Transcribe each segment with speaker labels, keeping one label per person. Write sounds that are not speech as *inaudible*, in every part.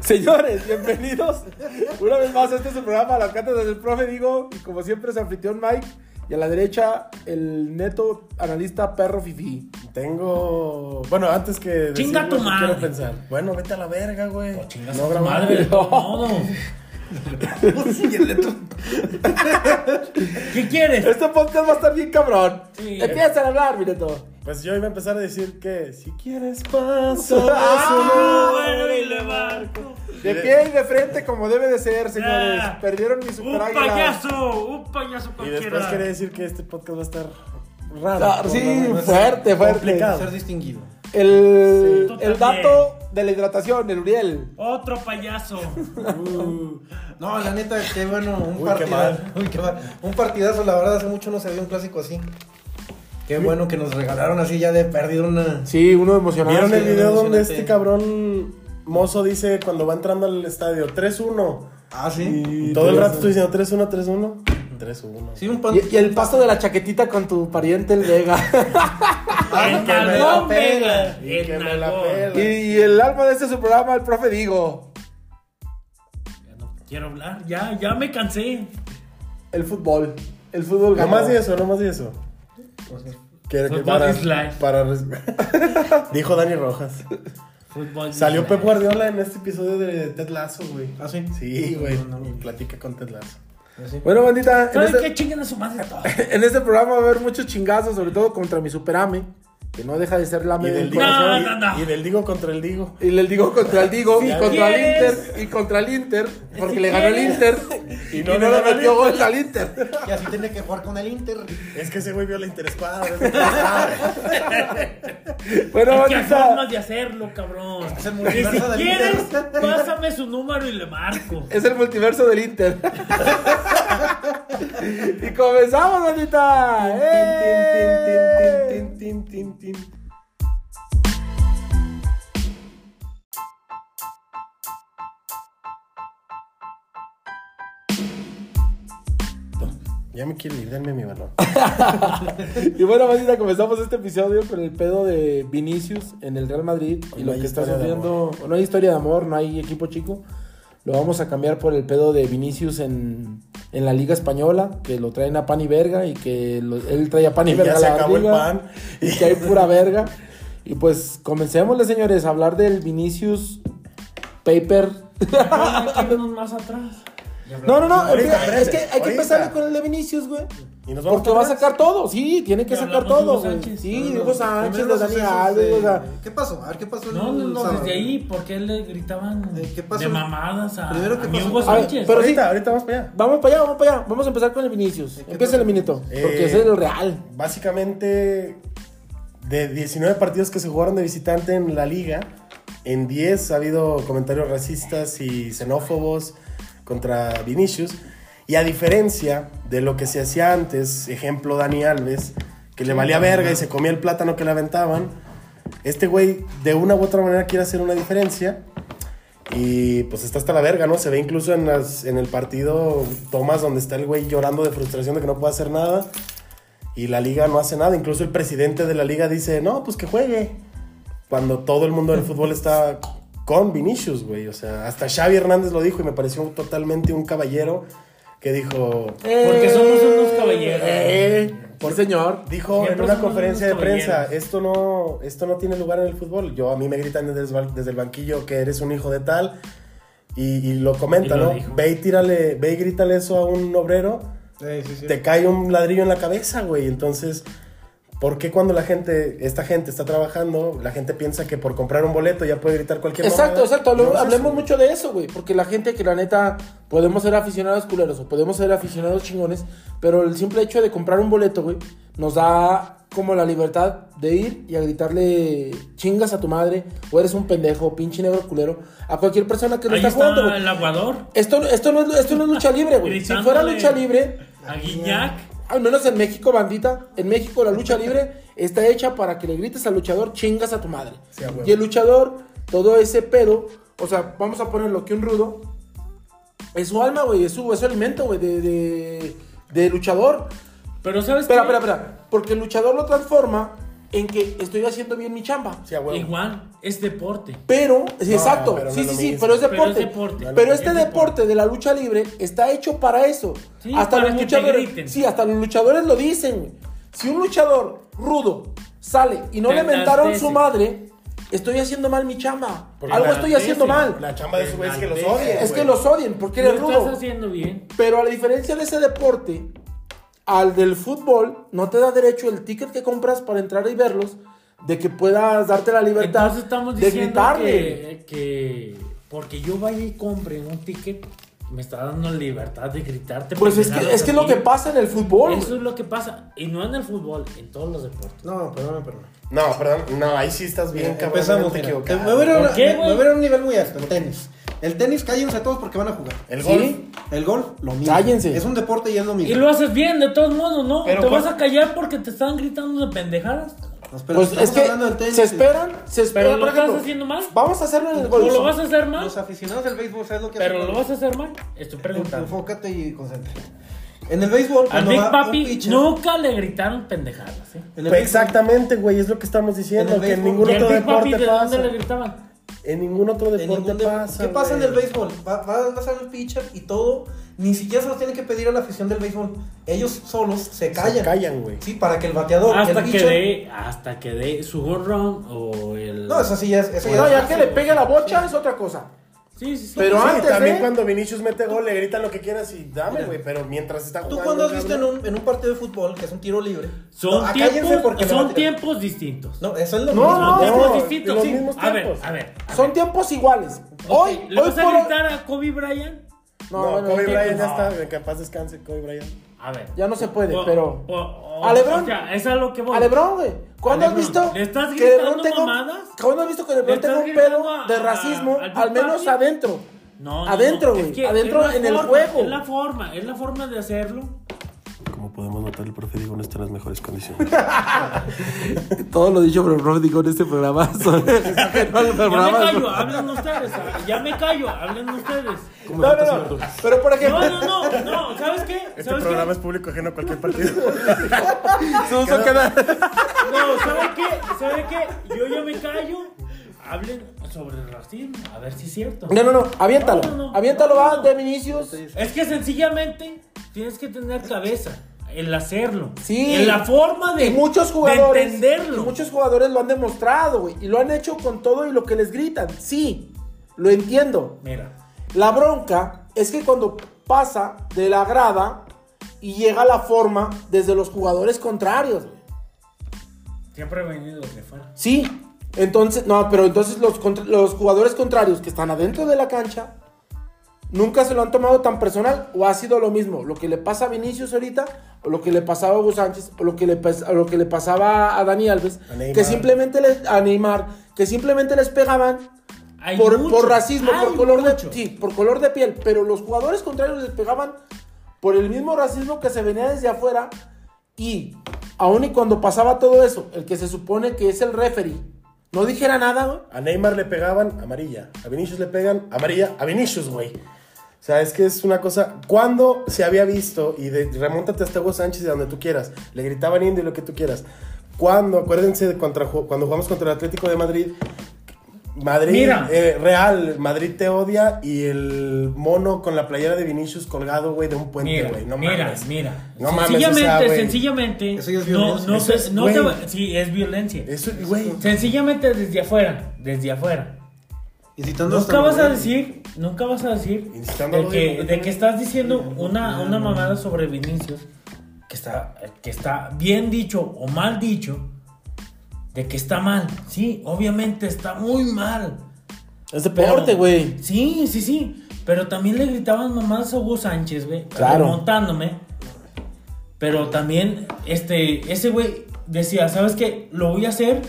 Speaker 1: Señores, bienvenidos una vez más a este es su programa Las Cátedras del Profe Digo. Y como siempre, su anfitrión Mike. Y a la derecha, el neto analista perro Fifi.
Speaker 2: Tengo. Bueno, antes que. decir,
Speaker 3: Chinga
Speaker 2: güey,
Speaker 3: tu
Speaker 2: sí
Speaker 3: madre.
Speaker 2: Quiero pensar. Bueno, vete a la verga, güey.
Speaker 3: Chingas
Speaker 2: No
Speaker 3: a tu
Speaker 2: grabamos.
Speaker 3: madre,
Speaker 2: *laughs*
Speaker 3: de todos modos. ¿Qué quieres?
Speaker 1: Este podcast va a estar bien cabrón.
Speaker 3: Sí. Ah,
Speaker 1: Empiezan a hablar, mi neto.
Speaker 2: Pues yo iba a empezar a decir que si quieres paso.
Speaker 1: *laughs* Ah,
Speaker 3: Bueno, y le marco.
Speaker 1: De pie y de frente, como debe de ser, señores.
Speaker 3: Ah,
Speaker 1: Perdieron mi
Speaker 3: Un
Speaker 1: super águila.
Speaker 3: payaso, un payaso
Speaker 2: Y después
Speaker 3: cualquiera.
Speaker 2: quería decir que este podcast va a estar raro.
Speaker 1: Ah,
Speaker 2: Por
Speaker 1: sí,
Speaker 2: lo menos
Speaker 1: fuerte, fuerte.
Speaker 2: Complicado.
Speaker 4: Ser distinguido.
Speaker 1: El,
Speaker 3: Sí, tú
Speaker 1: el dato de la hidratación, el Uriel.
Speaker 3: Otro payaso.
Speaker 4: No, la neta, qué bueno, un
Speaker 2: Uy, qué
Speaker 4: partidazo.
Speaker 2: mal.
Speaker 4: *laughs* Uy, qué mal. Un partidazo, la verdad, hace mucho no se había un clásico así. Qué bueno que nos regalaron así ya de perdido una.
Speaker 1: Sí, uno emocionado.
Speaker 2: ¿Vieron el
Speaker 4: sí,
Speaker 2: video donde
Speaker 4: emocionante.
Speaker 2: este cabrón mozo dice cuando va entrando al estadio 3-1?
Speaker 4: Ah,
Speaker 2: Y todo el rato estoy diciendo 3-1, 3-1. 3-1.
Speaker 4: Sí, un pan.
Speaker 1: Y, y el paso de la chaquetita con tu pariente, el Vega.
Speaker 3: El
Speaker 4: que me la
Speaker 3: nalgón
Speaker 4: pela,
Speaker 3: Vega.
Speaker 2: y que
Speaker 3: El
Speaker 2: me la
Speaker 3: nalgón.
Speaker 1: *laughs*
Speaker 2: pela.
Speaker 1: y, y el alma de este su programa, el profe Digo.
Speaker 3: Ya no Quiero hablar, ya, ya me cansé.
Speaker 1: El fútbol. El fútbol
Speaker 2: No
Speaker 1: ganó.
Speaker 2: más de eso, no más de eso. Que, que
Speaker 3: Football
Speaker 2: para,
Speaker 3: is life.
Speaker 2: para res- *laughs* Dijo Dani Rojas.
Speaker 3: Fútbol.
Speaker 2: Salió Pep Guardiola en este episodio de Ted Lasso, güey.
Speaker 4: Ah, sí.
Speaker 2: Sí, güey.
Speaker 4: No, no,
Speaker 2: y platica con Ted Lasso.
Speaker 4: sí.
Speaker 1: Bueno, bandita, en
Speaker 3: ¿Saben
Speaker 1: este,
Speaker 3: qué chingan a su madre a todos?
Speaker 1: *laughs* en este programa va a haber muchos chingazos, sobre todo contra mi superame, que no deja de ser la
Speaker 2: Y
Speaker 1: media del
Speaker 2: del, digo,
Speaker 3: No,
Speaker 2: y-
Speaker 3: no, no.
Speaker 2: y del digo contra el digo.
Speaker 1: Y le digo contra el Digo, y
Speaker 3: Si
Speaker 1: contra
Speaker 3: quieres.
Speaker 1: el Inter, y contra el Inter, porque
Speaker 3: Si
Speaker 1: le ganó el
Speaker 3: quieres.
Speaker 1: Inter, y
Speaker 2: Y
Speaker 1: no, no
Speaker 2: no le
Speaker 1: le
Speaker 2: ganó el
Speaker 1: metió gol al Inter.
Speaker 2: *laughs*
Speaker 4: Y así tiene que jugar con el Inter.
Speaker 2: Es que ese güey vio la interespada.
Speaker 1: *laughs*
Speaker 2: ¿ves?
Speaker 1: Bueno,
Speaker 3: Es que hay formas
Speaker 1: bandita,
Speaker 3: de hacerlo, cabrón.
Speaker 4: Es
Speaker 3: Y
Speaker 4: el
Speaker 3: si
Speaker 4: multiverso del
Speaker 3: quieres,
Speaker 4: Inter.
Speaker 3: pásame su número y le marco.
Speaker 1: es el multiverso del
Speaker 2: *laughs*
Speaker 1: Inter. y comenzamos, bandita. ¡Eh!
Speaker 2: Tin, tin, tin, tin, tin, tin. Ya me quiero ir, denme
Speaker 1: *laughs*
Speaker 2: mi balón.
Speaker 1: Y bueno, bandita, comenzamos este episodio con el pedo de Vinicius en el Real Madrid y
Speaker 2: Pues No
Speaker 1: lo
Speaker 2: hay
Speaker 1: que está
Speaker 2: historia de
Speaker 1: sufriendo. No hay historia de amor, no hay equipo chico. Lo vamos a cambiar por el pedo de Vinicius en, en la Liga Española, que lo traen a pan y verga y que lo- él trae a pan y,
Speaker 2: Y ya
Speaker 1: verga. a
Speaker 2: se
Speaker 1: la
Speaker 2: acabó el
Speaker 1: liga,
Speaker 2: pan.
Speaker 1: *laughs* Y que hay pura verga. Y pues comencémosle, señores, a hablar del Vinicius Paper.
Speaker 3: Ah, quiero unos más atrás.
Speaker 1: No, no, no,
Speaker 2: Ahorita,
Speaker 1: empieza- es
Speaker 2: espérate,
Speaker 1: que hay que
Speaker 2: ahorita.
Speaker 1: empezar con el de Vinicius, güey.
Speaker 2: Y nos vamos
Speaker 1: Porque va a
Speaker 2: atrás.
Speaker 1: sacar todo, sí, tiene que
Speaker 3: Ya
Speaker 1: sacar
Speaker 3: hablamos de
Speaker 1: todo.
Speaker 3: Hugo
Speaker 1: güey.
Speaker 3: Sánchez.
Speaker 1: Sí,
Speaker 4: No,
Speaker 1: de
Speaker 4: no,
Speaker 1: Hugo Sánchez,
Speaker 4: primero
Speaker 1: de
Speaker 4: los
Speaker 1: Dani
Speaker 4: sucesos
Speaker 1: Alves,
Speaker 4: de-
Speaker 1: o sea.
Speaker 4: ¿Qué pasó? A ver, ¿qué pasó? el
Speaker 3: No, no, no,
Speaker 4: sábado?
Speaker 3: desde ahí, ¿por qué le gritaban
Speaker 4: Eh, ¿qué pasó?
Speaker 3: de mamadas a,
Speaker 4: Primero,
Speaker 3: a
Speaker 4: ¿qué
Speaker 3: mi
Speaker 4: pasó?
Speaker 3: Hugo
Speaker 1: A ver,
Speaker 3: Sánchez?
Speaker 1: pero sí.
Speaker 2: ahorita, ahorita vamos para allá.
Speaker 1: Vamos para allá, vamos para allá. Vamos a empezar con el Vinicius.
Speaker 4: qué
Speaker 1: Empieza el
Speaker 4: pasa?
Speaker 1: Minito, porque
Speaker 2: Eh,
Speaker 1: ese es lo real.
Speaker 2: Básicamente, de 19 partidos que se jugaron de visitante en la liga, en 10 ha habido comentarios racistas y xenófobos contra Vinicius. Y a diferencia de lo que se hacía antes, ejemplo Dani Alves, que le valía verga y se comía el plátano que le aventaban, este güey de una u otra manera quiere hacer una diferencia. Y pues está hasta la verga, ¿no? Se ve incluso en, las, en el partido tomas donde está el güey llorando de frustración de que no puede hacer nada. Y la liga no hace nada. Incluso el presidente de la liga dice, no, pues que juegue. Cuando todo el mundo del fútbol está con Vinicius, güey. O sea, hasta Xavi Hernández lo dijo y me pareció totalmente un caballero que dijo... "Eh,
Speaker 3: Porque somos unos caballeros.
Speaker 1: por señor.
Speaker 2: Dijo en
Speaker 3: Siempre
Speaker 2: una
Speaker 3: son unos
Speaker 2: conferencia de prensa,
Speaker 3: caballeros.
Speaker 2: esto no, esto no tiene lugar en el fútbol. Yo a mí me gritan desde, el ban- desde el banquillo que eres un hijo de tal y, y lo comenta,
Speaker 3: Y lo
Speaker 2: ¿no?
Speaker 3: dijo.
Speaker 2: Ve y tírale, ve y grítale eso a un obrero,
Speaker 4: Sí, sí, sí.
Speaker 2: te cae un ladrillo en la cabeza, güey. Entonces, ¿por qué cuando la gente, esta gente está trabajando, la gente piensa que por comprar un boleto ya puede gritar cualquier
Speaker 1: Exacto,
Speaker 2: mamada?
Speaker 1: exacto.
Speaker 2: No
Speaker 1: Hablemos,
Speaker 2: es eso,
Speaker 1: hablemos
Speaker 2: güey.
Speaker 1: mucho de eso, güey. Porque la gente que la neta podemos ser aficionados culeros o podemos ser aficionados chingones, pero el simple hecho de comprar un boleto, güey, nos da como la libertad de ir y a gritarle chingas a tu madre o eres un pendejo, pinche negro culero, a cualquier persona que lo
Speaker 3: Ahí
Speaker 1: está, jugando,
Speaker 3: está
Speaker 1: güey.
Speaker 3: el aguador.
Speaker 1: Esto, esto, no es, esto no es lucha libre, güey. Si fuera
Speaker 3: Gritándole.
Speaker 1: lucha libre,
Speaker 3: A Guiñac.
Speaker 1: al menos en México, bandita, en México la lucha libre está hecha para que le grites al luchador, chingas a tu madre.
Speaker 2: Sí, a huevo.
Speaker 1: y el luchador, todo ese pedo, o sea, vamos a ponerlo que un rudo es su alma, güey, es su, es su alimento, güey, de, de, de luchador.
Speaker 3: Pero ¿sabes
Speaker 1: Espera,
Speaker 3: qué?
Speaker 1: espera, espera. Porque el luchador lo transforma en que estoy haciendo bien mi chamba.
Speaker 2: Sí, a huevo.
Speaker 3: Igual, es deporte.
Speaker 1: Pero, sí,
Speaker 2: No,
Speaker 1: exacto,
Speaker 2: pero no
Speaker 1: sí,
Speaker 2: es lo
Speaker 1: sí, sí,
Speaker 2: mismo.
Speaker 1: pero es
Speaker 3: Pero
Speaker 1: deporte.
Speaker 3: es
Speaker 1: Pero, este
Speaker 3: deporte. Es
Speaker 1: deporte,
Speaker 3: deporte.
Speaker 1: de la lucha libre está hecho para eso.
Speaker 3: Sí,
Speaker 1: hasta
Speaker 3: para
Speaker 1: los
Speaker 3: que te
Speaker 1: luchadores,
Speaker 3: griten.
Speaker 1: sí, hasta los luchadores lo dicen. güey. Si un luchador rudo sale y no
Speaker 3: Te
Speaker 1: le mentaron su
Speaker 3: enaltece.
Speaker 1: madre, estoy haciendo mal mi chamba.
Speaker 2: Porque
Speaker 1: Algo
Speaker 3: la
Speaker 1: estoy haciendo
Speaker 3: enaltece.
Speaker 1: mal.
Speaker 2: La chamba de esos güeyes es que los
Speaker 3: Enaltece,
Speaker 2: odies.
Speaker 1: Es que
Speaker 2: güey.
Speaker 1: los odien porque
Speaker 3: Lo
Speaker 1: eres rudo.
Speaker 3: estás haciendo bien.
Speaker 1: Pero a la diferencia de ese deporte, al del fútbol, no te da derecho el ticket que compras para entrar y verlos, de que puedas darte la libertad
Speaker 3: Entonces estamos
Speaker 1: de
Speaker 3: diciendo
Speaker 1: gritarle.
Speaker 3: que, que porque yo vaya y compre un ticket, me está dando libertad de gritarte.
Speaker 1: Pues es que es que es lo que pasa en el fútbol.
Speaker 3: Eso
Speaker 1: güey.
Speaker 3: es lo que pasa. Y no en el fútbol, en todos los deportes.
Speaker 4: No, perdóname, perdón.
Speaker 2: No, perdón. No, ahí sí estás
Speaker 3: Eh,
Speaker 2: bien,
Speaker 4: Bien,
Speaker 2: cabrón.
Speaker 4: Eh, empezamos.
Speaker 2: te
Speaker 4: mira.
Speaker 2: equivocado.
Speaker 1: Pues,
Speaker 4: Me voy a ir a
Speaker 3: ¿Por
Speaker 4: una-
Speaker 3: qué,
Speaker 4: me-
Speaker 3: güey?
Speaker 4: me voy a ir a un nivel muy alto, el tenis. El tenis, cállense todos porque van a jugar.
Speaker 2: El
Speaker 1: ¿Sí?
Speaker 2: gol.
Speaker 4: El gol, lo mismo.
Speaker 1: Cállense.
Speaker 4: Es un deporte y es lo
Speaker 3: Y
Speaker 4: mismo.
Speaker 3: lo haces bien, de todos modos, ¿no?
Speaker 2: Pero
Speaker 3: te
Speaker 2: con-
Speaker 3: vas a callar porque te están gritando de pendejadas.
Speaker 4: Nos- pero
Speaker 1: Pues
Speaker 4: estamos
Speaker 1: es que
Speaker 4: hablando del tenis,
Speaker 1: se
Speaker 4: y-
Speaker 1: esperan, se
Speaker 3: Pero
Speaker 1: esperan,
Speaker 3: lo
Speaker 1: Eh, por
Speaker 3: estás
Speaker 1: ejemplo,
Speaker 3: haciendo mal.
Speaker 1: vamos a hacerlo en el
Speaker 3: O lo
Speaker 1: gol.
Speaker 3: vas a hacer mal,
Speaker 4: Los aficionados del béisbol saben lo que
Speaker 3: pero
Speaker 4: hacen.
Speaker 3: lo vas a hacer mal. Estoy preguntando.
Speaker 4: Enfócate y concéntrate. En el béisbol,
Speaker 3: A
Speaker 4: cuando
Speaker 3: Big
Speaker 4: va un
Speaker 3: Papi
Speaker 4: pitcher-
Speaker 3: nunca le gritaron pendejadas, ¿eh?
Speaker 4: en el
Speaker 2: Pues
Speaker 4: béisbol-
Speaker 2: exactamente, güey, es lo que estamos diciendo,
Speaker 4: En el
Speaker 2: que en
Speaker 4: béisbol.
Speaker 2: ningún
Speaker 3: ¿Y al
Speaker 2: otro
Speaker 3: Big Papi
Speaker 2: deporte
Speaker 3: de
Speaker 2: pasa.
Speaker 3: dónde le gritaban?
Speaker 2: En ningún otro
Speaker 4: en
Speaker 2: deporte
Speaker 4: ningún de-
Speaker 2: pasa.
Speaker 4: ¿Qué pasa en
Speaker 2: güey.
Speaker 4: el béisbol? Va, va- vas al pitcher y todo. Ni siquiera se los tienen que pedir a la afición del béisbol. Ellos solos se callan.
Speaker 2: Se callan, güey.
Speaker 4: Sí, para que el bateador. y
Speaker 3: Hasta
Speaker 4: el
Speaker 3: que
Speaker 4: pitcher-
Speaker 3: dé, hasta que dé su home run o el.
Speaker 4: No, eso sí ya es. Eso ya
Speaker 1: No,
Speaker 4: es-
Speaker 1: ya que le pegue la bocha es otra cosa.
Speaker 3: Sí, sí, sí.
Speaker 1: Pero
Speaker 2: Sí,
Speaker 1: antes,
Speaker 2: también
Speaker 1: ¿eh?
Speaker 2: cuando Vinicius mete gol le gritan lo que quieras y dame, güey, pero mientras está jugando.
Speaker 4: ¿Tú cuando has visto en
Speaker 2: cabrón,
Speaker 4: un, en un partido de fútbol que es un tiro libre?
Speaker 3: son
Speaker 4: No, ah, cállense
Speaker 3: tiempos,
Speaker 4: porque
Speaker 3: son
Speaker 4: no-
Speaker 3: tiempos distintos.
Speaker 4: No, eso es lo
Speaker 1: No,
Speaker 4: mismo.
Speaker 3: son
Speaker 1: no,
Speaker 3: tiempos
Speaker 2: no,
Speaker 3: distintos.
Speaker 2: los
Speaker 3: sí.
Speaker 2: mismos
Speaker 3: a ver,
Speaker 2: tiempos.
Speaker 3: a ver. a
Speaker 1: Son
Speaker 3: ver.
Speaker 1: tiempos iguales. Hoy,
Speaker 3: ¿Le
Speaker 1: hoy
Speaker 3: vas a
Speaker 1: por hoy.
Speaker 3: gritar a Kobe Bryant?
Speaker 1: No,
Speaker 2: No,
Speaker 1: bueno,
Speaker 2: Kobe
Speaker 1: ya-
Speaker 2: Bryant ya
Speaker 3: no.
Speaker 2: está, güey, que en paz descanse Kobe Bryant.
Speaker 3: A ver.
Speaker 1: ya no se puede,
Speaker 3: O-
Speaker 1: pero.
Speaker 3: o- o-
Speaker 1: A LeBron.
Speaker 3: o sea, es a lo que voy.
Speaker 1: A LeBron, güey. ¿Cuándo
Speaker 3: A
Speaker 1: has
Speaker 3: LeBron.
Speaker 1: visto
Speaker 3: ¿Le estás
Speaker 1: que LeBron
Speaker 3: gritando
Speaker 1: tenga
Speaker 3: mamadas?
Speaker 1: ¿Cuándo has visto que
Speaker 3: ¿Le
Speaker 1: LeBron
Speaker 3: estás
Speaker 1: tenga un
Speaker 3: gritando
Speaker 1: pedo
Speaker 3: a-
Speaker 1: de
Speaker 3: a-
Speaker 1: racismo?
Speaker 3: al Big
Speaker 1: al menos
Speaker 3: Papi?
Speaker 1: adentro.
Speaker 3: No, no,
Speaker 1: adentro,
Speaker 3: no,
Speaker 1: güey.
Speaker 3: es que
Speaker 1: adentro
Speaker 3: es la
Speaker 1: en el
Speaker 3: forma,
Speaker 1: juego.
Speaker 3: Es la forma, es la forma de hacerlo.
Speaker 2: Como podemos notar, el profe digo no está en las mejores condiciones.
Speaker 1: Todo lo dicho por el profe en este programa. *laughs*
Speaker 3: Ya me callo, hablen ustedes. a- Ya me callo, hablen ustedes.
Speaker 1: No, no, no. Pero por
Speaker 3: No,
Speaker 1: ejemplo,
Speaker 3: no, no, no. ¿Sabes qué?
Speaker 2: Este
Speaker 3: ¿Sabes qué?
Speaker 2: programa es público ajeno a cualquier
Speaker 4: *laughs*
Speaker 2: partido.
Speaker 1: Suso queda-
Speaker 3: No, ¿sabe qué? ¿Sabe qué? Yo ya me callo. Hablen sobre el racismo. A ver si es cierto.
Speaker 1: No, no, no. Aviéntalo.
Speaker 3: No, no, no.
Speaker 1: Aviéntalo,
Speaker 3: No,
Speaker 1: va,
Speaker 3: no.
Speaker 1: de Vinicius.
Speaker 3: Es que sencillamente tienes que tener cabeza. El hacerlo.
Speaker 1: Sí.
Speaker 3: En la forma de.
Speaker 1: Y muchos
Speaker 3: de
Speaker 1: jugadores.
Speaker 3: entenderlo.
Speaker 1: y muchos jugadores lo han demostrado, güey. Y lo han hecho con todo y lo que les gritan. Sí, lo entiendo.
Speaker 3: Mira.
Speaker 1: La bronca es que cuando pasa de la grada y llega la forma desde los jugadores contrarios. güey.
Speaker 3: Siempre he venido de fuera.
Speaker 1: Sí, entonces, no, pero entonces los, contra- los jugadores contrarios que están adentro de la cancha nunca se lo han tomado tan personal o ha sido lo mismo. Lo que le pasa a Vinicius ahorita, o lo que le pasaba a Hugo Sánchez, o lo que le, pas- o lo que le pasaba a Dani Alves,
Speaker 2: A Neymar.
Speaker 1: que simplemente les, a Neymar, que simplemente les pegaban
Speaker 3: Hay
Speaker 1: por,
Speaker 3: mucho,
Speaker 1: por racismo,
Speaker 3: hay
Speaker 1: por color,
Speaker 3: mucho.
Speaker 1: de, sí, por color de piel. Pero los jugadores contrarios les pegaban por el mismo racismo que se venía desde afuera. Y aun y cuando pasaba todo eso, el que se supone que es el referee, no dijera nada, güey.
Speaker 2: A Neymar le pegaban amarilla. A Vinicius le pegan amarilla. A Vinicius, güey. O sea, es que es una cosa. ¿Cuándo se había visto? Y de, remóntate hasta Hugo Sánchez y a donde tú quieras. Le gritaban indio y lo que tú quieras. ¿Cuándo? Acuérdense de contra, ju- cuando jugamos contra el Atlético de Madrid. Madrid,
Speaker 3: Mira.
Speaker 2: eh, Real, Madrid te odia y el mono con la playera de Vinicius colgado, güey, de un puente,
Speaker 3: Mira,
Speaker 2: güey. No
Speaker 3: mira,
Speaker 2: mames.
Speaker 3: mira.
Speaker 2: No mames, o sea,
Speaker 3: sencillamente,
Speaker 2: güey.
Speaker 3: sencillamente.
Speaker 4: Eso ya es
Speaker 3: no,
Speaker 4: violencia.
Speaker 3: no,
Speaker 2: Eso
Speaker 3: se-
Speaker 2: es-
Speaker 3: no te
Speaker 2: güey.
Speaker 3: va- sí, es violencia.
Speaker 2: Eso, güey.
Speaker 3: Sencillamente desde afuera, desde afuera.
Speaker 4: Y si tanto
Speaker 3: Nunca
Speaker 4: hasta
Speaker 3: vas a
Speaker 4: morir.
Speaker 3: decir, nunca vas a decir de
Speaker 2: Incitándolo
Speaker 3: que,
Speaker 2: completamente.
Speaker 3: de que estás diciendo una, una mamada sobre Vinicius, que está, que está bien dicho o mal dicho, de que está mal. Sí, obviamente está muy mal.
Speaker 1: Es
Speaker 3: Pero-
Speaker 1: deporte, güey.
Speaker 3: Sí, sí, sí. Pero también le gritaban mamadas a Hugo Sánchez, güey.
Speaker 1: Claro.
Speaker 3: Remontándome. Pero también, este, ese güey decía, ¿sabes qué? Lo voy a hacer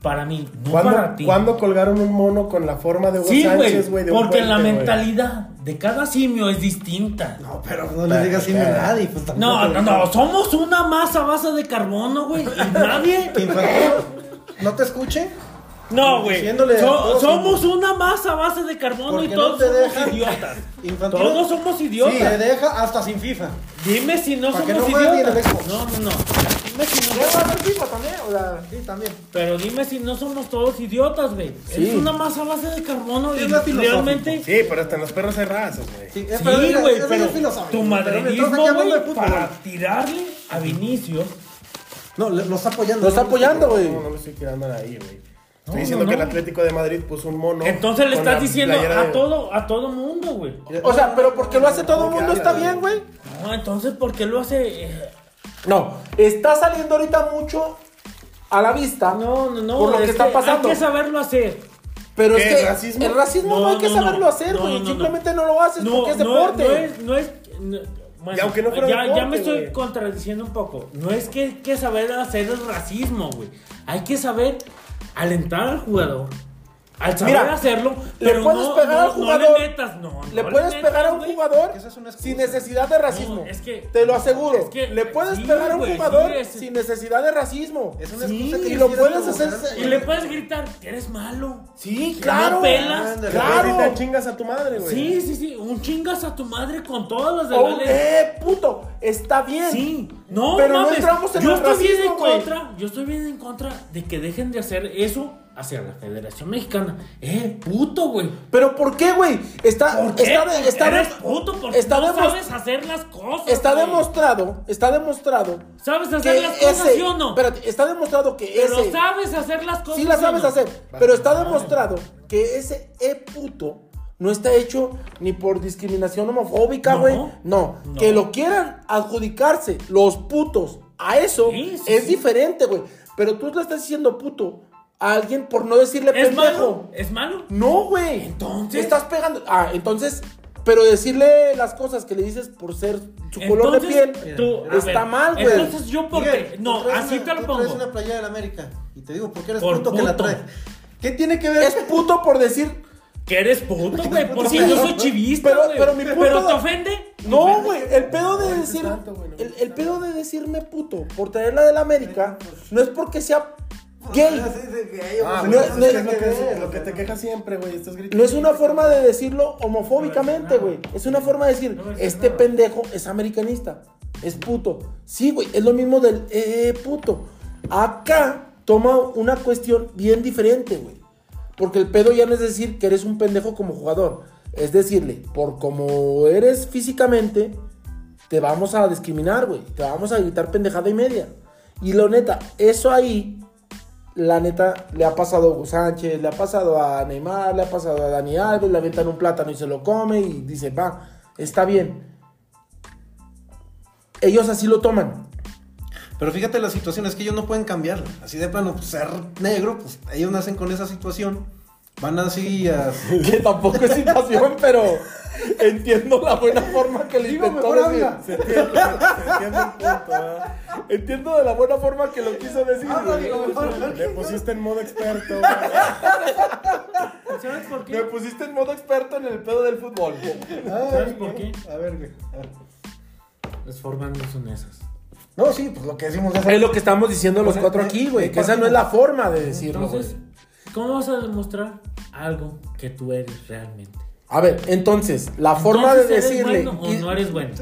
Speaker 3: para mí, no para ti.
Speaker 2: ¿Cuándo, cuándo colgaron un mono con la forma de Hugo
Speaker 3: Sí, güey.
Speaker 2: Sánchez, güey? de un
Speaker 3: Porque la
Speaker 2: puente, güey?
Speaker 3: mentalidad de cada simio es distinta.
Speaker 4: No, pero no le digas así a nadie. Pues,
Speaker 3: No, no,
Speaker 4: tampoco-
Speaker 3: no. Somos una masa base de carbono, güey. Y
Speaker 4: *laughs*
Speaker 3: nadie.
Speaker 4: Que infantil no te escuche.
Speaker 3: No, güey.
Speaker 4: Diciéndole a
Speaker 3: So-
Speaker 4: todos-
Speaker 3: somos una masa base de carbono y
Speaker 4: Porque no
Speaker 3: todos
Speaker 4: te
Speaker 3: somos
Speaker 4: dejan.
Speaker 3: idiotas.
Speaker 4: Infantil.
Speaker 3: Todos somos
Speaker 4: Sí, te
Speaker 3: idiotas.
Speaker 4: deja hasta sin FIFA.
Speaker 3: Dime si no
Speaker 4: Para que
Speaker 3: somos
Speaker 4: no juegue ni en el
Speaker 3: idiotas.
Speaker 4: Xbox.
Speaker 3: No, no, no.
Speaker 4: Messi no
Speaker 1: Debe haber FIFA también, o sea,
Speaker 4: Sí, también.
Speaker 3: Pero dime si no somos todos idiotas, güey.
Speaker 1: Sí.
Speaker 3: Es una masa a base de carbono
Speaker 4: Sí,
Speaker 3: y
Speaker 4: es más filosófico.
Speaker 3: realmente.
Speaker 2: Sí, pero hasta en los perros hay razas, güey.
Speaker 4: Sí, eh,
Speaker 3: Sí,
Speaker 4: pero mira,
Speaker 3: güey,
Speaker 4: eso ya
Speaker 3: pero
Speaker 4: es filosófico,
Speaker 3: tu
Speaker 4: pero mientras
Speaker 3: madridismo,
Speaker 4: aquí hablando de
Speaker 3: güey,
Speaker 4: fútbol.
Speaker 3: para tirarle a Vinicius.
Speaker 4: No, le- lo está apoyando.
Speaker 1: lo está apoyando, güey.
Speaker 2: No, no me estoy tirando a nadie, güey.
Speaker 3: No,
Speaker 2: Estoy diciendo
Speaker 3: no,
Speaker 2: que
Speaker 3: no.
Speaker 2: el Atlético de Madrid puso un mono.
Speaker 3: Entonces le
Speaker 2: con
Speaker 3: estás
Speaker 2: la
Speaker 3: diciendo
Speaker 2: playera
Speaker 3: a
Speaker 2: de-
Speaker 3: todo, a todo mundo, güey.
Speaker 1: O sea, pero porque lo hace todo el mundo está bien, güey.
Speaker 3: No, entonces, ¿por qué lo hace? eh?
Speaker 1: No, está saliendo ahorita mucho a la vista.
Speaker 3: No, no, no.
Speaker 1: Por lo
Speaker 3: es
Speaker 1: que está pasando.
Speaker 3: Hay que saberlo hacer.
Speaker 1: Pero es
Speaker 2: ¿Qué,
Speaker 1: que
Speaker 2: racismo?
Speaker 1: el racismo no,
Speaker 3: No,
Speaker 1: hay que
Speaker 3: no,
Speaker 1: saberlo
Speaker 3: no.
Speaker 1: hacer,
Speaker 3: No,
Speaker 1: güey.
Speaker 3: no, no.
Speaker 1: Simplemente no. lo haces porque es deporte.
Speaker 3: No es, no es- no- bueno,
Speaker 2: Y aunque no fuera
Speaker 3: ya,
Speaker 2: deporte,
Speaker 3: ya me estoy
Speaker 2: güey.
Speaker 3: contradiciendo un poco. No es que hay que saber hacer el racismo, güey. Hay que saber alentar al jugador. Al saber
Speaker 1: Mira,
Speaker 3: hacerlo,
Speaker 1: le
Speaker 3: pero
Speaker 1: puedes
Speaker 3: no,
Speaker 1: pegar
Speaker 3: no-
Speaker 1: al
Speaker 3: no
Speaker 1: jugador.
Speaker 3: le metas, no.
Speaker 1: Le
Speaker 3: no
Speaker 1: puedes
Speaker 3: metas,
Speaker 1: pegar a un
Speaker 3: güey.
Speaker 1: jugador
Speaker 4: Esa es una excusa.
Speaker 1: sin necesidad de racismo.
Speaker 3: es que-
Speaker 1: Te lo aseguro.
Speaker 3: es que-
Speaker 1: le puedes
Speaker 3: sí,
Speaker 1: pegar a un
Speaker 3: güey,
Speaker 1: jugador
Speaker 3: sí, es-
Speaker 1: sin necesidad de racismo.
Speaker 4: Es una
Speaker 3: Sí,
Speaker 4: excusa que
Speaker 1: y
Speaker 4: yo
Speaker 1: lo
Speaker 4: quiero
Speaker 1: puedes hacer-
Speaker 4: provocar.
Speaker 3: Y le puedes gritar, eres malo.
Speaker 1: Sí,
Speaker 3: no
Speaker 1: claro.
Speaker 3: pelas.
Speaker 1: Ándale,
Speaker 2: Claro.
Speaker 1: claro.
Speaker 2: chingas a tu madre, güey.
Speaker 3: Sí, sí, sí. Un chingas a tu madre con todas las de
Speaker 1: Oh,
Speaker 3: la ley.
Speaker 1: eh, puto. Está bien.
Speaker 3: Sí,
Speaker 1: *laughs*
Speaker 3: no,
Speaker 1: Pero no
Speaker 3: mames.
Speaker 1: entramos en
Speaker 3: yo
Speaker 1: el
Speaker 3: estoy bien
Speaker 1: racismo,
Speaker 3: en
Speaker 1: güey.
Speaker 3: contra, yo estoy bien en contra de que dejen de hacer eso hacia la Federación Mexicana. Eh, puto, güey.
Speaker 1: Pero ¿por qué, güey? Está,
Speaker 3: ¿Por qué?
Speaker 1: está, de- está de-
Speaker 3: Eres puto porque
Speaker 1: está
Speaker 3: no
Speaker 1: demos-
Speaker 3: sabes hacer las cosas.
Speaker 1: está
Speaker 3: güey.
Speaker 1: demostrado, está demostrado.
Speaker 3: ¿Sabes hacer
Speaker 1: que
Speaker 3: las cosas,
Speaker 1: ese-
Speaker 3: sí o no?
Speaker 1: Espérate, está demostrado que
Speaker 3: Pero
Speaker 1: ese
Speaker 3: sabes hacer las cosas.
Speaker 1: sí la
Speaker 3: o
Speaker 1: sabes
Speaker 3: no?
Speaker 1: hacer, pero está demostrado que ese e puto no está hecho ni por discriminación homofóbica,
Speaker 3: No,
Speaker 1: güey. No,
Speaker 3: no.
Speaker 1: que lo quieran adjudicarse los putos a eso
Speaker 3: Sí, sí,
Speaker 1: es
Speaker 3: sí.
Speaker 1: diferente, güey. Pero tú le estás diciendo puto a alguien por no decirle
Speaker 3: ¿Es malo?
Speaker 1: Este pendejo.
Speaker 3: ¿Es malo?
Speaker 1: No, güey.
Speaker 3: Entonces.
Speaker 1: estás pegando. Ah, entonces, pero decirle las cosas que le dices por ser su color de
Speaker 3: Entonces,
Speaker 1: piel
Speaker 3: tú- a
Speaker 1: está
Speaker 3: ver,
Speaker 1: mal, güey.
Speaker 3: Entonces yo porque
Speaker 4: Miguel, tú
Speaker 3: no,
Speaker 4: traes
Speaker 3: así
Speaker 4: una-
Speaker 3: te lo
Speaker 4: tú
Speaker 3: pongo.
Speaker 4: traes una playa del América. Y te digo, ¿por qué eres
Speaker 3: Por
Speaker 4: puto que la
Speaker 3: puto.
Speaker 4: traes? ¿Qué tiene
Speaker 3: eh,
Speaker 4: que ver?
Speaker 1: Es
Speaker 4: *laughs*
Speaker 1: puto por decir
Speaker 3: Que
Speaker 1: *laughs*
Speaker 3: eres puto, güey. Por
Speaker 4: puto
Speaker 3: si yo
Speaker 4: pedo,
Speaker 3: soy chivista,
Speaker 1: Pero-
Speaker 3: güey.
Speaker 1: pero mi puto-
Speaker 3: Pero te ofende.
Speaker 1: No, güey, el pedo de decir
Speaker 2: tanto, pues. güey, no
Speaker 1: el, el pedo de decirme puto por traerla del América no es porque sea gay,
Speaker 4: Sí, sí, gay,
Speaker 2: Ah,
Speaker 1: No,
Speaker 2: güey,
Speaker 1: no,
Speaker 2: es que es lo
Speaker 4: no,
Speaker 2: que,
Speaker 4: no,
Speaker 2: lo que te queja siempre, güey. Estás
Speaker 1: no
Speaker 2: gritando.
Speaker 1: es una
Speaker 2: *laughs*
Speaker 1: forma de decirlo homofóbicamente, güey. Es una forma de decir, este pendejo es americanista, es puto. Sí, güey, es lo mismo del eh, puto. Acá toma una cuestión bien diferente, güey. Porque el pedo ya no es decir que eres un pendejo como jugador. Es decirle, por como eres físicamente, te vamos a discriminar, güey. Te vamos a gritar pendejada y media. Y lo neta, eso ahí, la neta, le ha pasado a Hugo Sánchez, le ha pasado a Neymar, le ha pasado a Dani Alves, le aventan un plátano y se lo come y dice, va, está bien. Ellos así lo toman.
Speaker 4: Pero fíjate las situaciones que ellos no pueden cambiarla. Así de plano, pues, ser negro, pues ellos nacen con esa situación. Van así a.
Speaker 1: *laughs* Que tampoco es *laughs* situación, pero entiendo la buena forma que le
Speaker 4: Digo,
Speaker 1: intentó
Speaker 4: mejor
Speaker 1: decir.
Speaker 4: habla.
Speaker 2: Se entiende, se entiende el punto, ¿ah?
Speaker 1: Entiendo de la buena forma que lo quiso decir.
Speaker 4: Habla,
Speaker 1: güey.
Speaker 4: digo, mejor.
Speaker 2: Le pusiste en modo experto, güey.
Speaker 3: ¿Sabes por
Speaker 1: Me
Speaker 3: qué?
Speaker 1: pusiste en modo experto en el pedo del fútbol.
Speaker 3: *laughs* ¿Sabes por qué?
Speaker 4: A ver, güey. a ver.
Speaker 3: Las formas no son esas.
Speaker 4: No, sí, pues lo que decimos de
Speaker 1: Es lo que estamos diciendo los cuatro aquí, güey. Que esa no es la forma de decirlo, güey.
Speaker 3: Entonces, ¿cómo vas a demostrar algo que tú eres realmente?
Speaker 1: A ver, entonces, la forma de
Speaker 3: Entonces, ¿eres
Speaker 1: decirle.
Speaker 3: bueno
Speaker 1: y-
Speaker 3: o no eres bueno?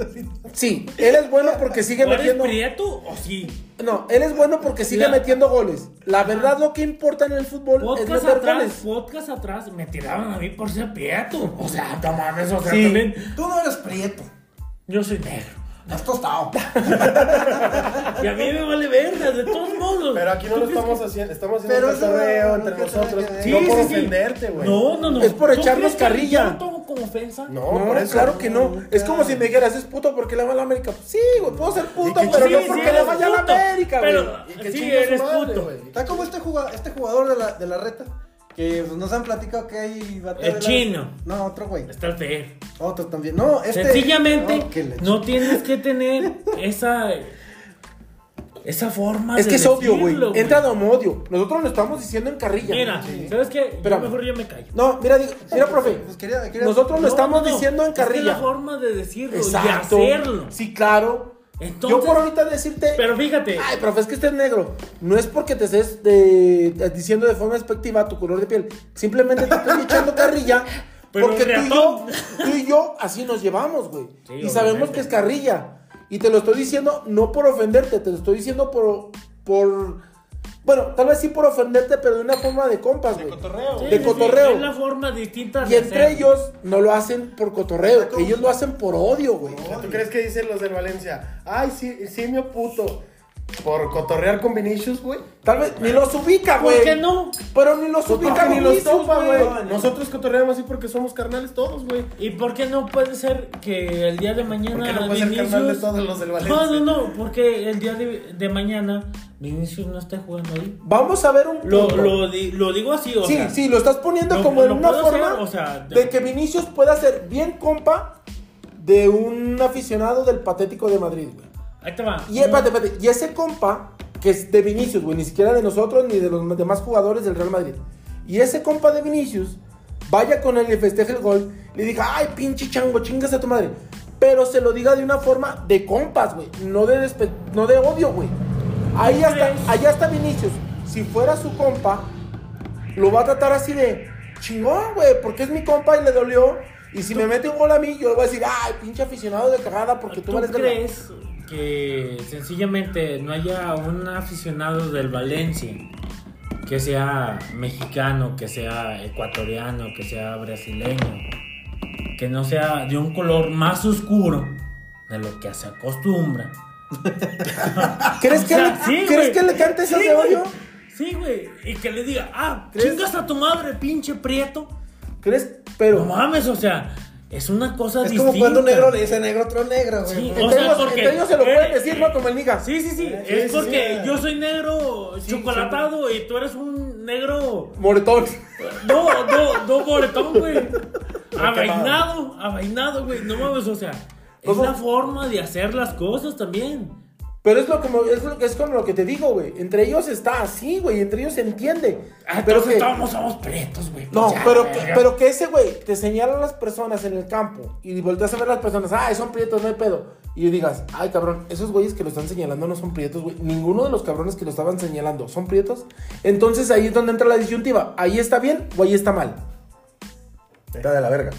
Speaker 1: Sí, él es bueno porque sigue
Speaker 3: ¿O eres
Speaker 1: metiendo.
Speaker 3: prieto o sí?
Speaker 1: No, él es bueno porque sigue
Speaker 3: La-
Speaker 1: metiendo goles. La verdad, lo que importa en el fútbol es
Speaker 3: Podcast
Speaker 1: meter
Speaker 3: atrás,
Speaker 1: goles.
Speaker 3: podcast atrás, me tiraban a mí por ser prieto. O sea, no mames, o sea,
Speaker 1: Sí.
Speaker 3: también.
Speaker 4: Tú no eres prieto.
Speaker 3: Yo soy negro.
Speaker 4: Has tostado.
Speaker 3: *laughs* Y a mí me vale verga, de todos modos.
Speaker 2: Pero aquí no
Speaker 3: ¿Tú
Speaker 2: lo
Speaker 3: crees
Speaker 2: estamos haciendo. Estamos haciendo
Speaker 4: Pero
Speaker 2: un
Speaker 4: eso
Speaker 2: cotorreo
Speaker 4: no-
Speaker 2: entre
Speaker 4: no tiene
Speaker 2: nosotros.
Speaker 4: nada que
Speaker 3: que-
Speaker 4: ver.
Speaker 2: no
Speaker 3: Sí,
Speaker 2: por
Speaker 3: sí, sí.
Speaker 2: ofenderte, güey.
Speaker 3: No, no, no.
Speaker 1: Es por
Speaker 3: ¿Tú
Speaker 1: echarnos
Speaker 3: crees que
Speaker 1: carrilla.
Speaker 3: Yo lo tomo como ofensa.
Speaker 2: No,
Speaker 1: No,
Speaker 2: por eso.
Speaker 1: claro que no. Es como si me dijeras, es puto porque le va a la América. Pues Sí, güey, puedo ser puto, pero
Speaker 3: Sí,
Speaker 1: no
Speaker 3: sí,
Speaker 1: porque
Speaker 3: eres
Speaker 1: le vaya a la
Speaker 3: puto,
Speaker 1: América, güey.
Speaker 3: Pero
Speaker 2: Y que
Speaker 3: sí,
Speaker 2: chingue su
Speaker 3: eres
Speaker 2: madre,
Speaker 3: puto.
Speaker 2: güey.
Speaker 4: Está como este jugador, este jugador de la, de la reta. Que pues, nos han platicado que hay batalla
Speaker 3: El
Speaker 4: de la-
Speaker 3: chino.
Speaker 4: No, otro güey.
Speaker 3: Está el peor.
Speaker 4: Otro también. No, este.
Speaker 3: Sencillamente,
Speaker 4: No, qué leche.
Speaker 3: no tienes que tener esa. Esa forma
Speaker 1: Es
Speaker 3: de
Speaker 1: que es obvio, güey.
Speaker 3: decirlo,
Speaker 1: Entra como odio. Nosotros lo estamos diciendo en carrilla.
Speaker 3: Mira, ¿sabes qué? Yo
Speaker 1: Espérame.
Speaker 3: mejor yo me callo.
Speaker 1: No, mira, digo- mira, profe.
Speaker 4: Pues quería- quería-
Speaker 1: Nosotros
Speaker 3: No,
Speaker 1: lo estamos
Speaker 3: no, no.
Speaker 1: diciendo en
Speaker 3: Es que
Speaker 1: carrilla.
Speaker 3: la forma de decirlo
Speaker 1: Exacto.
Speaker 3: y hacerlo.
Speaker 1: Sí, claro.
Speaker 3: Entonces-
Speaker 1: Yo por ahorita decirte.
Speaker 3: Pero fíjate,
Speaker 1: Ay, profe, es que estés negro. No es porque te estés de- te- diciendo de forma despectiva tu color de piel. Simplemente te estoy
Speaker 3: *laughs*
Speaker 1: echando carrilla.
Speaker 3: Pero
Speaker 1: porque tú y, yo,
Speaker 3: ratón.
Speaker 1: tú y yo así nos llevamos, güey.
Speaker 3: Sí,
Speaker 1: y sabemos
Speaker 3: obviamente.
Speaker 1: que es carrilla. Y te lo estoy diciendo no por ofenderte, te lo estoy diciendo por. por bueno, tal vez sí por ofenderte, pero de una forma de compas, güey.
Speaker 2: cotorreo.
Speaker 1: De cotorreo.
Speaker 3: Es la forma distinta
Speaker 1: Y
Speaker 3: de
Speaker 1: entre
Speaker 3: hacer.
Speaker 1: ellos no lo hacen por cotorreo, ellos lo hacen por odio, güey.
Speaker 2: ¿Tú crees que dicen los del Valencia? Ay, sí, simio puto. Por cotorrear con Vinicius, güey.
Speaker 3: Pues
Speaker 1: Tal vez ni los ubica, güey.
Speaker 3: ¿Por qué no?
Speaker 1: Pero ni los ubica
Speaker 2: Porque
Speaker 1: ni los topa, güey.
Speaker 2: Nosotros cotorreamos así porque somos carnales todos, güey.
Speaker 3: ¿Y por qué no puede ser que el día de
Speaker 2: ¿Por qué
Speaker 3: mañana
Speaker 2: no puede ser
Speaker 3: Vinicius-
Speaker 2: carnal de todos los del Valencia?
Speaker 3: No, no, no, porque el día de, de mañana Vinicius no esté jugando ahí.
Speaker 1: Vamos a ver un
Speaker 3: Lo,
Speaker 1: punto.
Speaker 3: lo di- lo digo así, o
Speaker 1: sí,
Speaker 3: sea.
Speaker 1: sí, lo estás poniendo
Speaker 3: lo-
Speaker 1: como en
Speaker 3: lo
Speaker 1: una
Speaker 3: puedo
Speaker 1: forma
Speaker 3: hacer, o sea,
Speaker 1: de... que Vinicius pueda ser bien compa de un aficionado del patético de Madrid, güey.
Speaker 3: Ahí te va.
Speaker 1: Y, espérate, espérate, y ese compa, que es de Vinicius, güey, ni siquiera de nosotros ni de los demás jugadores del Real Madrid. Y ese compa de Vinicius vaya con él y le festeje el gol, le diga, ay, pinche chango, chingas a tu madre. Pero se lo diga de una forma de compas, güey, no de, despe- no de odio, güey. Ahí hasta,
Speaker 3: crees?
Speaker 1: allá está Vinicius. Si fuera su compa, lo va a tratar así de chingón, güey, porque es mi compa y le dolió. Y si me mete un gol a mí, yo le voy a decir, ay, pinche aficionado de cagada, porque tú,
Speaker 3: ¿Tú
Speaker 1: vales verga".
Speaker 3: crees que sencillamente no haya un aficionado del Valencia que sea mexicano, que sea ecuatoriano, que sea brasileño, que no sea de un color más oscuro de lo que se acostumbra?
Speaker 1: ¿Crees,
Speaker 3: O
Speaker 1: que,
Speaker 3: sea,
Speaker 1: le,
Speaker 3: sí,
Speaker 1: ¿crees
Speaker 3: güey.
Speaker 1: que le cante esas
Speaker 3: Sí,
Speaker 1: de
Speaker 3: güey.
Speaker 1: odio?
Speaker 3: Sí, güey. Y que le diga, ah,
Speaker 1: ¿Crees?
Speaker 3: chingas a tu madre, pinche prieto.
Speaker 1: ¿Crees? Pero.
Speaker 3: No mames, o sea, es una cosa
Speaker 4: Es
Speaker 3: distinta.
Speaker 4: como cuando un negro le dice a negro otro negro, güey.
Speaker 3: Sí,
Speaker 4: Pues,
Speaker 1: entre,
Speaker 3: o sea,
Speaker 1: ellos,
Speaker 3: porque-
Speaker 1: entre ellos se lo
Speaker 3: eh,
Speaker 1: pueden decir, ¿no? Como el niga.
Speaker 3: Sí, sí, sí.
Speaker 2: Sí,
Speaker 3: es
Speaker 2: sí,
Speaker 3: porque
Speaker 2: sí.
Speaker 3: yo soy negro chocolatado y tú eres un negro.
Speaker 1: Moretón.
Speaker 3: No, no, no, boletón,
Speaker 1: *laughs*
Speaker 3: güey.
Speaker 2: quemado.
Speaker 3: Avainado, avainado, güey. No mames, o sea, es
Speaker 1: ¿Cómo?
Speaker 3: la forma de hacer las cosas también.
Speaker 1: Pero es lo como es, lo, es como lo que te digo, güey. Entre ellos está así, güey. Entre ellos se entiende.
Speaker 3: Ah,
Speaker 1: pero
Speaker 3: entonces
Speaker 1: que-
Speaker 3: todos somos pretos, güey.
Speaker 1: No,
Speaker 3: Pues ya,
Speaker 1: pero que,
Speaker 3: verga.
Speaker 1: pero que ese güey te señala a las personas en el campo y volteas a ver a las personas, ah, son prietos, no hay pedo. Y digas, ay cabrón, esos güeyes que lo están señalando no son prietos, güey. Ninguno de los cabrones que lo estaban señalando son prietos. Entonces ahí es donde entra la disyuntiva. Ahí está bien o ahí está mal.
Speaker 2: Está de la verga.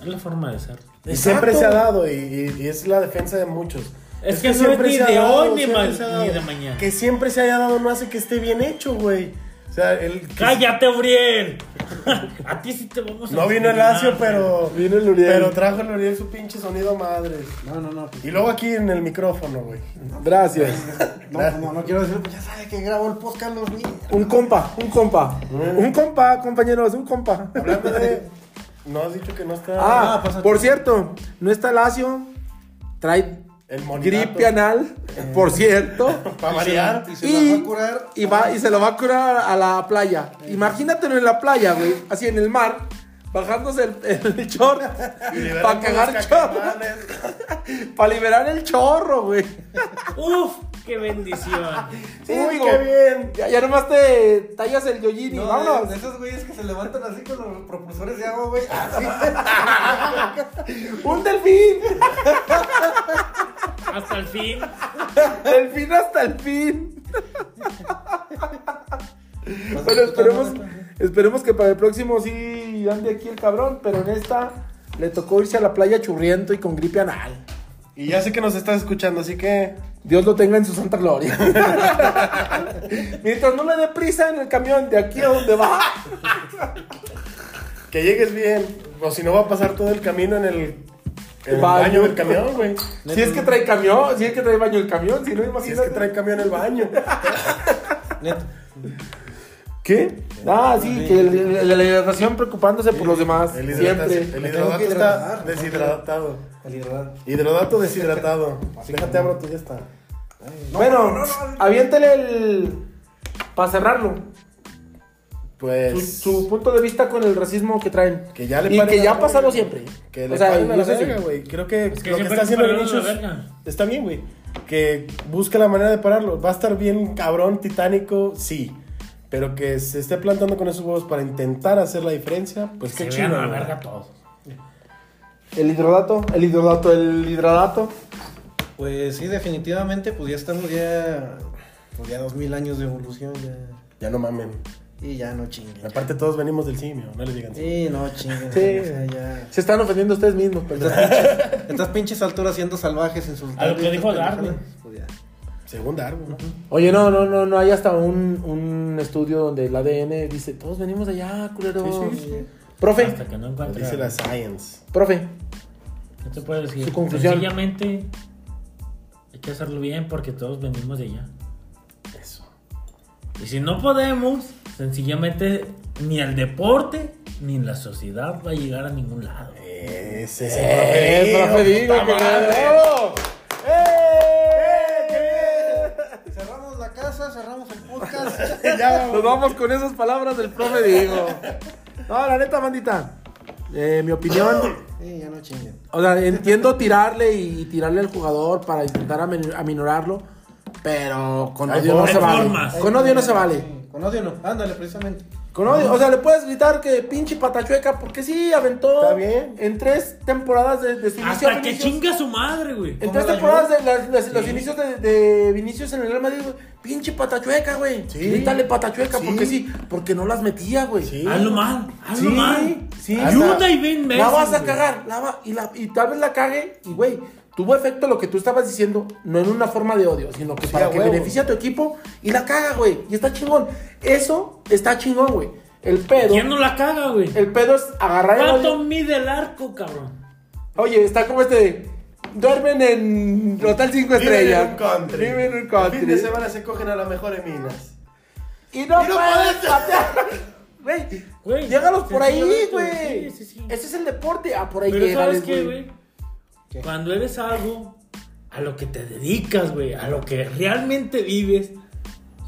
Speaker 3: Es la forma de ser.
Speaker 2: Y
Speaker 1: Exacto.
Speaker 2: siempre se ha dado, y, y- y es la defensa de muchos.
Speaker 3: Es que no es ni
Speaker 2: se ha
Speaker 3: de hoy, ni
Speaker 2: siempre
Speaker 3: ma-
Speaker 2: se ha dado.
Speaker 3: ni de mañana.
Speaker 2: Que siempre se haya dado no hace que esté bien hecho, güey. O sea, el. que-
Speaker 3: ¡Cállate, Uriel! *laughs* a ti sí te vamos a.
Speaker 2: No vino
Speaker 3: discriminar,
Speaker 2: el Lazio, pero.
Speaker 1: Vino el Uriel.
Speaker 2: Pero trajo el Uriel su pinche sonido a madres.
Speaker 4: No, no, no. pues,
Speaker 2: Y luego aquí en el micrófono, güey.
Speaker 1: Gracias.
Speaker 3: *laughs*
Speaker 4: no, pues, no, no quiero decirlo, pues ya sabe que grabó el podcast los niños.
Speaker 1: Un compa, un compa.
Speaker 4: Mm.
Speaker 1: Un compa, compañeros, un compa. *laughs*
Speaker 2: Hablando de. No has dicho que no está.
Speaker 1: Ah,
Speaker 4: Ah, pásate.
Speaker 1: por cierto, no está Lazio. Trae
Speaker 2: El moninato.
Speaker 1: gripe anal, por cierto.
Speaker 2: Para variar.
Speaker 4: Y Eh. se la va a curar. Eh.
Speaker 1: Y, va, y se lo va a curar a la playa. Imagínatelo en la playa, güey. Así en el mar. Bajándose el, el short.
Speaker 4: *laughs*
Speaker 1: Para cagar chorro.
Speaker 2: chorro.
Speaker 1: *laughs* Para liberar el chorro, güey.
Speaker 3: Uf, qué bendición.
Speaker 2: Uy, qué bien.
Speaker 1: Ya, ya nomás te tallas el yoyini.
Speaker 4: No,
Speaker 1: vámonos.
Speaker 4: de, de esos güeyes que se levantan así con los propulsores de agua, güey. Ah,
Speaker 1: Un delfín.
Speaker 3: Hasta el fin.
Speaker 1: delfín hasta el fin. Bueno, esperemos, esperemos que para el próximo sí ande aquí el cabrón, pero en esta le tocó irse a la playa churriento y con gripe anal.
Speaker 2: Y ya sé que nos estás escuchando, así que.
Speaker 1: Dios lo tenga en su santa gloria. Mientras no le dé prisa en el camión de aquí a donde va.
Speaker 2: Que llegues bien. O si no, va a pasar todo el camino en el. En el
Speaker 1: Baño.
Speaker 2: baño del camión, güey.
Speaker 1: Si es que trae camión, si es que trae baño el camión, si no
Speaker 2: Si es que
Speaker 1: imagínate.
Speaker 2: trae camión el baño.
Speaker 4: Neto.
Speaker 1: ¿Qué? Ah, sí, que el- el- la hidratación preocupándose por los demás.
Speaker 2: El hidratato, el
Speaker 1: Siempre.
Speaker 4: tengo
Speaker 2: hidratato
Speaker 4: que
Speaker 2: está
Speaker 4: hidratar, ¿no?
Speaker 2: deshidratado.
Speaker 4: El hidrán.
Speaker 2: Hidrodato deshidratado. Déjate abro tu ya está.
Speaker 1: Bueno, aviéntele el. Para cerrarlo. su,
Speaker 2: Pues.
Speaker 1: su punto de vista con el racismo que traen.
Speaker 2: Que ya le
Speaker 1: y
Speaker 2: paren
Speaker 1: que
Speaker 2: a
Speaker 1: ya
Speaker 2: la
Speaker 1: ha pasado
Speaker 2: verga.
Speaker 1: siempre.
Speaker 2: Que
Speaker 1: o
Speaker 2: le
Speaker 1: sea,
Speaker 2: paren a
Speaker 1: yo
Speaker 2: la
Speaker 1: sé si-
Speaker 2: verga, güey. Creo que
Speaker 3: que
Speaker 2: lo que
Speaker 3: siempre
Speaker 2: está haciendo
Speaker 3: pararon a la
Speaker 2: Vinicius
Speaker 3: verga.
Speaker 2: está bien, güey. Que busca la manera de pararlo. Va a estar bien cabrón, titánico, sí. Pero que se esté plantando con esos huevos para intentar hacer la diferencia, pues qué
Speaker 3: Se
Speaker 2: chido.
Speaker 3: vean a la
Speaker 2: güey.
Speaker 3: verga todos.
Speaker 1: El hidrodato, el hidrodato, el hidrodato.
Speaker 4: Pues sí, definitivamente, pues ya estamos ya. Pues ya dos mil años de evolución, ya.
Speaker 2: Ya no mamen.
Speaker 4: Y ya no chinguen.
Speaker 2: Aparte todos venimos del simio, no les digan.
Speaker 4: Sí, no chinguen.
Speaker 1: Sí.
Speaker 4: o sea, ya.
Speaker 1: Se están ofendiendo ustedes mismos, perdón.
Speaker 2: *laughs*
Speaker 4: Estas pinches alturas siendo salvajes en sus. pues,
Speaker 3: A lo que dijo Darwin.
Speaker 2: Según Darwin, ¿no?
Speaker 1: Oye, no, no, no, no. Hay hasta un, un estudio donde el ADN dice, todos venimos de allá, culeros.
Speaker 2: Sí, sí, sí.
Speaker 1: Profe,
Speaker 3: Hasta que no
Speaker 2: Lo dice
Speaker 3: encuentre.
Speaker 2: la science.
Speaker 1: profe.
Speaker 3: No te puedo decir.
Speaker 1: Su conclusión.
Speaker 3: Sencillamente hay que hacerlo bien porque todos venimos de allá.
Speaker 2: Eso.
Speaker 3: Y si no podemos, sencillamente ni el deporte ni la sociedad va a llegar a ningún lado.
Speaker 2: Ese es
Speaker 1: Eh,
Speaker 2: el
Speaker 1: profe, digo,
Speaker 2: puta madre.
Speaker 1: culero.
Speaker 4: Cerramos la casa, cerramos el podcast.
Speaker 2: Ya,
Speaker 1: Nos vamos con esas palabras del profe Diego. No, la neta, bandita. eh, mi opinión,
Speaker 4: *laughs* Sí, ya no chinguen.
Speaker 1: o sea, entiendo tirarle y tirarle al jugador para intentar amen- aminorarlo, pero con
Speaker 2: Hay
Speaker 1: odio no se
Speaker 3: formas.
Speaker 1: vale.
Speaker 3: Hay
Speaker 1: Con odio no se vale.
Speaker 4: Con odio no. Ándale, precisamente.
Speaker 1: Con odio, o sea, le puedes gritar que pinche patachueca, porque sí, aventó
Speaker 2: Está bien.
Speaker 1: en tres temporadas de, de su inicio a
Speaker 3: Hasta que
Speaker 1: Vinicius.
Speaker 3: chinga su madre, güey.
Speaker 1: En tres
Speaker 4: ¿Cómo la
Speaker 1: temporadas de las- las- los inicios de, de Vinicius en el Real Madrid, güey, pinche patachueca, güey.
Speaker 2: Sí.
Speaker 1: Grítale patachueca,
Speaker 2: Sí.
Speaker 1: porque sí, porque no las metía, güey.
Speaker 2: Sí.
Speaker 3: Hazlo mal, hazlo
Speaker 1: Sí,
Speaker 3: mal.
Speaker 1: sí.
Speaker 3: Ayuda
Speaker 1: Hasta-
Speaker 3: y ven,
Speaker 1: La
Speaker 3: Messi,
Speaker 1: vas a
Speaker 3: güey.
Speaker 1: cagar, la va- y, la- y tal vez la cague, y güey, tuvo efecto lo que tú estabas diciendo, no en una forma de odio, sino que para
Speaker 2: a
Speaker 1: que
Speaker 2: huevo.
Speaker 1: beneficie a tu equipo, y la caga, güey, y está chingón. Eso está chingón, güey. El pedo,
Speaker 3: ¿Quién no la caga, güey?
Speaker 1: el pedo es agarrar el
Speaker 3: ¿Cuánto
Speaker 1: odio.
Speaker 3: mide el arco, cabrón?
Speaker 1: Oye, está como este de, duermen en Hotel 5
Speaker 2: Viven
Speaker 1: Estrellas.
Speaker 2: en un country.
Speaker 1: Viven en un
Speaker 2: El fin de
Speaker 1: country.
Speaker 2: semana se cogen a las mejores minas.
Speaker 1: Y no,
Speaker 2: Y no
Speaker 1: puedes
Speaker 2: puedes.
Speaker 1: patear. Güey,
Speaker 3: Güey,
Speaker 1: llégalos por ahí,
Speaker 3: sencillamente,
Speaker 1: güey.
Speaker 3: sí, sí, sí.
Speaker 1: Ese es el deporte. Ah, por ahí
Speaker 3: Pero
Speaker 1: llegales,
Speaker 3: ¿sabes qué, güey? Cuando eres algo a lo que te dedicas, güey, a lo que realmente vives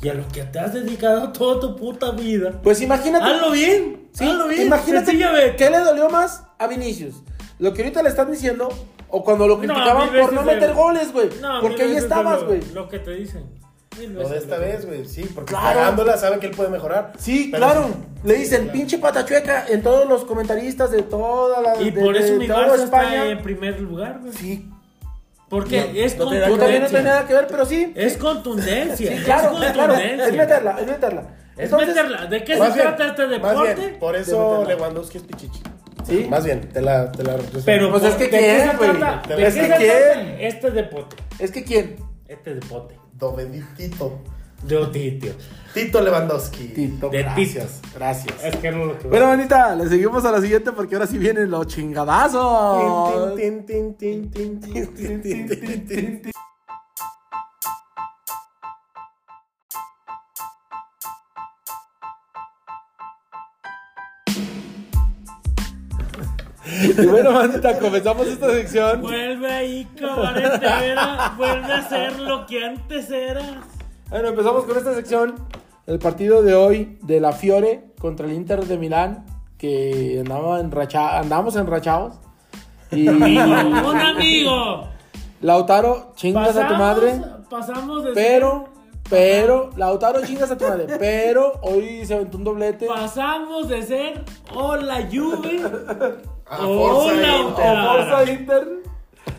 Speaker 3: y a lo que te has dedicado toda tu puta vida,
Speaker 1: Pues imagínate.
Speaker 3: hazlo bien,
Speaker 1: Sí,
Speaker 3: hazlo bien.
Speaker 1: imagínate
Speaker 3: sencillamente.
Speaker 1: qué le dolió más a Vinicius. Lo que ahorita le están diciendo o cuando lo criticaban
Speaker 3: mil veces
Speaker 1: por no
Speaker 3: de-
Speaker 1: meter goles, güey.
Speaker 3: No,
Speaker 1: porque ahí
Speaker 3: mil veces
Speaker 1: estabas,
Speaker 3: lo-
Speaker 1: güey.
Speaker 3: Lo que te dicen. Mil
Speaker 2: Lo Pues de
Speaker 3: veces
Speaker 2: esta
Speaker 3: lo que-
Speaker 2: vez, güey, sí, porque
Speaker 1: Claro.
Speaker 2: cagándola saben que él puede mejorar.
Speaker 1: Sí,
Speaker 2: Pero
Speaker 1: claro.
Speaker 2: sí,
Speaker 1: le
Speaker 2: sí,
Speaker 1: dicen
Speaker 2: claro.
Speaker 1: pinche patachueca en todos los comentaristas de toda la
Speaker 3: Y
Speaker 1: de-
Speaker 3: por
Speaker 1: de
Speaker 3: eso mi
Speaker 1: toda
Speaker 3: Barça
Speaker 1: España.
Speaker 3: está en primer lugar, güey.
Speaker 1: Sí.
Speaker 3: Porque es
Speaker 1: No tiene- yo también no
Speaker 3: contundencia.
Speaker 1: tenía nada que ver, pero sí.
Speaker 3: es contundencia.
Speaker 1: Sí, claro,
Speaker 3: es
Speaker 1: claro.
Speaker 3: contundencia.
Speaker 1: Es meterla, es meterla.
Speaker 3: Es
Speaker 1: Entonces,
Speaker 3: meterla. ¿De qué se
Speaker 2: Más bien,
Speaker 3: trata este
Speaker 2: más
Speaker 3: deporte?
Speaker 2: bien, por
Speaker 1: De
Speaker 2: eso
Speaker 1: meterla.
Speaker 2: Lewandowski es pichichi.
Speaker 1: Sí.
Speaker 2: Más bien, te la... Te la
Speaker 3: Pero
Speaker 1: Pues
Speaker 3: por-
Speaker 1: es que
Speaker 3: ¿de qué
Speaker 1: quién,
Speaker 3: se
Speaker 1: güey?
Speaker 3: trata?
Speaker 2: Pero
Speaker 3: ¿De
Speaker 2: es
Speaker 3: qué
Speaker 2: que
Speaker 3: se
Speaker 1: quién.
Speaker 3: trata este deporte?
Speaker 1: Es que quién?
Speaker 3: Este deporte.
Speaker 2: Do bendito.
Speaker 3: De Titio.
Speaker 2: Tito Lewandowski.
Speaker 1: Tito.
Speaker 3: De
Speaker 2: Gracias, gracias.
Speaker 3: Es que no lo que
Speaker 1: Bueno, manita, le seguimos a la siguiente porque ahora sí vienen los chingadazos.
Speaker 2: Tin, tin, tin, tin, tin, tin, tin, tin, tin, tin, tin.
Speaker 1: Y bueno, manita, comenzamos esta sección.
Speaker 3: Vuelve ahí, cabaretera. Vuelve a ser lo que antes eras.
Speaker 1: Bueno, empezamos con esta sección. El partido de hoy de la Fiore contra el Inter de Milán, que andaba enracha- andábamos enrachados. Y
Speaker 3: Amigo, un amigo.
Speaker 1: Lautaro, chingas a tu madre.
Speaker 3: Pasamos de
Speaker 1: Pero, pero, Lautaro, chingas a tu madre. Pero hoy se aventó un doblete.
Speaker 3: ser, pasamos de ser hola Juve.
Speaker 2: A
Speaker 3: o
Speaker 2: Forza
Speaker 3: hola
Speaker 2: Inter.
Speaker 1: O Forza Inter.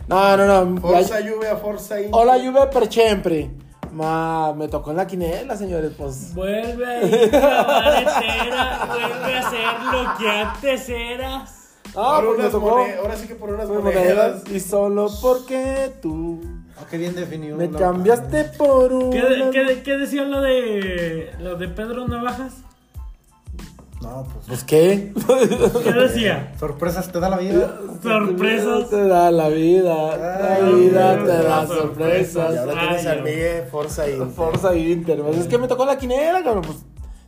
Speaker 1: No, no, no.
Speaker 2: Forza Juve a Forza Inter.
Speaker 1: Hola, Juve per siempre. Ma, me tocó en la quinela, señores, pues.
Speaker 3: Vuelve ahí, cabaretera. Vuelve a ser lo que antes eras.
Speaker 1: Ah,
Speaker 2: Por
Speaker 1: pues me
Speaker 2: unas
Speaker 1: tocó.
Speaker 2: mone- Ahora sí que por unas
Speaker 1: unas
Speaker 2: monedas.
Speaker 1: monedas, Y solo porque tú
Speaker 4: Ah, qué bien definido.
Speaker 1: me
Speaker 4: la-
Speaker 1: cambiaste por un.
Speaker 3: ¿Qué, de- qué, de- qué decía lo de lo de Pedro Navajas?
Speaker 4: No, pues.
Speaker 1: Pues qué.
Speaker 3: ¿Qué decía?
Speaker 4: Sorpresas te da la vida.
Speaker 3: Sorpresas.
Speaker 1: Te da la vida. La
Speaker 4: Ay,
Speaker 1: vida
Speaker 3: Dios,
Speaker 1: te da
Speaker 3: las
Speaker 1: sorpresas.
Speaker 2: Y ahora
Speaker 3: Ay,
Speaker 2: tienes al
Speaker 3: Dios.
Speaker 2: Miguel Forza Inter.
Speaker 1: Forza Inter. pues, es que me tocó la quinela, cabrón. Pues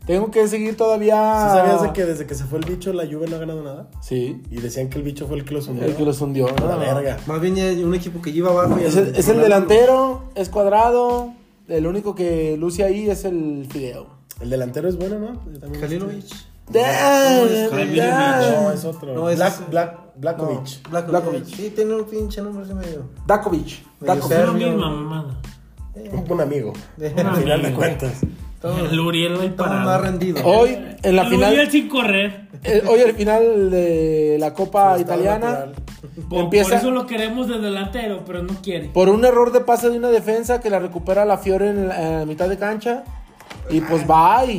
Speaker 1: tengo que seguir todavía.
Speaker 2: ¿Sí sabías de que desde que se fue el bicho la Juve no ha ganado nada?
Speaker 1: Sí.
Speaker 2: Y decían que el bicho fue el que los unió.
Speaker 1: El que los hundió.
Speaker 2: La
Speaker 1: ¿no?
Speaker 2: verga.
Speaker 4: Más bien ya un equipo que lleva abajo. y
Speaker 1: Es
Speaker 4: al-
Speaker 1: el, es el
Speaker 4: al-
Speaker 1: delantero, es cuadrado. El único que luce ahí es el fideo.
Speaker 2: El delantero es bueno, ¿no? Yo también-
Speaker 4: Jalilovic.
Speaker 1: Damn,
Speaker 4: Kalilovic.
Speaker 2: No,
Speaker 1: damn.
Speaker 2: es otro.
Speaker 4: No, es-
Speaker 2: Black, Black, Blackovic.
Speaker 1: Blakovic.
Speaker 4: Blakovic. Sí, tiene un pinche nombre así medio.
Speaker 1: Dakovic.
Speaker 4: Medio
Speaker 1: Dakovic.
Speaker 3: Es la
Speaker 4: serbio.
Speaker 3: misma mamada.
Speaker 2: Un, un amigo.
Speaker 3: Un
Speaker 4: *laughs*
Speaker 2: Al final de
Speaker 3: amigo.
Speaker 2: cuentas.
Speaker 4: Todo,
Speaker 3: El Uriel hoy
Speaker 4: todo más
Speaker 3: parado.
Speaker 4: rendido.
Speaker 1: Hoy en la
Speaker 3: el Uriel
Speaker 1: final,
Speaker 3: sin correr.
Speaker 1: eh, hoy el final de la Copa
Speaker 2: Su estado
Speaker 1: Italiana
Speaker 2: natural.
Speaker 3: Por,
Speaker 1: empieza
Speaker 3: por eso lo queremos de delantero, pero no quiere.
Speaker 1: por un error de pase de una defensa que la recupera la Fiore en la, en la mitad de cancha y pues bye.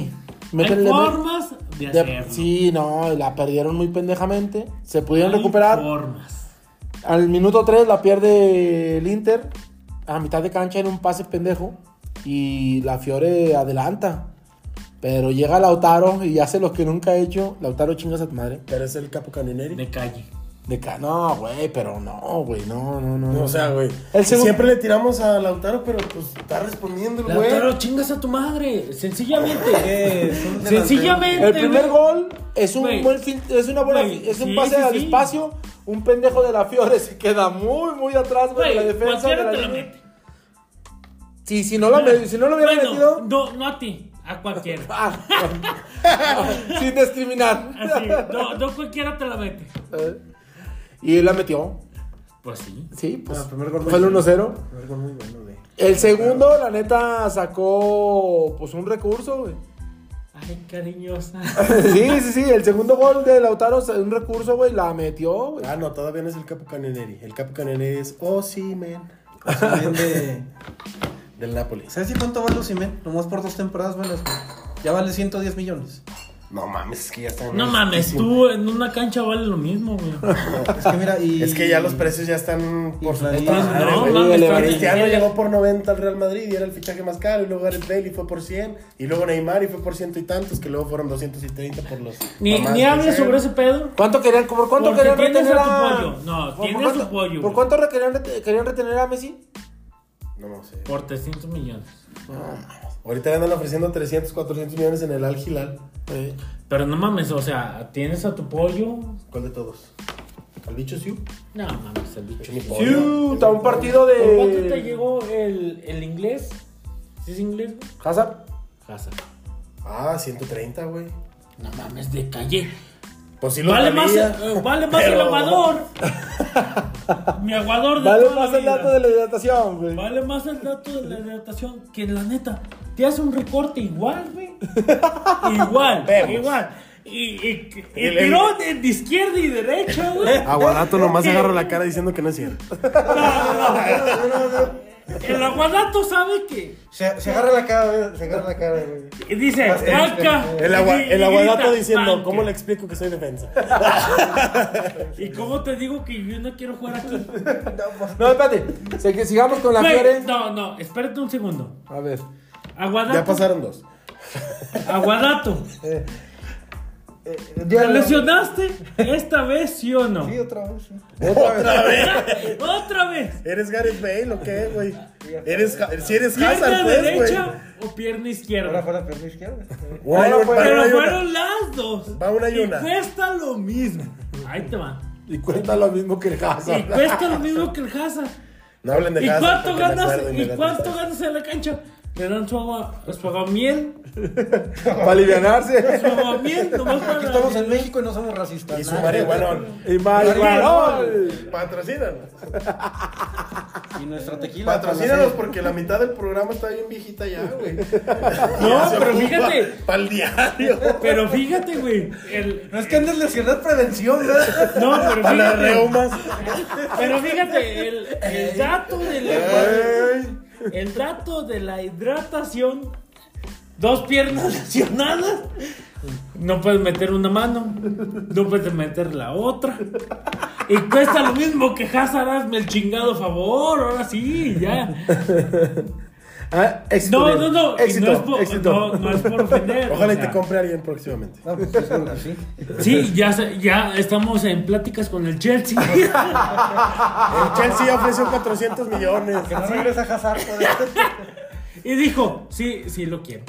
Speaker 3: Hay
Speaker 1: métele-
Speaker 3: formas de
Speaker 1: de-
Speaker 3: hacerlo.
Speaker 1: sí, no, la perdieron muy pendejamente. Se pudieron
Speaker 3: Hay
Speaker 1: recuperar.
Speaker 3: formas.
Speaker 1: Al minuto 3 la pierde el Inter. A mitad de cancha en un pase pendejo. Y la Fiore adelanta. Pero llega Lautaro y hace lo que nunca ha hecho. Lautaro chingas a tu madre.
Speaker 2: Pero es el Capo Canoneri.
Speaker 3: De calle.
Speaker 1: De ca- No, güey, pero no, güey. No, no, no.
Speaker 2: No,
Speaker 1: no.
Speaker 2: O sea, güey.
Speaker 1: El segundo-
Speaker 2: Siempre le tiramos a Lautaro, pero pues está respondiendo el güey.
Speaker 3: Lautaro, chingas a tu madre.
Speaker 1: *laughs*
Speaker 4: Eh,
Speaker 3: Sencillamente.
Speaker 4: es un delantero.
Speaker 3: Sencillamente.
Speaker 1: El primer
Speaker 3: güey.
Speaker 1: gol es un
Speaker 3: Güey.
Speaker 1: buen fin- es una buena
Speaker 3: Güey,
Speaker 1: es un
Speaker 3: sí,
Speaker 1: pase
Speaker 3: sí,
Speaker 1: al
Speaker 3: sí.
Speaker 1: espacio, un pendejo de la Fiore se queda muy muy atrás güey, de la
Speaker 3: Güey,
Speaker 1: defensa de
Speaker 3: cualquiera
Speaker 1: la
Speaker 3: te la
Speaker 1: línea.
Speaker 3: mete.
Speaker 1: Sí, si no, la me- si no lo hubiera
Speaker 3: Bueno,
Speaker 1: metido
Speaker 3: No, no a ti, a cualquiera.
Speaker 1: ah, *laughs* sin discriminar.
Speaker 3: Así, no, no cualquiera te la mete.
Speaker 1: Eh, Y él la metió.
Speaker 3: Pues sí.
Speaker 1: Sí, pues
Speaker 4: Ah, primer gol
Speaker 1: fue el
Speaker 4: muy-
Speaker 1: 1-0.
Speaker 4: Primer gol muy bueno de-
Speaker 1: El segundo, la neta, sacó pues un recurso, güey. *laughs*
Speaker 3: Ay, cariñosa.
Speaker 1: Sí, sí, sí. El segundo gol de Lautaro, un recurso, güey, la metió, güey.
Speaker 2: Ah, no, todavía no es el Capo Canoneri. El Capo Canoneri es Osimen
Speaker 4: También de-
Speaker 2: del Napoli.
Speaker 4: ¿Sabes si cuánto vale Osimhen? Nomás por dos temporadas buenas. güey. Ya vale 110 millones.
Speaker 2: No mames, es que ya están.
Speaker 3: No mames,
Speaker 2: altísimos.
Speaker 3: tú en una cancha vale lo mismo, güey.
Speaker 4: Es que mira, y.
Speaker 2: Es que ya los precios ya están por su
Speaker 4: Infladísimos.
Speaker 2: puta madre,
Speaker 3: pues, No,
Speaker 2: güey.
Speaker 1: mames,
Speaker 2: Pero
Speaker 1: están-
Speaker 2: Cristiano
Speaker 3: están-
Speaker 2: llegó por 90 al Real Madrid y era el fichaje más caro. Y luego Gareth Bale y fue por 100. Y luego Neymar y fue por ciento y tantos. Que luego fueron 230 por los.
Speaker 3: Ni,
Speaker 2: mamás
Speaker 3: ni
Speaker 2: que
Speaker 3: hables
Speaker 2: hicieron.
Speaker 3: sobre ese pedo.
Speaker 1: ¿Cuánto querían, por cuánto
Speaker 3: Porque
Speaker 1: querían
Speaker 3: tienes
Speaker 1: retener
Speaker 3: a tu
Speaker 1: a...
Speaker 3: pollo. No,
Speaker 1: ¿Por
Speaker 3: tienes
Speaker 1: cuánto-
Speaker 3: a tu pollo,
Speaker 1: ¿Por
Speaker 3: güey.
Speaker 1: cuánto re- querían, rete- querían retener a Messi?
Speaker 2: No sé.
Speaker 3: Por 300 millones.
Speaker 2: Ahorita le andan ofreciendo 300, 400 millones en el Al Hilal.
Speaker 3: Eh, Pero no mames, o sea, tienes a tu pollo.
Speaker 2: ¿Cuál de todos? ¿Al bicho Siu?
Speaker 3: No mames, el bicho.
Speaker 2: Ni
Speaker 1: Sí,
Speaker 2: pollo.
Speaker 1: está un partido
Speaker 3: ¿Por cuánto te
Speaker 1: de...
Speaker 3: llegó el, el inglés? ¿Sí es inglés, güey?
Speaker 1: Hazard.
Speaker 3: Hazard.
Speaker 2: Ah, 130, güey.
Speaker 3: No mames, de calle.
Speaker 2: Pues sí lo
Speaker 3: Vale más,
Speaker 2: valía.
Speaker 3: eh, vale más el
Speaker 2: Pero-
Speaker 3: aguador. Mi aguador de
Speaker 1: Dale
Speaker 3: toda la
Speaker 1: más el
Speaker 3: vida.
Speaker 1: dato de la hidratación, güey.
Speaker 3: Vale más el dato de la hidratación que la neta. Te hace un recorte igual,
Speaker 2: *laughs*
Speaker 3: güey. igual,
Speaker 2: Vemos.
Speaker 3: igual. Y, y, y
Speaker 2: El-
Speaker 3: tiró de, de izquierda y derecha, güey.
Speaker 2: *laughs* Aguadato nomás agarra la cara diciendo que no es cierto.
Speaker 3: *laughs* El aguadato sabe que.
Speaker 4: Se, se agarra la cara, güey, se agarra la cara, güey.
Speaker 3: y Dice,
Speaker 2: Ah,
Speaker 3: banca.
Speaker 2: El, agua,
Speaker 3: y- y
Speaker 2: el aguadato
Speaker 3: grita,
Speaker 2: diciendo,
Speaker 3: "Banca".
Speaker 2: ¿cómo le explico que soy defensa?
Speaker 3: ¿Y cómo te digo que yo no quiero jugar aquí?
Speaker 1: No, espérate. Se- que sigamos con la
Speaker 3: Güey,
Speaker 1: Fiore.
Speaker 3: no, no, espérate un segundo.
Speaker 1: A ver.
Speaker 2: Ya
Speaker 3: Aguadato.
Speaker 2: pasaron dos.
Speaker 3: Aguadato. ¿Te lesionaste? ¿Esta vez sí o no?
Speaker 4: Sí, otra vez. sí.
Speaker 3: *laughs* ¡Otra vez!
Speaker 2: ¿Eres Gareth Bale o qué, güey? ¿Eres, Ja- si eres
Speaker 3: ¿Pierna
Speaker 2: Hazard, pues, güey.
Speaker 3: derecha o pierna
Speaker 4: Ahora
Speaker 3: izquierda?
Speaker 4: fuera pierna izquierda.
Speaker 2: Una y-
Speaker 1: Ahora fue-
Speaker 2: va
Speaker 3: Pero
Speaker 2: una y una.
Speaker 3: fueron las dos.
Speaker 2: Va una y
Speaker 3: y
Speaker 2: una.
Speaker 3: cuesta lo mismo. Ahí te va.
Speaker 1: Y cuenta lo mismo que el
Speaker 3: Y
Speaker 1: Hazard.
Speaker 3: cuesta lo mismo que el Hazard.
Speaker 2: No hablen de
Speaker 3: ¿Y
Speaker 2: Hazard.
Speaker 3: cuánto
Speaker 2: porque me
Speaker 3: ganas?
Speaker 2: acuerdo y me
Speaker 3: ¿Y
Speaker 2: da
Speaker 3: cuánto
Speaker 2: tristeza.
Speaker 3: ganas en la cancha? Le dan su agua, pues, su agua miel,
Speaker 1: Para alivianarse.
Speaker 3: *laughs* su agua
Speaker 2: *laughs*
Speaker 3: miel, nomás para
Speaker 4: Aquí estamos en México y no somos racistas.
Speaker 2: Y su
Speaker 4: nada.
Speaker 2: marihuanón.
Speaker 1: Y Marihuanol.
Speaker 2: Patrocínanos.
Speaker 4: Y nuestra tequila. pues,
Speaker 2: Patrocínanos porque la mitad del programa está bien viejita ya, güey.
Speaker 3: No, pero
Speaker 2: *laughs*
Speaker 3: fíjate.
Speaker 2: Para el diario.
Speaker 3: Pero fíjate, güey. el-
Speaker 4: No es que andes lesionado prevención, ¿verdad?
Speaker 3: No, pero
Speaker 2: Para las
Speaker 3: fíjate.
Speaker 2: reumas.
Speaker 3: Pero fíjate, el, el dato de la, el dato de la hidratación, dos piernas *laughs* lesionadas, no puedes meter una mano, no puedes meter la otra. Y cuesta lo mismo que Hazard, hazme el chingado favor, ahora sí, ya.
Speaker 1: Ah, éxito,
Speaker 3: No,
Speaker 1: bien.
Speaker 3: no, no, y
Speaker 1: Éxito,
Speaker 3: no, es por,
Speaker 1: éxito.
Speaker 3: no, no es por ofender. o
Speaker 2: Ojalá y te
Speaker 3: sea,
Speaker 2: compre alguien próximamente.
Speaker 4: *laughs* No, pues es algo así.
Speaker 3: Sí, ya, se- ya estamos en pláticas con el Chelsea. *laughs*
Speaker 2: El Chelsea ya ofreció 400
Speaker 3: *laughs*
Speaker 2: millones.
Speaker 4: *laughs* Que no regresa a Hazard. joder.
Speaker 3: Y dijo, sí, sí lo quiero.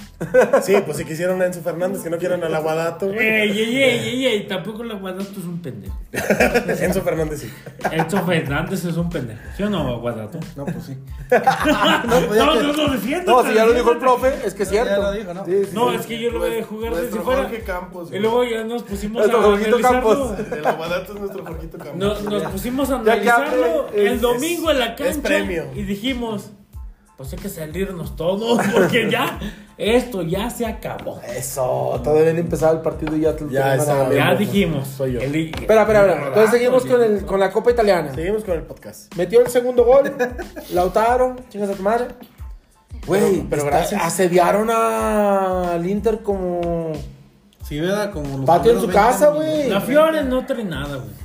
Speaker 2: Sí, pues si quisieron a Enzo Fernández, que no quieran al Aguadato, güey.
Speaker 3: Ey, ey, ey, ey, ey, tampoco la Guadato es un pendejo.
Speaker 2: *laughs* Enzo Fernández sí.
Speaker 3: Enzo Fernández es un pendejo. ¿Sí o no, Guadato?
Speaker 4: No, pues sí.
Speaker 3: No,
Speaker 4: pues ya
Speaker 3: no,
Speaker 4: que-
Speaker 3: no, defiende.
Speaker 1: No, si ya lo dijo el profe, es que es
Speaker 4: Ya
Speaker 1: cierto.
Speaker 4: lo dijo, ¿no?
Speaker 1: Sí, sí,
Speaker 3: No,
Speaker 1: sí.
Speaker 3: es que yo lo voy a jugar
Speaker 2: Nuestro
Speaker 3: desde fuera.
Speaker 2: Jorge Campos,
Speaker 3: y
Speaker 2: güey.
Speaker 3: luego ya nos pusimos
Speaker 1: Nuestro
Speaker 3: a
Speaker 1: Jorgito
Speaker 3: analizarlo.
Speaker 1: Campos.
Speaker 2: El Aguadato es nuestro Jorgito Campos.
Speaker 3: No- nos pusimos a
Speaker 1: Ya que hable,
Speaker 3: analizarlo
Speaker 1: es-
Speaker 3: el domingo en la
Speaker 2: es
Speaker 3: cancha.
Speaker 2: premio.
Speaker 3: Y dijimos, pues hay que salirnos todos *laughs* porque ya esto ya se acabó.
Speaker 1: Eso, todavía bien empezar el partido y ya te lo
Speaker 2: Ya,
Speaker 1: tenían
Speaker 2: esa
Speaker 1: ganado.
Speaker 2: mierda.
Speaker 3: Ya
Speaker 2: bueno,
Speaker 3: dijimos.
Speaker 2: soy yo.
Speaker 3: el-
Speaker 1: Espera, espera, espera. Entonces seguimos con, el, con la Copa Italiana.
Speaker 2: Seguimos con el podcast.
Speaker 1: *laughs* Metió el segundo gol, Lautaro, chingas a tu madre. Güey,
Speaker 2: pero
Speaker 1: está-
Speaker 2: gracias.
Speaker 1: Asediaron a- al Inter como.
Speaker 4: Sí, ¿verdad? Como los
Speaker 1: Patio en
Speaker 4: primeros
Speaker 1: su
Speaker 4: 20
Speaker 1: casa,
Speaker 4: minutos.
Speaker 1: güey.
Speaker 3: La Fiore no trae nada, güey.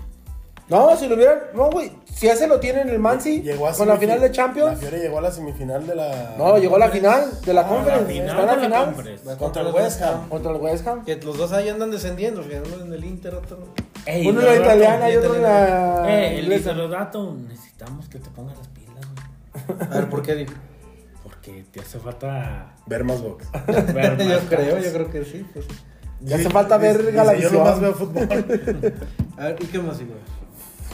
Speaker 1: No, si lo hubieran. No, güey. Si ese lo tiene en el Mansi.
Speaker 2: Llegó a
Speaker 1: Con la
Speaker 2: semifi-
Speaker 1: final de
Speaker 2: La
Speaker 1: Champions.
Speaker 2: Fiore llegó a la semifinal de la.
Speaker 1: No, llegó a la final de la
Speaker 2: Ah,
Speaker 1: Conference.
Speaker 2: la
Speaker 1: Está
Speaker 3: final
Speaker 1: en la
Speaker 3: de la
Speaker 1: final.
Speaker 3: Conference.
Speaker 2: Contra el West Ham.
Speaker 1: Contra el West Ham.
Speaker 4: Que los dos ahí andan descendiendo, fíjate, uno en el Inter, otro.
Speaker 3: Ey,
Speaker 1: Uno en la
Speaker 3: Roberto,
Speaker 1: italiana y
Speaker 4: el
Speaker 1: otro en la.
Speaker 3: Eh, el
Speaker 1: inglesa.
Speaker 3: Isolodato, necesitamos que te pongas las pilas, güey.
Speaker 4: A ver, ¿por qué dijo?
Speaker 3: Porque te hace
Speaker 4: *laughs*
Speaker 3: falta
Speaker 2: Ver más box.
Speaker 3: ver más
Speaker 4: yo creo,
Speaker 3: cosas.
Speaker 4: yo creo que sí. pues.
Speaker 1: *laughs* Ya hace falta ver
Speaker 2: Dice,
Speaker 1: Galavisión.
Speaker 2: Yo nomás
Speaker 1: *laughs*
Speaker 2: veo fútbol.
Speaker 4: A ver, ¿y qué más, güey?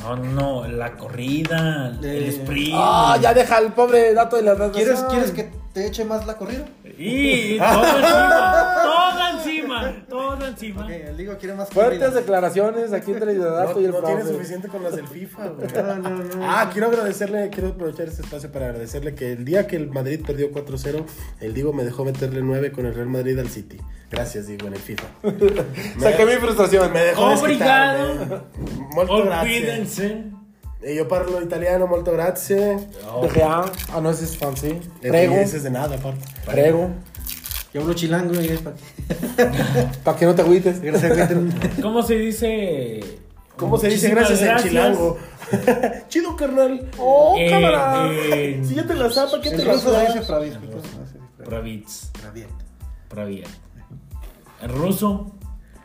Speaker 3: No, no, la corrida, el
Speaker 4: Eh,
Speaker 3: sprint.
Speaker 1: Ah, ya deja el pobre dato de las redes
Speaker 4: ¿Quieres,
Speaker 1: sociales.
Speaker 4: ¿Quieres que te eche más la corrida?
Speaker 3: Y, y todo encima, todo encima, todo encima.
Speaker 4: Ok, el Ligo quiere más
Speaker 1: Fuertes
Speaker 4: corrida.
Speaker 1: declaraciones aquí entre el
Speaker 2: No,
Speaker 1: dato y el
Speaker 2: no tiene
Speaker 1: profe.
Speaker 2: suficiente con las del FIFA, güey.
Speaker 4: No, no, no.
Speaker 2: Ah, quiero agradecerle, quiero aprovechar este espacio para agradecerle que el día que el Madrid perdió 4-0, el Divo me dejó meterle 9 con el Real Madrid al City. Gracias, Digo, en el FIFA.
Speaker 1: *laughs* Saqué mi frustración.
Speaker 2: Me dejó
Speaker 3: Obrigado.
Speaker 2: desquitarme. Molto grazie.
Speaker 3: Olvídense.
Speaker 2: E io parlo italiano, molto grazie.
Speaker 3: Oh.
Speaker 1: De Gea. Ah, no, ese es fancy. Prego.
Speaker 2: No de nada, aparte.
Speaker 1: Prego.
Speaker 4: Yo hablo chilango, güey, para que.
Speaker 1: Para que no te agüites.
Speaker 4: *laughs* Gracias, güey, ten-
Speaker 3: ¿Cómo se dice?
Speaker 2: ¿Cómo se dice
Speaker 3: Muchísimas
Speaker 2: gracias, en chilango? Chido, carnal.
Speaker 1: Oh,
Speaker 3: Eh,
Speaker 1: cámara.
Speaker 3: eh,
Speaker 1: si yo te la zapa, ¿qué te
Speaker 4: En
Speaker 1: la
Speaker 4: ruso se dice
Speaker 1: zapa?
Speaker 4: pravit. en ruso se dice pravit.
Speaker 3: Pravits,
Speaker 4: Pravit.
Speaker 3: pravia. En ruso.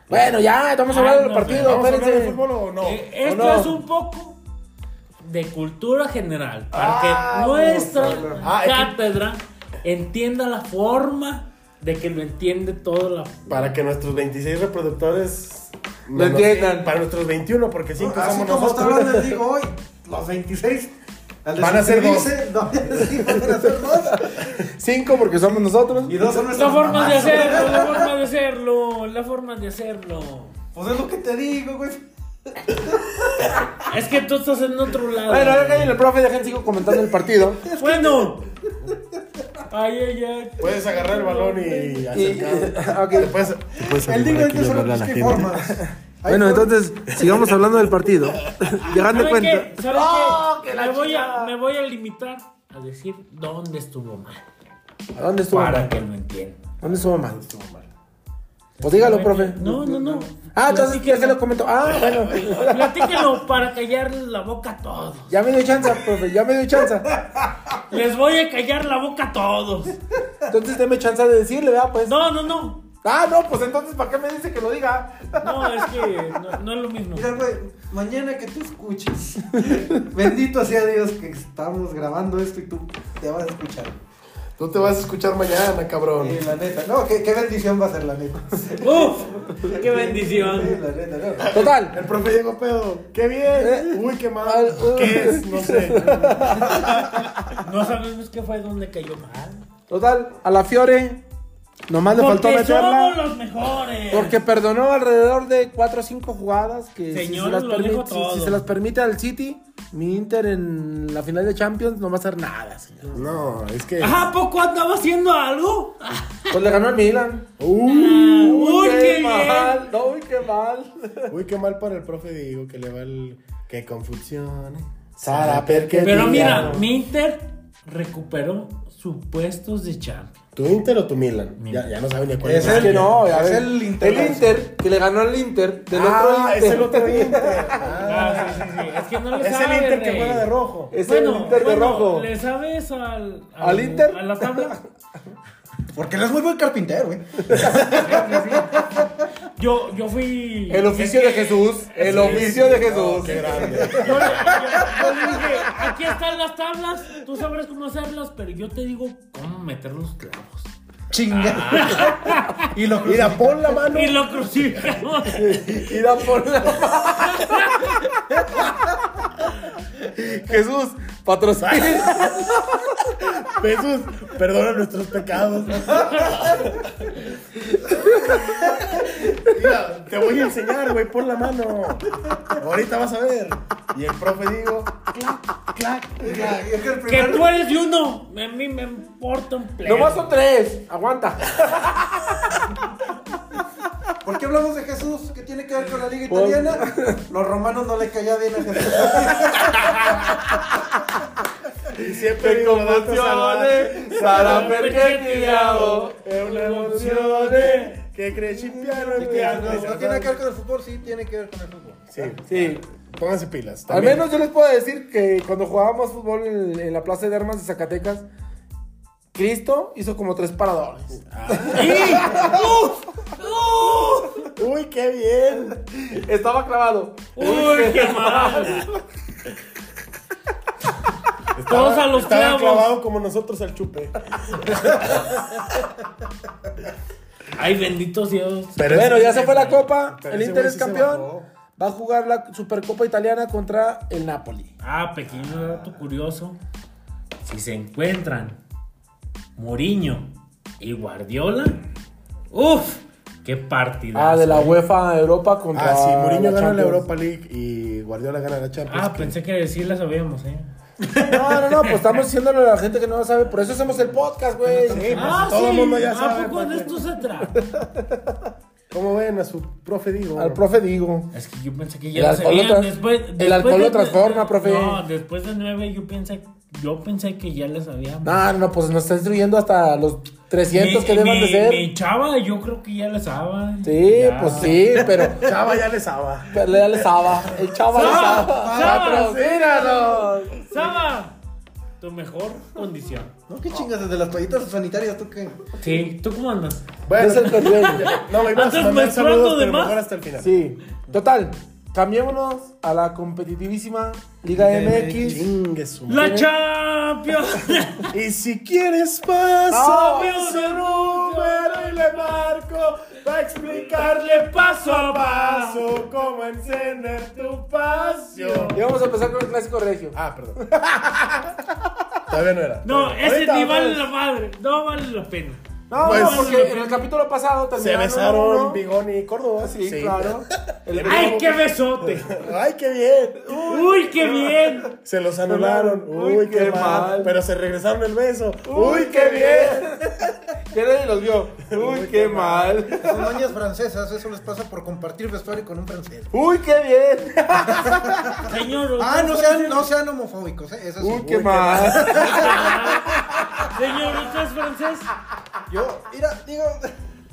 Speaker 1: Bueno, ya, estamos hablando del
Speaker 3: Ah, no,
Speaker 1: partido.
Speaker 2: ¿Vamos a hablar de
Speaker 1: Espérense.
Speaker 2: fútbol o no?
Speaker 3: Eh, esto
Speaker 1: no.
Speaker 3: es un poco de cultura general, para
Speaker 2: Ah,
Speaker 3: que nuestra
Speaker 2: bueno. Ah, es que-
Speaker 3: cátedra entienda la forma de que lo entiende todo la...
Speaker 2: Para que nuestros 26 reproductores
Speaker 1: Lo entiendan.
Speaker 2: Para nuestros 21, porque 5
Speaker 4: Así
Speaker 2: somos
Speaker 4: como está hablando
Speaker 2: nosotros.
Speaker 4: el Ligo hoy, los 26. al
Speaker 2: Van a ser dos.
Speaker 4: desuscribirse, No, *laughs* sí, van a ser dos.
Speaker 1: Cinco, porque somos nosotros.
Speaker 4: Y dos son
Speaker 3: La
Speaker 4: nuestras
Speaker 3: forma de
Speaker 4: mamás.
Speaker 3: hacerlo, la forma de hacerlo, la forma de hacerlo.
Speaker 4: Pues es lo que te digo, güey.
Speaker 3: Es que tú estás en otro lado.
Speaker 1: Bueno, ahora cállenle, profe, dejen sigo comentando el partido. *laughs*
Speaker 3: Bueno. Ay, ay, ay.
Speaker 2: Puedes agarrar el balón y
Speaker 1: Y- *laughs*
Speaker 2: acercar.
Speaker 1: ok.
Speaker 2: Puedes, puedes
Speaker 4: El Ligo
Speaker 2: animar
Speaker 4: es
Speaker 2: aquí y
Speaker 4: de solo
Speaker 2: hablarle a la
Speaker 4: busque
Speaker 2: gente. *laughs*
Speaker 4: formas. Hay
Speaker 1: Bueno,
Speaker 4: formas.
Speaker 1: entonces, sigamos hablando del
Speaker 3: *laughs*
Speaker 1: partido. Llegando
Speaker 3: ¿Saben
Speaker 1: cuenta.
Speaker 3: qué? ¿Saben
Speaker 1: ¡Oh,
Speaker 3: qué?
Speaker 1: que la
Speaker 3: Me voy, a,
Speaker 1: chingada!
Speaker 3: me voy a limitar a decir dónde estuvo mal.
Speaker 1: ¿A dónde estuvo
Speaker 3: Para
Speaker 1: mal?
Speaker 3: que lo entiendan.
Speaker 1: ¿Dónde estuvo mal? Pues dígalo, profe.
Speaker 3: No, no, no.
Speaker 1: Ah, entonces ya se
Speaker 3: Platíquenlo.
Speaker 1: lo comentó. Ah, bueno.
Speaker 3: Platíquenlo para callarles la boca a todos.
Speaker 1: Ya me dio chance, profe, ya me dio chance.
Speaker 3: Les voy a callar la boca a todos.
Speaker 1: Entonces deme chance de decirle, ¿verdad? Pues.
Speaker 3: No, no, no.
Speaker 1: Ah, no, pues entonces, ¿para qué me dice que lo diga?
Speaker 3: No, es que no, no es lo mismo.
Speaker 4: Mira, güey, mañana que tú escuches. *laughs* Bendito sea Dios que estamos grabando esto y tú te vas a escuchar.
Speaker 2: Tú te vas a escuchar mañana, cabrón.
Speaker 4: Eh, la neta, no, qué, qué bendición va a ser
Speaker 2: *laughs*
Speaker 4: la neta.
Speaker 3: Uf, qué
Speaker 4: Eh,
Speaker 3: bendición.
Speaker 4: la neta, no.
Speaker 1: Total.
Speaker 2: El profe llegó pedo. Eh, ¡Qué bien! Uy, qué mal.
Speaker 1: Al- uh.
Speaker 2: ¿Qué es? No sé.
Speaker 3: No sabemos qué fue donde cayó mal.
Speaker 1: Total, a la Fiore
Speaker 2: Ah,
Speaker 1: nomás le faltó
Speaker 3: Porque somos
Speaker 1: meterla.
Speaker 3: los mejores.
Speaker 1: Porque perdonó alrededor de 4 o 5 jugadas que si, se
Speaker 3: Señores,
Speaker 1: las
Speaker 3: lo dijo
Speaker 1: permite, si- si
Speaker 3: todo.
Speaker 1: se las permite al City, mi Inter en la final de Champions no va a hacer nada, señor.
Speaker 2: No, es que.
Speaker 3: ¿A poco andaba haciendo algo?
Speaker 2: Ah,
Speaker 1: Pues le ganó al Milan.
Speaker 2: Uy,
Speaker 3: Uy, qué bien.
Speaker 1: mal, no, uy, qué mal.
Speaker 2: uy, qué mal para el profe Diego que le va el. Que confusione. Sara, per que.
Speaker 3: Pero mira,
Speaker 2: Diego.
Speaker 3: mi Inter recuperó sus puestos de champion.
Speaker 2: ¿Tu Inter o tu Milan?
Speaker 3: Mi-
Speaker 2: Ya, ya no saben ni a cuál
Speaker 4: Es
Speaker 1: Es que no, a
Speaker 4: Es
Speaker 1: ver,
Speaker 4: el Inter.
Speaker 1: El Inter, que le ganó al Inter, del
Speaker 2: Ah,
Speaker 1: otro Inter.
Speaker 2: es el otro Inter.
Speaker 1: *laughs*
Speaker 2: Ah,
Speaker 3: Ah, sí, sí, sí. Es que no le
Speaker 2: es el
Speaker 3: sabe,
Speaker 2: Inter que
Speaker 3: rey.
Speaker 2: juega de rojo.
Speaker 1: Es el Inter de rojo.
Speaker 3: ¿Le sabes al,
Speaker 1: ¿Al Inter?
Speaker 3: A
Speaker 1: *laughs*
Speaker 3: la tabla.
Speaker 4: Porque él es muy buen carpintero, güey.
Speaker 3: Yo, yo fui.
Speaker 1: El oficio de Jesús, el oficio de Jesús.
Speaker 2: Qué grande.
Speaker 3: Yo, le- yo- yo dije, aquí están las tablas, tú sabrás cómo hacerlas, pero yo te digo cómo meter los clavos.
Speaker 2: Ah.
Speaker 4: *laughs* Chinga. y lo
Speaker 2: *laughs* Mira, pon la mano.
Speaker 3: Y lo crucificamos.
Speaker 1: *laughs* Y da por la *laughs* Jesús, patrocina.
Speaker 2: Jesús, perdona nuestros pecados. Mira, te voy a enseñar, güey, pon la mano. Ahorita vas a ver. Y el profe digo, clac, clac.
Speaker 4: Mira, es que el
Speaker 3: Que
Speaker 4: primer-
Speaker 3: tú eres de uno. A mí me importa un pleno.
Speaker 1: Nomás son tres. Aguanta.
Speaker 4: ¿Por qué hablamos de Jesús? ¿Qué tiene que ver con la liga italiana?
Speaker 1: *laughs*
Speaker 4: Los romanos no le caía bien a Jesús.
Speaker 2: Y siempre digo los datos salvajes.
Speaker 1: Sara Perquetiao.
Speaker 2: Es una emoción eh, que cree chimpiano en piano.
Speaker 4: No tiene que ver con el fútbol, sí tiene que ver con el fútbol.
Speaker 2: Sí,
Speaker 1: Sí.
Speaker 2: pónganse pilas.
Speaker 1: Al
Speaker 2: también.
Speaker 1: menos yo les puedo decir que cuando jugábamos fútbol en, en la Plaza de Armas de Zacatecas, Cristo hizo como tres paradores.
Speaker 2: Uy, qué bien.
Speaker 1: Estaba clavado.
Speaker 3: Uy, qué
Speaker 1: *laughs*
Speaker 3: mal. Todos a los
Speaker 2: estaba
Speaker 3: clavos.
Speaker 2: clavado como nosotros al chupe.
Speaker 3: Ay, bendito Dios.
Speaker 1: bueno, ya se fue la copa.
Speaker 2: Pero
Speaker 1: el
Speaker 2: ese
Speaker 1: Inter
Speaker 2: güey
Speaker 1: es
Speaker 2: sí se
Speaker 1: campeón.
Speaker 2: bajó.
Speaker 1: Va a jugar la Supercopa Italiana contra el Napoli.
Speaker 3: Ah, pequeño dato curioso. Si se encuentran Mourinho y Guardiola, ¡Uf! ¡Qué partida!
Speaker 1: Ah, de la UEFA Europa contra.
Speaker 2: Ah, sí,
Speaker 1: la
Speaker 2: Mourinho gana la
Speaker 1: Champions.
Speaker 2: Europa *laughs* League y Guardiola gana la Champions.
Speaker 3: Ah, pensé que sí la sabíamos, ¿eh?
Speaker 1: No, no, no, pues estamos diciéndole a la gente que no lo sabe. Por eso hacemos el podcast, güey.
Speaker 2: Sí. pues,
Speaker 3: ah,
Speaker 2: todo
Speaker 3: sí.
Speaker 2: el mundo ya sabe,
Speaker 3: ¿A poco
Speaker 2: ¿para
Speaker 3: de
Speaker 2: qué?
Speaker 1: *laughs*
Speaker 3: esto se trata?
Speaker 2: ¿Cómo ven a su profe Digo?
Speaker 1: Al profe digo.
Speaker 3: Es que yo pensé que ya
Speaker 1: El
Speaker 3: lo
Speaker 1: alcohol lo
Speaker 3: sabían.
Speaker 1: tra-
Speaker 3: Después,
Speaker 1: el
Speaker 3: después
Speaker 1: alcohol
Speaker 3: de-
Speaker 1: lo transforma, profe.
Speaker 3: No, después de nueve yo pensé, yo pensé que ya la sabíamos.
Speaker 1: No, no, pues nos está instruyendo hasta los 300 que
Speaker 3: Mi-
Speaker 1: deban de
Speaker 3: mi-
Speaker 1: ser.
Speaker 3: Mi chava, yo creo que ya la sabe.
Speaker 1: Sí,
Speaker 3: Ya.
Speaker 1: pues sí, pero.
Speaker 2: Chava ya le saba.
Speaker 1: pero le da el Saba. El chava le
Speaker 3: Saba,
Speaker 1: Saba.
Speaker 3: Saba.
Speaker 1: ¡Patrocínanos!
Speaker 3: Saba, tu mejor condición.
Speaker 4: No, qué chingas, desde las toallitas sanitarias, ¿tú qué?
Speaker 3: Sí, ¿tú cómo andas?
Speaker 2: Bueno,
Speaker 1: Es el perdueño.
Speaker 2: no, me ibas a
Speaker 3: Antes
Speaker 2: mandar
Speaker 3: menstruando
Speaker 2: saludos,
Speaker 3: de
Speaker 2: pero
Speaker 3: más.
Speaker 2: mejor hasta el final.
Speaker 1: Sí. Total, cambiémonos a la competitivísima Liga MX.
Speaker 2: Chingue su
Speaker 3: La
Speaker 2: madre.
Speaker 3: Champions. *laughs*
Speaker 2: Y si quieres paso,
Speaker 1: No,
Speaker 2: veo
Speaker 3: no,
Speaker 2: su
Speaker 3: no,
Speaker 2: número y le marco para explicarle paso a paso cómo encender tu pasión.
Speaker 1: Y vamos a empezar con el clásico regio.
Speaker 2: Ah, perdón. *laughs* Todavía no era.
Speaker 3: No, ese
Speaker 2: Ahorita
Speaker 3: ni vale
Speaker 2: vamos.
Speaker 3: la madre. No vale la pena.
Speaker 1: No,
Speaker 2: Pues-
Speaker 1: porque en el capítulo pasado
Speaker 2: Se
Speaker 1: terminaron.
Speaker 2: besaron
Speaker 1: uno. Ah,
Speaker 2: Bigón y Córdoba.
Speaker 1: Sí,
Speaker 2: *laughs*
Speaker 1: claro. El
Speaker 3: ¡Ay, qué besote!
Speaker 2: Ay, qué bien.
Speaker 3: ¡Uy, qué bien!
Speaker 2: Se los anularon. Uy, qué, mal. Pero se regresaron el beso. Uy, qué bien.
Speaker 1: *laughs* Que nadie los vio. Uy, qué, mal.
Speaker 4: Son doñas francesas, eso les pasa por compartir vestuario con un francés.
Speaker 1: Uy, qué bien.
Speaker 3: Señor.
Speaker 4: Ah,
Speaker 3: usted
Speaker 4: no
Speaker 3: fue-
Speaker 4: sean, no sean homofóbicos, ¿eh? Eso sí.
Speaker 1: Uy, qué mal.
Speaker 3: Señor, ¿usted es francés?
Speaker 4: Yo, mira, digo.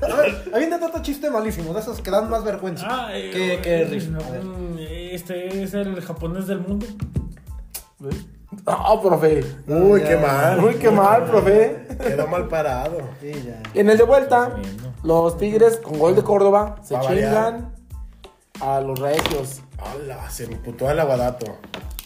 Speaker 4: A ver, hay un tanto chiste malísimo, de esos que dan más vergüenza.
Speaker 3: Ah, eh,
Speaker 4: que,
Speaker 3: eh,
Speaker 4: que risa.
Speaker 3: no,
Speaker 4: A ver.
Speaker 3: mm, Este es el japonés del mundo.
Speaker 1: *laughs* No, profe.
Speaker 2: Uy, qué mal.
Speaker 1: Uy, qué mal, profe.
Speaker 2: Quedó mal parado.
Speaker 4: Sí, ya.
Speaker 1: En el de vuelta, los Tigres con gol de Córdoba se
Speaker 2: Va a
Speaker 1: chingan a los regios.
Speaker 2: Hola, se emputó
Speaker 1: *laughs*
Speaker 2: el aguadato.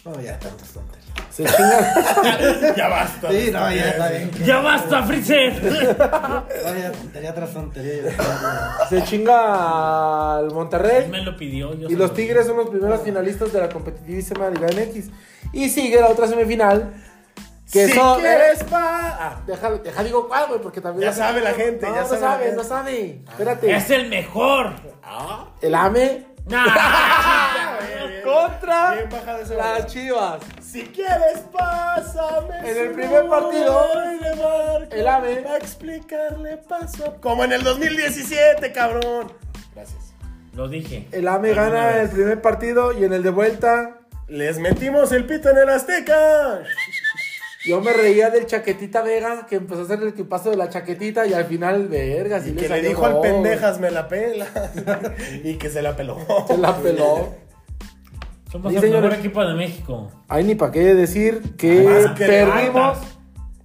Speaker 4: No, ya, tantas tonterías.
Speaker 1: Se chingan.
Speaker 2: Ya basta.
Speaker 4: Sí, no, ya está bien.
Speaker 3: ¡Ya basta, Freezer!
Speaker 4: Vaya tontería tras tontería. ya.
Speaker 1: se chinga al Monterrey.
Speaker 3: Me lo pidió. Yo
Speaker 1: Y
Speaker 3: se
Speaker 1: los
Speaker 3: lo-
Speaker 1: Tigres son los primeros finalistas de la competitivísima Liga MX. Y sigue la otra semifinal. Que
Speaker 2: si
Speaker 1: son. ¿eh?
Speaker 2: quieres pa. Ah,
Speaker 1: Deja, deja digo cuál, güey, porque también.
Speaker 2: Ya sabe la gente,
Speaker 1: No,
Speaker 2: ya
Speaker 1: no
Speaker 2: sabe
Speaker 1: sabe,
Speaker 2: la gente. Ah,
Speaker 1: no sabe. Espérate.
Speaker 3: ¡Es el mejor!
Speaker 1: El E AME
Speaker 3: ¡Nah!
Speaker 1: contra
Speaker 2: Bien baja de ese
Speaker 1: las
Speaker 2: balón.
Speaker 1: chivas.
Speaker 2: Si quieres, pásame.
Speaker 1: En el
Speaker 2: su
Speaker 1: primer partido,
Speaker 2: número y le marco
Speaker 1: el AVE.
Speaker 2: pa' explicarle paso a- Como en el 2017, cabrón. Gracias.
Speaker 3: Lo dije.
Speaker 1: El AME gana el primer partido y en el de vuelta.
Speaker 2: Les metimos el pito en el Azteca.
Speaker 1: Yo me reía del chaquetita Vega que empezó a hacer el equipazo de la chaquetita y al final, verga, sí
Speaker 2: Y que le
Speaker 1: salió
Speaker 2: dijo al
Speaker 1: gol.
Speaker 2: pendejas, me la pela.
Speaker 1: *laughs*
Speaker 2: y que se la peló.
Speaker 1: Se la
Speaker 2: *laughs*
Speaker 1: peló.
Speaker 3: Somos
Speaker 1: Sí,
Speaker 3: el
Speaker 1: señores.
Speaker 3: mejor equipo de México.
Speaker 1: Hay ni para qué decir que
Speaker 2: Además que
Speaker 1: perdimos.
Speaker 3: altas.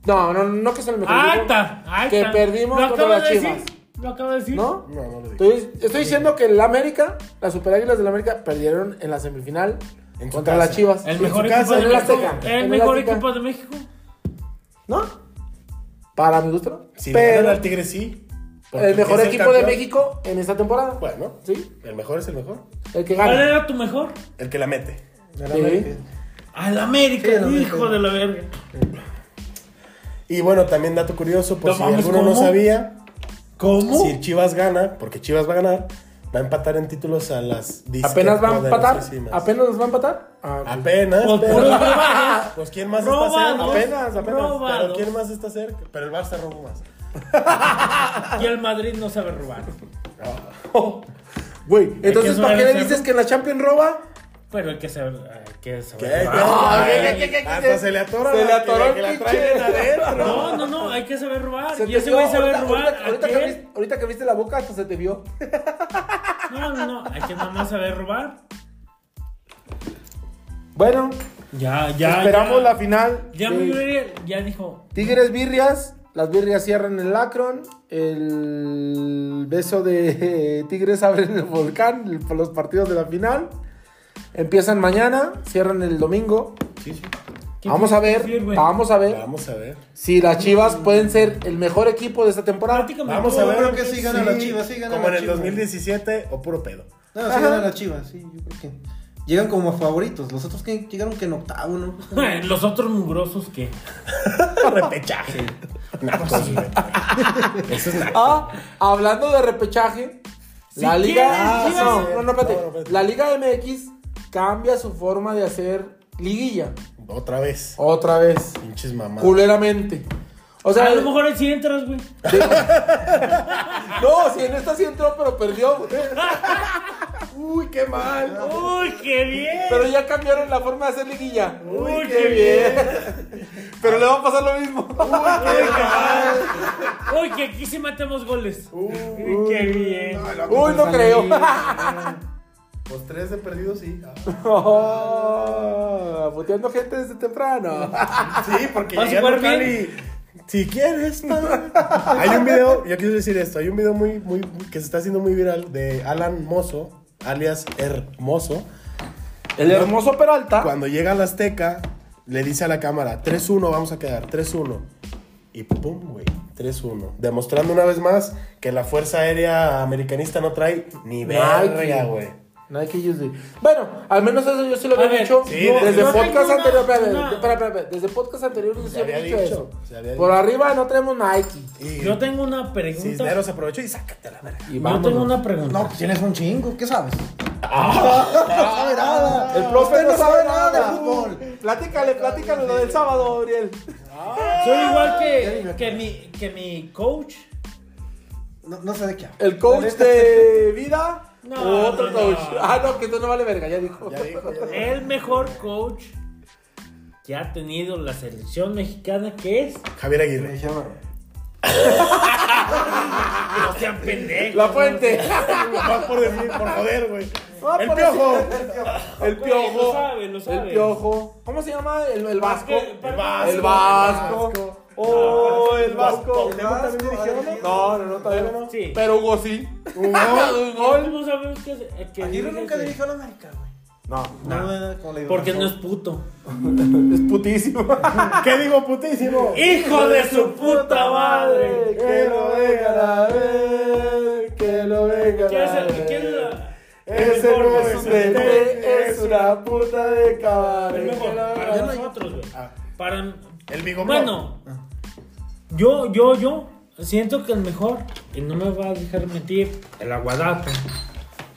Speaker 1: No, no, no que es el mejor. equipo,
Speaker 3: ¡Alta! ¡Alta!
Speaker 1: Que perdimos
Speaker 3: Lo
Speaker 1: contra
Speaker 3: acabo
Speaker 1: las
Speaker 3: de
Speaker 1: chivas.
Speaker 3: decir. Lo acabo de decir.
Speaker 1: ¿No?
Speaker 2: No, no lo dije.
Speaker 1: Estoy, estoy diciendo que el América, las Super Águilas del América, perdieron en la semifinal
Speaker 2: En su
Speaker 1: contra
Speaker 2: casa.
Speaker 1: las Chivas.
Speaker 3: El
Speaker 1: En
Speaker 3: mejor
Speaker 1: su
Speaker 3: equipo
Speaker 1: casa,
Speaker 3: de
Speaker 1: en el
Speaker 3: México.
Speaker 1: Azteca.
Speaker 3: El
Speaker 1: En
Speaker 3: mejor
Speaker 1: Azteca.
Speaker 3: equipo de México.
Speaker 1: ¿No? Para mi gusto, ¿no?
Speaker 2: Si le
Speaker 1: Pero
Speaker 2: ganan al Tigre, sí. Porque
Speaker 1: el mejor
Speaker 2: es
Speaker 1: equipo de
Speaker 2: campeón.
Speaker 1: México en esta temporada.
Speaker 2: Bueno,
Speaker 1: ¿Sí?
Speaker 2: el mejor es el mejor.
Speaker 1: El que
Speaker 3: ¿Cuál
Speaker 1: gana.
Speaker 3: era tu mejor?
Speaker 2: El que la mete.
Speaker 1: Sí.
Speaker 3: Al América,
Speaker 4: Sí, al América.
Speaker 3: hijo de la verga.
Speaker 2: Y bueno, también dato curioso, por
Speaker 3: No
Speaker 2: si
Speaker 3: mames,
Speaker 2: alguno no
Speaker 3: ¿cómo?
Speaker 2: sabía,
Speaker 3: ¿Cómo?
Speaker 2: si Chivas gana, porque Chivas va a ganar, va a empatar en títulos a las disque
Speaker 1: ¿Apenas van a empatar?
Speaker 2: poderosísimas.
Speaker 1: ¿Apenas nos va a empatar? Ah,
Speaker 2: Apenas.
Speaker 3: Pues
Speaker 2: pero-
Speaker 3: puros robados.
Speaker 2: Pues quién más
Speaker 3: Robados.
Speaker 2: está cerca.
Speaker 1: Apenas, apenas.
Speaker 2: Pero
Speaker 3: Robados.
Speaker 2: quién más está cerca. Pero el Barça robó más.
Speaker 3: Y el Madrid no sabe robar.
Speaker 1: Güey, entonces
Speaker 3: eso
Speaker 1: ¿para qué
Speaker 3: era
Speaker 1: le
Speaker 3: el
Speaker 1: dices que en la Champions roba?
Speaker 3: Pero el que sabe. ay, que se
Speaker 2: ¿Qué?
Speaker 3: vaya.
Speaker 1: No,
Speaker 2: ¿Qué?
Speaker 1: ¿qué, qué, qué, qué?
Speaker 2: Ah, eh, Hasta se le atora.
Speaker 1: Se
Speaker 2: la
Speaker 1: le
Speaker 2: que-
Speaker 1: atoró el
Speaker 2: que la
Speaker 1: pinche.
Speaker 2: traigan adentro. *laughs*
Speaker 3: No, no, no, hay que saber robar.
Speaker 1: Se
Speaker 3: y
Speaker 1: te
Speaker 3: ese
Speaker 1: vio,
Speaker 3: güey sabe
Speaker 1: ahorita-
Speaker 3: robar.
Speaker 1: ahorita- ahorita que
Speaker 3: aquel-
Speaker 1: viste- Ahorita que viste la boca, hasta se te vio.
Speaker 3: No, no, no, hay que nada más saber robar.
Speaker 1: Bueno,
Speaker 3: Ya, ya.
Speaker 1: esperamos
Speaker 3: ya.
Speaker 1: la final.
Speaker 3: Ya,
Speaker 1: de
Speaker 3: mi Gabriel ya dijo.
Speaker 1: Tigres Birrias. Las birrias cierran el lacron. El beso de *laughs* eh, Tigres abren el volcán. el- Los partidos de la final. Empiezan mañana, cierran el domingo.
Speaker 2: Sí, sí.
Speaker 3: ¿qué
Speaker 1: Vamos a
Speaker 3: tienes que
Speaker 1: ver,
Speaker 3: decir, güey?
Speaker 1: vamos a ver
Speaker 2: Vamos a ver.
Speaker 1: si las Chivas pueden ser el mejor equipo de esta temporada.
Speaker 3: Prácticamente
Speaker 2: Vamos a
Speaker 3: todo
Speaker 2: ver.
Speaker 3: lo
Speaker 4: creo que sí gana la Chivas, sí gana
Speaker 2: Como
Speaker 4: la
Speaker 2: en el
Speaker 4: Chivas.
Speaker 2: 2017 o puro *laughs* pedo.
Speaker 4: No,
Speaker 1: Ajá.
Speaker 4: sí ganan las chivas, sí, yo creo que. Llegan como favoritos. Los otros que llegaron que en octavo, ¿no?
Speaker 3: Los otros mugrosos que.
Speaker 2: Repechaje. Nacos, güey. Eso es naco.
Speaker 1: Ah, hablando de repechaje,
Speaker 3: Si
Speaker 1: la liga.
Speaker 3: quieres,
Speaker 1: Ah,
Speaker 3: Chivas.
Speaker 1: no, no, no, espérate.
Speaker 2: No, no, espérate.
Speaker 1: La Liga MX cambia su forma de hacer liguilla.
Speaker 2: Otra vez.
Speaker 1: Otra vez.
Speaker 2: Pinches mamadas.
Speaker 1: Culeramente. O sea,
Speaker 3: a lo mejor ahí sí entras, güey.
Speaker 1: digo- no, si en esta sí entró, pero perdió. güey. Uy, qué mal.
Speaker 3: Uy, qué bien.
Speaker 1: Pero ya cambiaron la forma de hacer liguilla.
Speaker 3: Uy, qué
Speaker 1: bien. Pero le va a pasar lo mismo.
Speaker 3: Uy, que aquí sí matemos goles. Uy, qué bien.
Speaker 1: Uy, no creo. *laughs*
Speaker 2: Pues tres de perdido, sí.
Speaker 1: Oh, puteando gente desde temprano.
Speaker 2: *laughs* Sí, porque
Speaker 3: ¿Vas a
Speaker 2: llegué
Speaker 3: jugar
Speaker 2: local
Speaker 3: bien?
Speaker 2: y- Si quieres, pa. Hay un video, yo quiero decir esto, hay un video muy, muy, que se está haciendo muy viral de Alan Mozo, alias Hermoso.
Speaker 1: El hermoso Peralta.
Speaker 2: Cuando llega a la Azteca, le dice a la cámara, 3-1 vamos a quedar, 3-1. Y pum, güey, 3-1. Demostrando una vez más que la Fuerza Aérea Americanista no trae ni verga, güey.
Speaker 1: Nike Tuesday. Bueno, al menos eso yo sí lo
Speaker 3: A
Speaker 1: había
Speaker 3: ver,
Speaker 1: dicho.
Speaker 2: sí,
Speaker 1: No,
Speaker 2: desde-
Speaker 1: desde
Speaker 2: yo
Speaker 3: tengo
Speaker 1: podcast
Speaker 3: una-
Speaker 1: anterior. espera,
Speaker 3: una-
Speaker 1: espera, espera, espera, Desde podcast anterior yo sí había
Speaker 2: había
Speaker 1: dicho
Speaker 2: dicho,
Speaker 1: eso.
Speaker 2: se había
Speaker 1: Por
Speaker 2: dicho.
Speaker 1: arriba no traemos Nike.
Speaker 2: Y
Speaker 3: Yo tengo una pregunta.
Speaker 2: Cisneros aprovechó y sácate la verga.
Speaker 1: Y
Speaker 3: Yo
Speaker 1: vámonos.
Speaker 3: tengo una pregunta.
Speaker 4: No, pues tienes un chingo, ¿qué sabes?
Speaker 1: Ah.
Speaker 4: *laughs*
Speaker 1: El profe
Speaker 4: Usted
Speaker 1: no sabe nada
Speaker 4: de
Speaker 1: de
Speaker 4: fútbol.
Speaker 1: fútbol. Platícale, platícale lo del sábado, Gabriel.
Speaker 3: Soy igual que, que, mi, que mi coach.
Speaker 4: No, no sé de qué. hablo.
Speaker 1: El coach *laughs* de vida.
Speaker 3: No,
Speaker 1: o otro
Speaker 3: no,
Speaker 1: coach.
Speaker 3: no.
Speaker 1: Ah, no, que tú no vale verga, ya dijo.
Speaker 2: Ya dijo, ya dijo.
Speaker 3: El mejor coach que ha tenido la selección mexicana, que es.
Speaker 2: Javier
Speaker 4: Me
Speaker 2: *laughs* Aguirre.
Speaker 4: dijeron,
Speaker 3: No sean pendejos.
Speaker 1: La fuente.
Speaker 2: Más por decir, por joder, güey.
Speaker 1: Ah,
Speaker 2: El
Speaker 1: por
Speaker 2: piojo.
Speaker 1: El
Speaker 3: Güey, lo
Speaker 1: piojo.
Speaker 3: sabe, lo sabe.
Speaker 1: El piojo. ¿Cómo se llama? El, el vasco.
Speaker 3: El Vasco.
Speaker 1: El vasco. Oh, el vasco.
Speaker 2: ¿El Vasco también dirigió?
Speaker 1: No, no, no, todavía no.
Speaker 3: Sí.
Speaker 1: Pero Hugo sí. Un *laughs* gol.
Speaker 3: ¿Cómo sabemos que, es- que
Speaker 4: Aguirre
Speaker 3: dirige
Speaker 4: nunca
Speaker 3: ese?
Speaker 4: dirigió a la América, güey.
Speaker 1: No.
Speaker 4: No, eh, como le digo.
Speaker 3: Porque no es puto.
Speaker 1: Es putísimo.
Speaker 2: *laughs* ¿Qué digo, putísimo?
Speaker 3: ¡Hijo de su puta madre!
Speaker 1: Que lo vengan a ver. Que lo vengan
Speaker 3: ¿Quién es
Speaker 1: a
Speaker 3: el-
Speaker 1: ver.
Speaker 3: quién es la-
Speaker 1: Ese
Speaker 3: el
Speaker 1: no
Speaker 3: mejor?
Speaker 1: es un DT, es una puta de caballo.
Speaker 3: El mejor.
Speaker 1: Que lo
Speaker 3: Para
Speaker 1: vengan a-
Speaker 3: nosotros, güey.
Speaker 2: Ah.
Speaker 3: Para.
Speaker 2: El Bigomón.
Speaker 3: Bueno, Ah. yo, yo, yo siento que el mejor, y no me va a dejar mentir, el aguadato.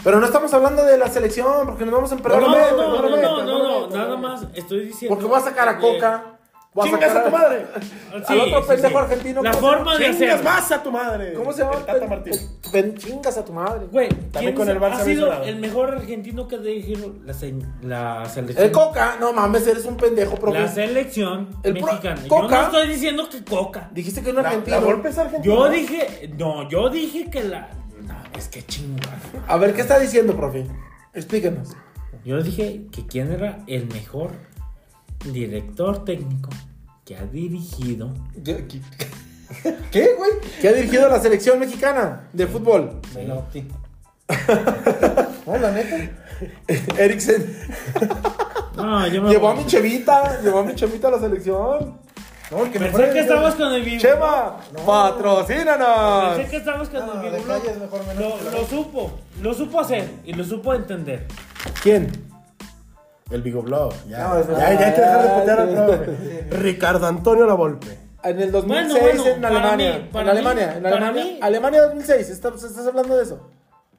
Speaker 1: Pero no estamos hablando de la selección porque nos vamos a
Speaker 3: No,
Speaker 1: emperrar.
Speaker 3: no,
Speaker 1: Perdóname,
Speaker 3: no, no,
Speaker 1: perdóname,
Speaker 3: no, no,
Speaker 1: perdóname.
Speaker 3: nada más estoy
Speaker 1: *laughs*
Speaker 3: diciendo.
Speaker 1: Porque voy a sacar a Coca. Voy a
Speaker 2: ¡Chingas
Speaker 1: sacar
Speaker 2: a tu madre!
Speaker 3: Eh,
Speaker 1: al otro pendejo argentino,
Speaker 3: La
Speaker 1: ¿cómo se llama?
Speaker 3: forma de hacer.
Speaker 2: ¡Chingas más a tu madre!
Speaker 1: ¿Cómo se llama?
Speaker 2: El Tata Martín.
Speaker 1: Ven- Ven, chingas a tu madre.
Speaker 3: Güey,
Speaker 2: También
Speaker 3: ¿quién
Speaker 2: con el Barça
Speaker 3: ha
Speaker 2: no hizo
Speaker 3: sido
Speaker 2: nada.
Speaker 3: el mejor argentino que ha dirigido la, se- la selección?
Speaker 1: El Coca, no mames, eres un pendejo,
Speaker 3: La
Speaker 1: profe.
Speaker 3: selección
Speaker 1: El pro-
Speaker 3: mexicana. Yo
Speaker 1: Coca.
Speaker 3: no estoy diciendo que Coca.
Speaker 1: Dijiste que no
Speaker 2: La, la
Speaker 1: argentino.
Speaker 2: golpe es argentino.
Speaker 3: Yo dije, no, yo dije que la. No, es que chingada.
Speaker 1: A ver, ¿qué está diciendo, profe? Explíquenos.
Speaker 3: Yo dije que quién era el mejor director técnico que ha dirigido
Speaker 1: *laughs* ¿Qué, güey? ¿Qué ha dirigido la selección mexicana de fútbol?
Speaker 4: Menotti.
Speaker 1: No, la *laughs* neta. *laughs* Eriksen.
Speaker 3: No, yo me
Speaker 1: Llevó a
Speaker 3: voy.
Speaker 1: mi chevita, llevó a mi chevita a la selección.
Speaker 4: No, el que me
Speaker 3: Pensé que estabas con el vivo.
Speaker 1: Chema, patrocínanos.
Speaker 3: Pensé que estabas con
Speaker 4: No,
Speaker 3: el
Speaker 4: no,
Speaker 3: vivo.
Speaker 4: de calle es mejor menos que
Speaker 3: lo,
Speaker 4: la
Speaker 3: lo supo, lo supo hacer y lo supo entender.
Speaker 1: ¿Quién?
Speaker 2: El Bigoblow. Ya,
Speaker 1: No, es
Speaker 2: ya,
Speaker 1: verdad.
Speaker 2: ya hay que dejar de putear al
Speaker 1: Sí.
Speaker 2: profe. Ricardo Antonio La Volpe.
Speaker 1: En el 2006
Speaker 3: Bueno, bueno,
Speaker 1: en
Speaker 3: para
Speaker 1: Alemania.
Speaker 3: mí, para
Speaker 1: en Alemania,
Speaker 3: mí,
Speaker 1: en
Speaker 3: para
Speaker 1: Alemania.
Speaker 3: mí.
Speaker 1: Alemania 2006, ¿estás, estás hablando de eso?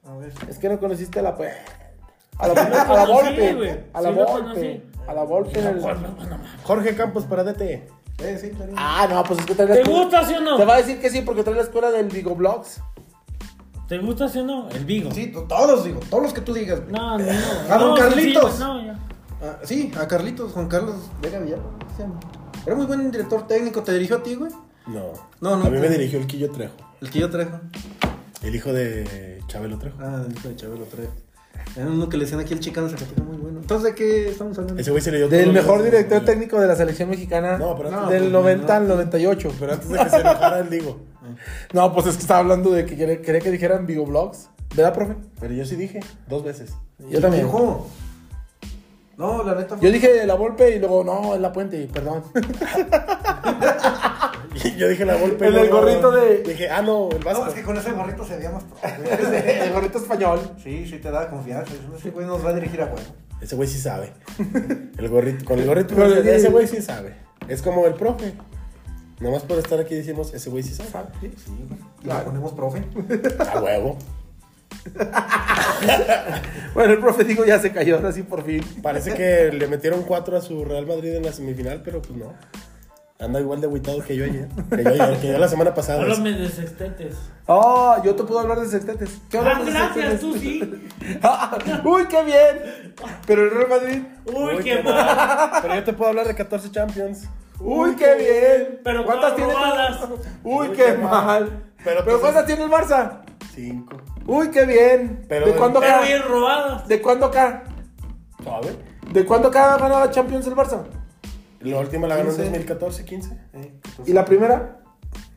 Speaker 4: A ver.
Speaker 1: Es que no conociste a la pues.
Speaker 3: *laughs*
Speaker 1: A la,
Speaker 3: lo
Speaker 1: a la
Speaker 3: conocí, güey.
Speaker 1: Volpe. A la
Speaker 3: Sí lo
Speaker 1: Volpe.
Speaker 3: conocí.
Speaker 1: A la Volpe en el-
Speaker 2: Jorge Campos para DT.
Speaker 4: Eh, sí, claro.
Speaker 1: Ah, no, pues es que trae la
Speaker 3: ¿Te
Speaker 1: escuela-
Speaker 3: gusta sí o
Speaker 1: Te va
Speaker 3: no?
Speaker 1: a decir que sí porque trae la escuela del Vigo Blogs.
Speaker 3: ¿Te gusta sí o no? El Vigo.
Speaker 4: Sí, to- todos, digo, todos los que tú digas. güey.
Speaker 3: No, no, no.
Speaker 4: A don
Speaker 3: No, sí, sí,
Speaker 4: Carlitos.
Speaker 3: no, ya.
Speaker 4: Ah, sí, a Carlitos, Juan Carlos Vega Villalba. se llama. Era muy buen director técnico, ¿te dirigió a ti, güey?
Speaker 2: No.
Speaker 4: No, no,
Speaker 2: A mí me
Speaker 4: pero-
Speaker 2: dirigió el Quillo Trejo,
Speaker 4: El que yo trajo.
Speaker 2: el hijo de Chabelo Trejo.
Speaker 4: Ah, el hijo de Chabelo Trejo. Era uno que le decían aquí el chicano Zacatecas, muy bueno. Entonces, ¿de qué estamos hablando?
Speaker 2: Ese güey se le dio
Speaker 1: Del
Speaker 2: todo
Speaker 1: mejor
Speaker 2: el-
Speaker 1: director técnico de la selección mexicana.
Speaker 2: No, pero antes-
Speaker 1: del
Speaker 4: No, pues,
Speaker 1: 90 al 98.
Speaker 2: Pero antes de que se enojara el digo.
Speaker 1: No, pues es que estaba hablando de que quería, quería que dijeran Vigo Blogs. ¿Verdad, profe?
Speaker 2: Pero yo sí dije, dos veces.
Speaker 1: Yo también.
Speaker 4: Dijo. No, la neta.
Speaker 1: Yo dije la golpe y luego, no, es la puente, perdón.
Speaker 2: Yo dije la
Speaker 1: *laughs*
Speaker 2: golpe.
Speaker 1: En el gorrito de-
Speaker 2: Dije, ah, no, el
Speaker 4: No,
Speaker 2: Vasco.
Speaker 4: es que con ese gorrito se veía más
Speaker 1: *laughs*
Speaker 4: pro, güey.
Speaker 1: *laughs* el gorrito español.
Speaker 4: Sí, sí te da confianza. Ese güey nos va a dirigir a huevo.
Speaker 2: Ese güey sí sabe. El gorrito, con el gorrito.
Speaker 1: Con el-
Speaker 2: ese güey sí sabe. Es como el profe. Nomás por estar aquí decimos, ese güey sí sabe.
Speaker 4: Sí, güey. Y
Speaker 1: Claro.
Speaker 4: le
Speaker 1: *laughs*
Speaker 4: ponemos profe.
Speaker 2: A huevo.
Speaker 1: Bueno, el profe dijo ya se cayó, ahora sí por fin.
Speaker 2: Parece que le metieron cuatro a su Real Madrid en la semifinal, pero pues no. Anda igual de agüitado que yo ayer. Que yo ayer, que yo la semana pasada.
Speaker 3: Háblame de sextetes.
Speaker 1: Oh, yo te puedo hablar de sextetes. ¿Qué
Speaker 3: Ah,
Speaker 1: hablamos de
Speaker 3: gracias,
Speaker 1: sextetes?
Speaker 3: tú sí.
Speaker 1: *laughs* Ah, Uy, qué bien. Pero el Real Madrid.
Speaker 3: Uy,
Speaker 2: Uy,
Speaker 3: qué
Speaker 2: qué
Speaker 3: mal.
Speaker 2: Pero yo te puedo hablar de 14 Champions.
Speaker 1: Uy, qué bien.
Speaker 3: Pero
Speaker 1: ¿cuántas
Speaker 3: todas
Speaker 1: tiene? tú?
Speaker 3: robadas.
Speaker 1: Uy, qué mal. Pero,
Speaker 2: Pero, pues,
Speaker 1: ¿cuántas tiene el Barça?
Speaker 2: Cinco.
Speaker 1: Uy, qué bien.
Speaker 2: Pero-
Speaker 1: ¿De cuándo
Speaker 3: Pero
Speaker 1: acá?
Speaker 3: bien robadas.
Speaker 1: ¿De cuándo acá?
Speaker 2: A ver.
Speaker 1: ¿De cuándo acá ha ganado la Champions el Barça?
Speaker 2: La última la ganó en
Speaker 4: 15.
Speaker 2: 2014, 15.
Speaker 4: Eh,
Speaker 1: ¿Y la primera?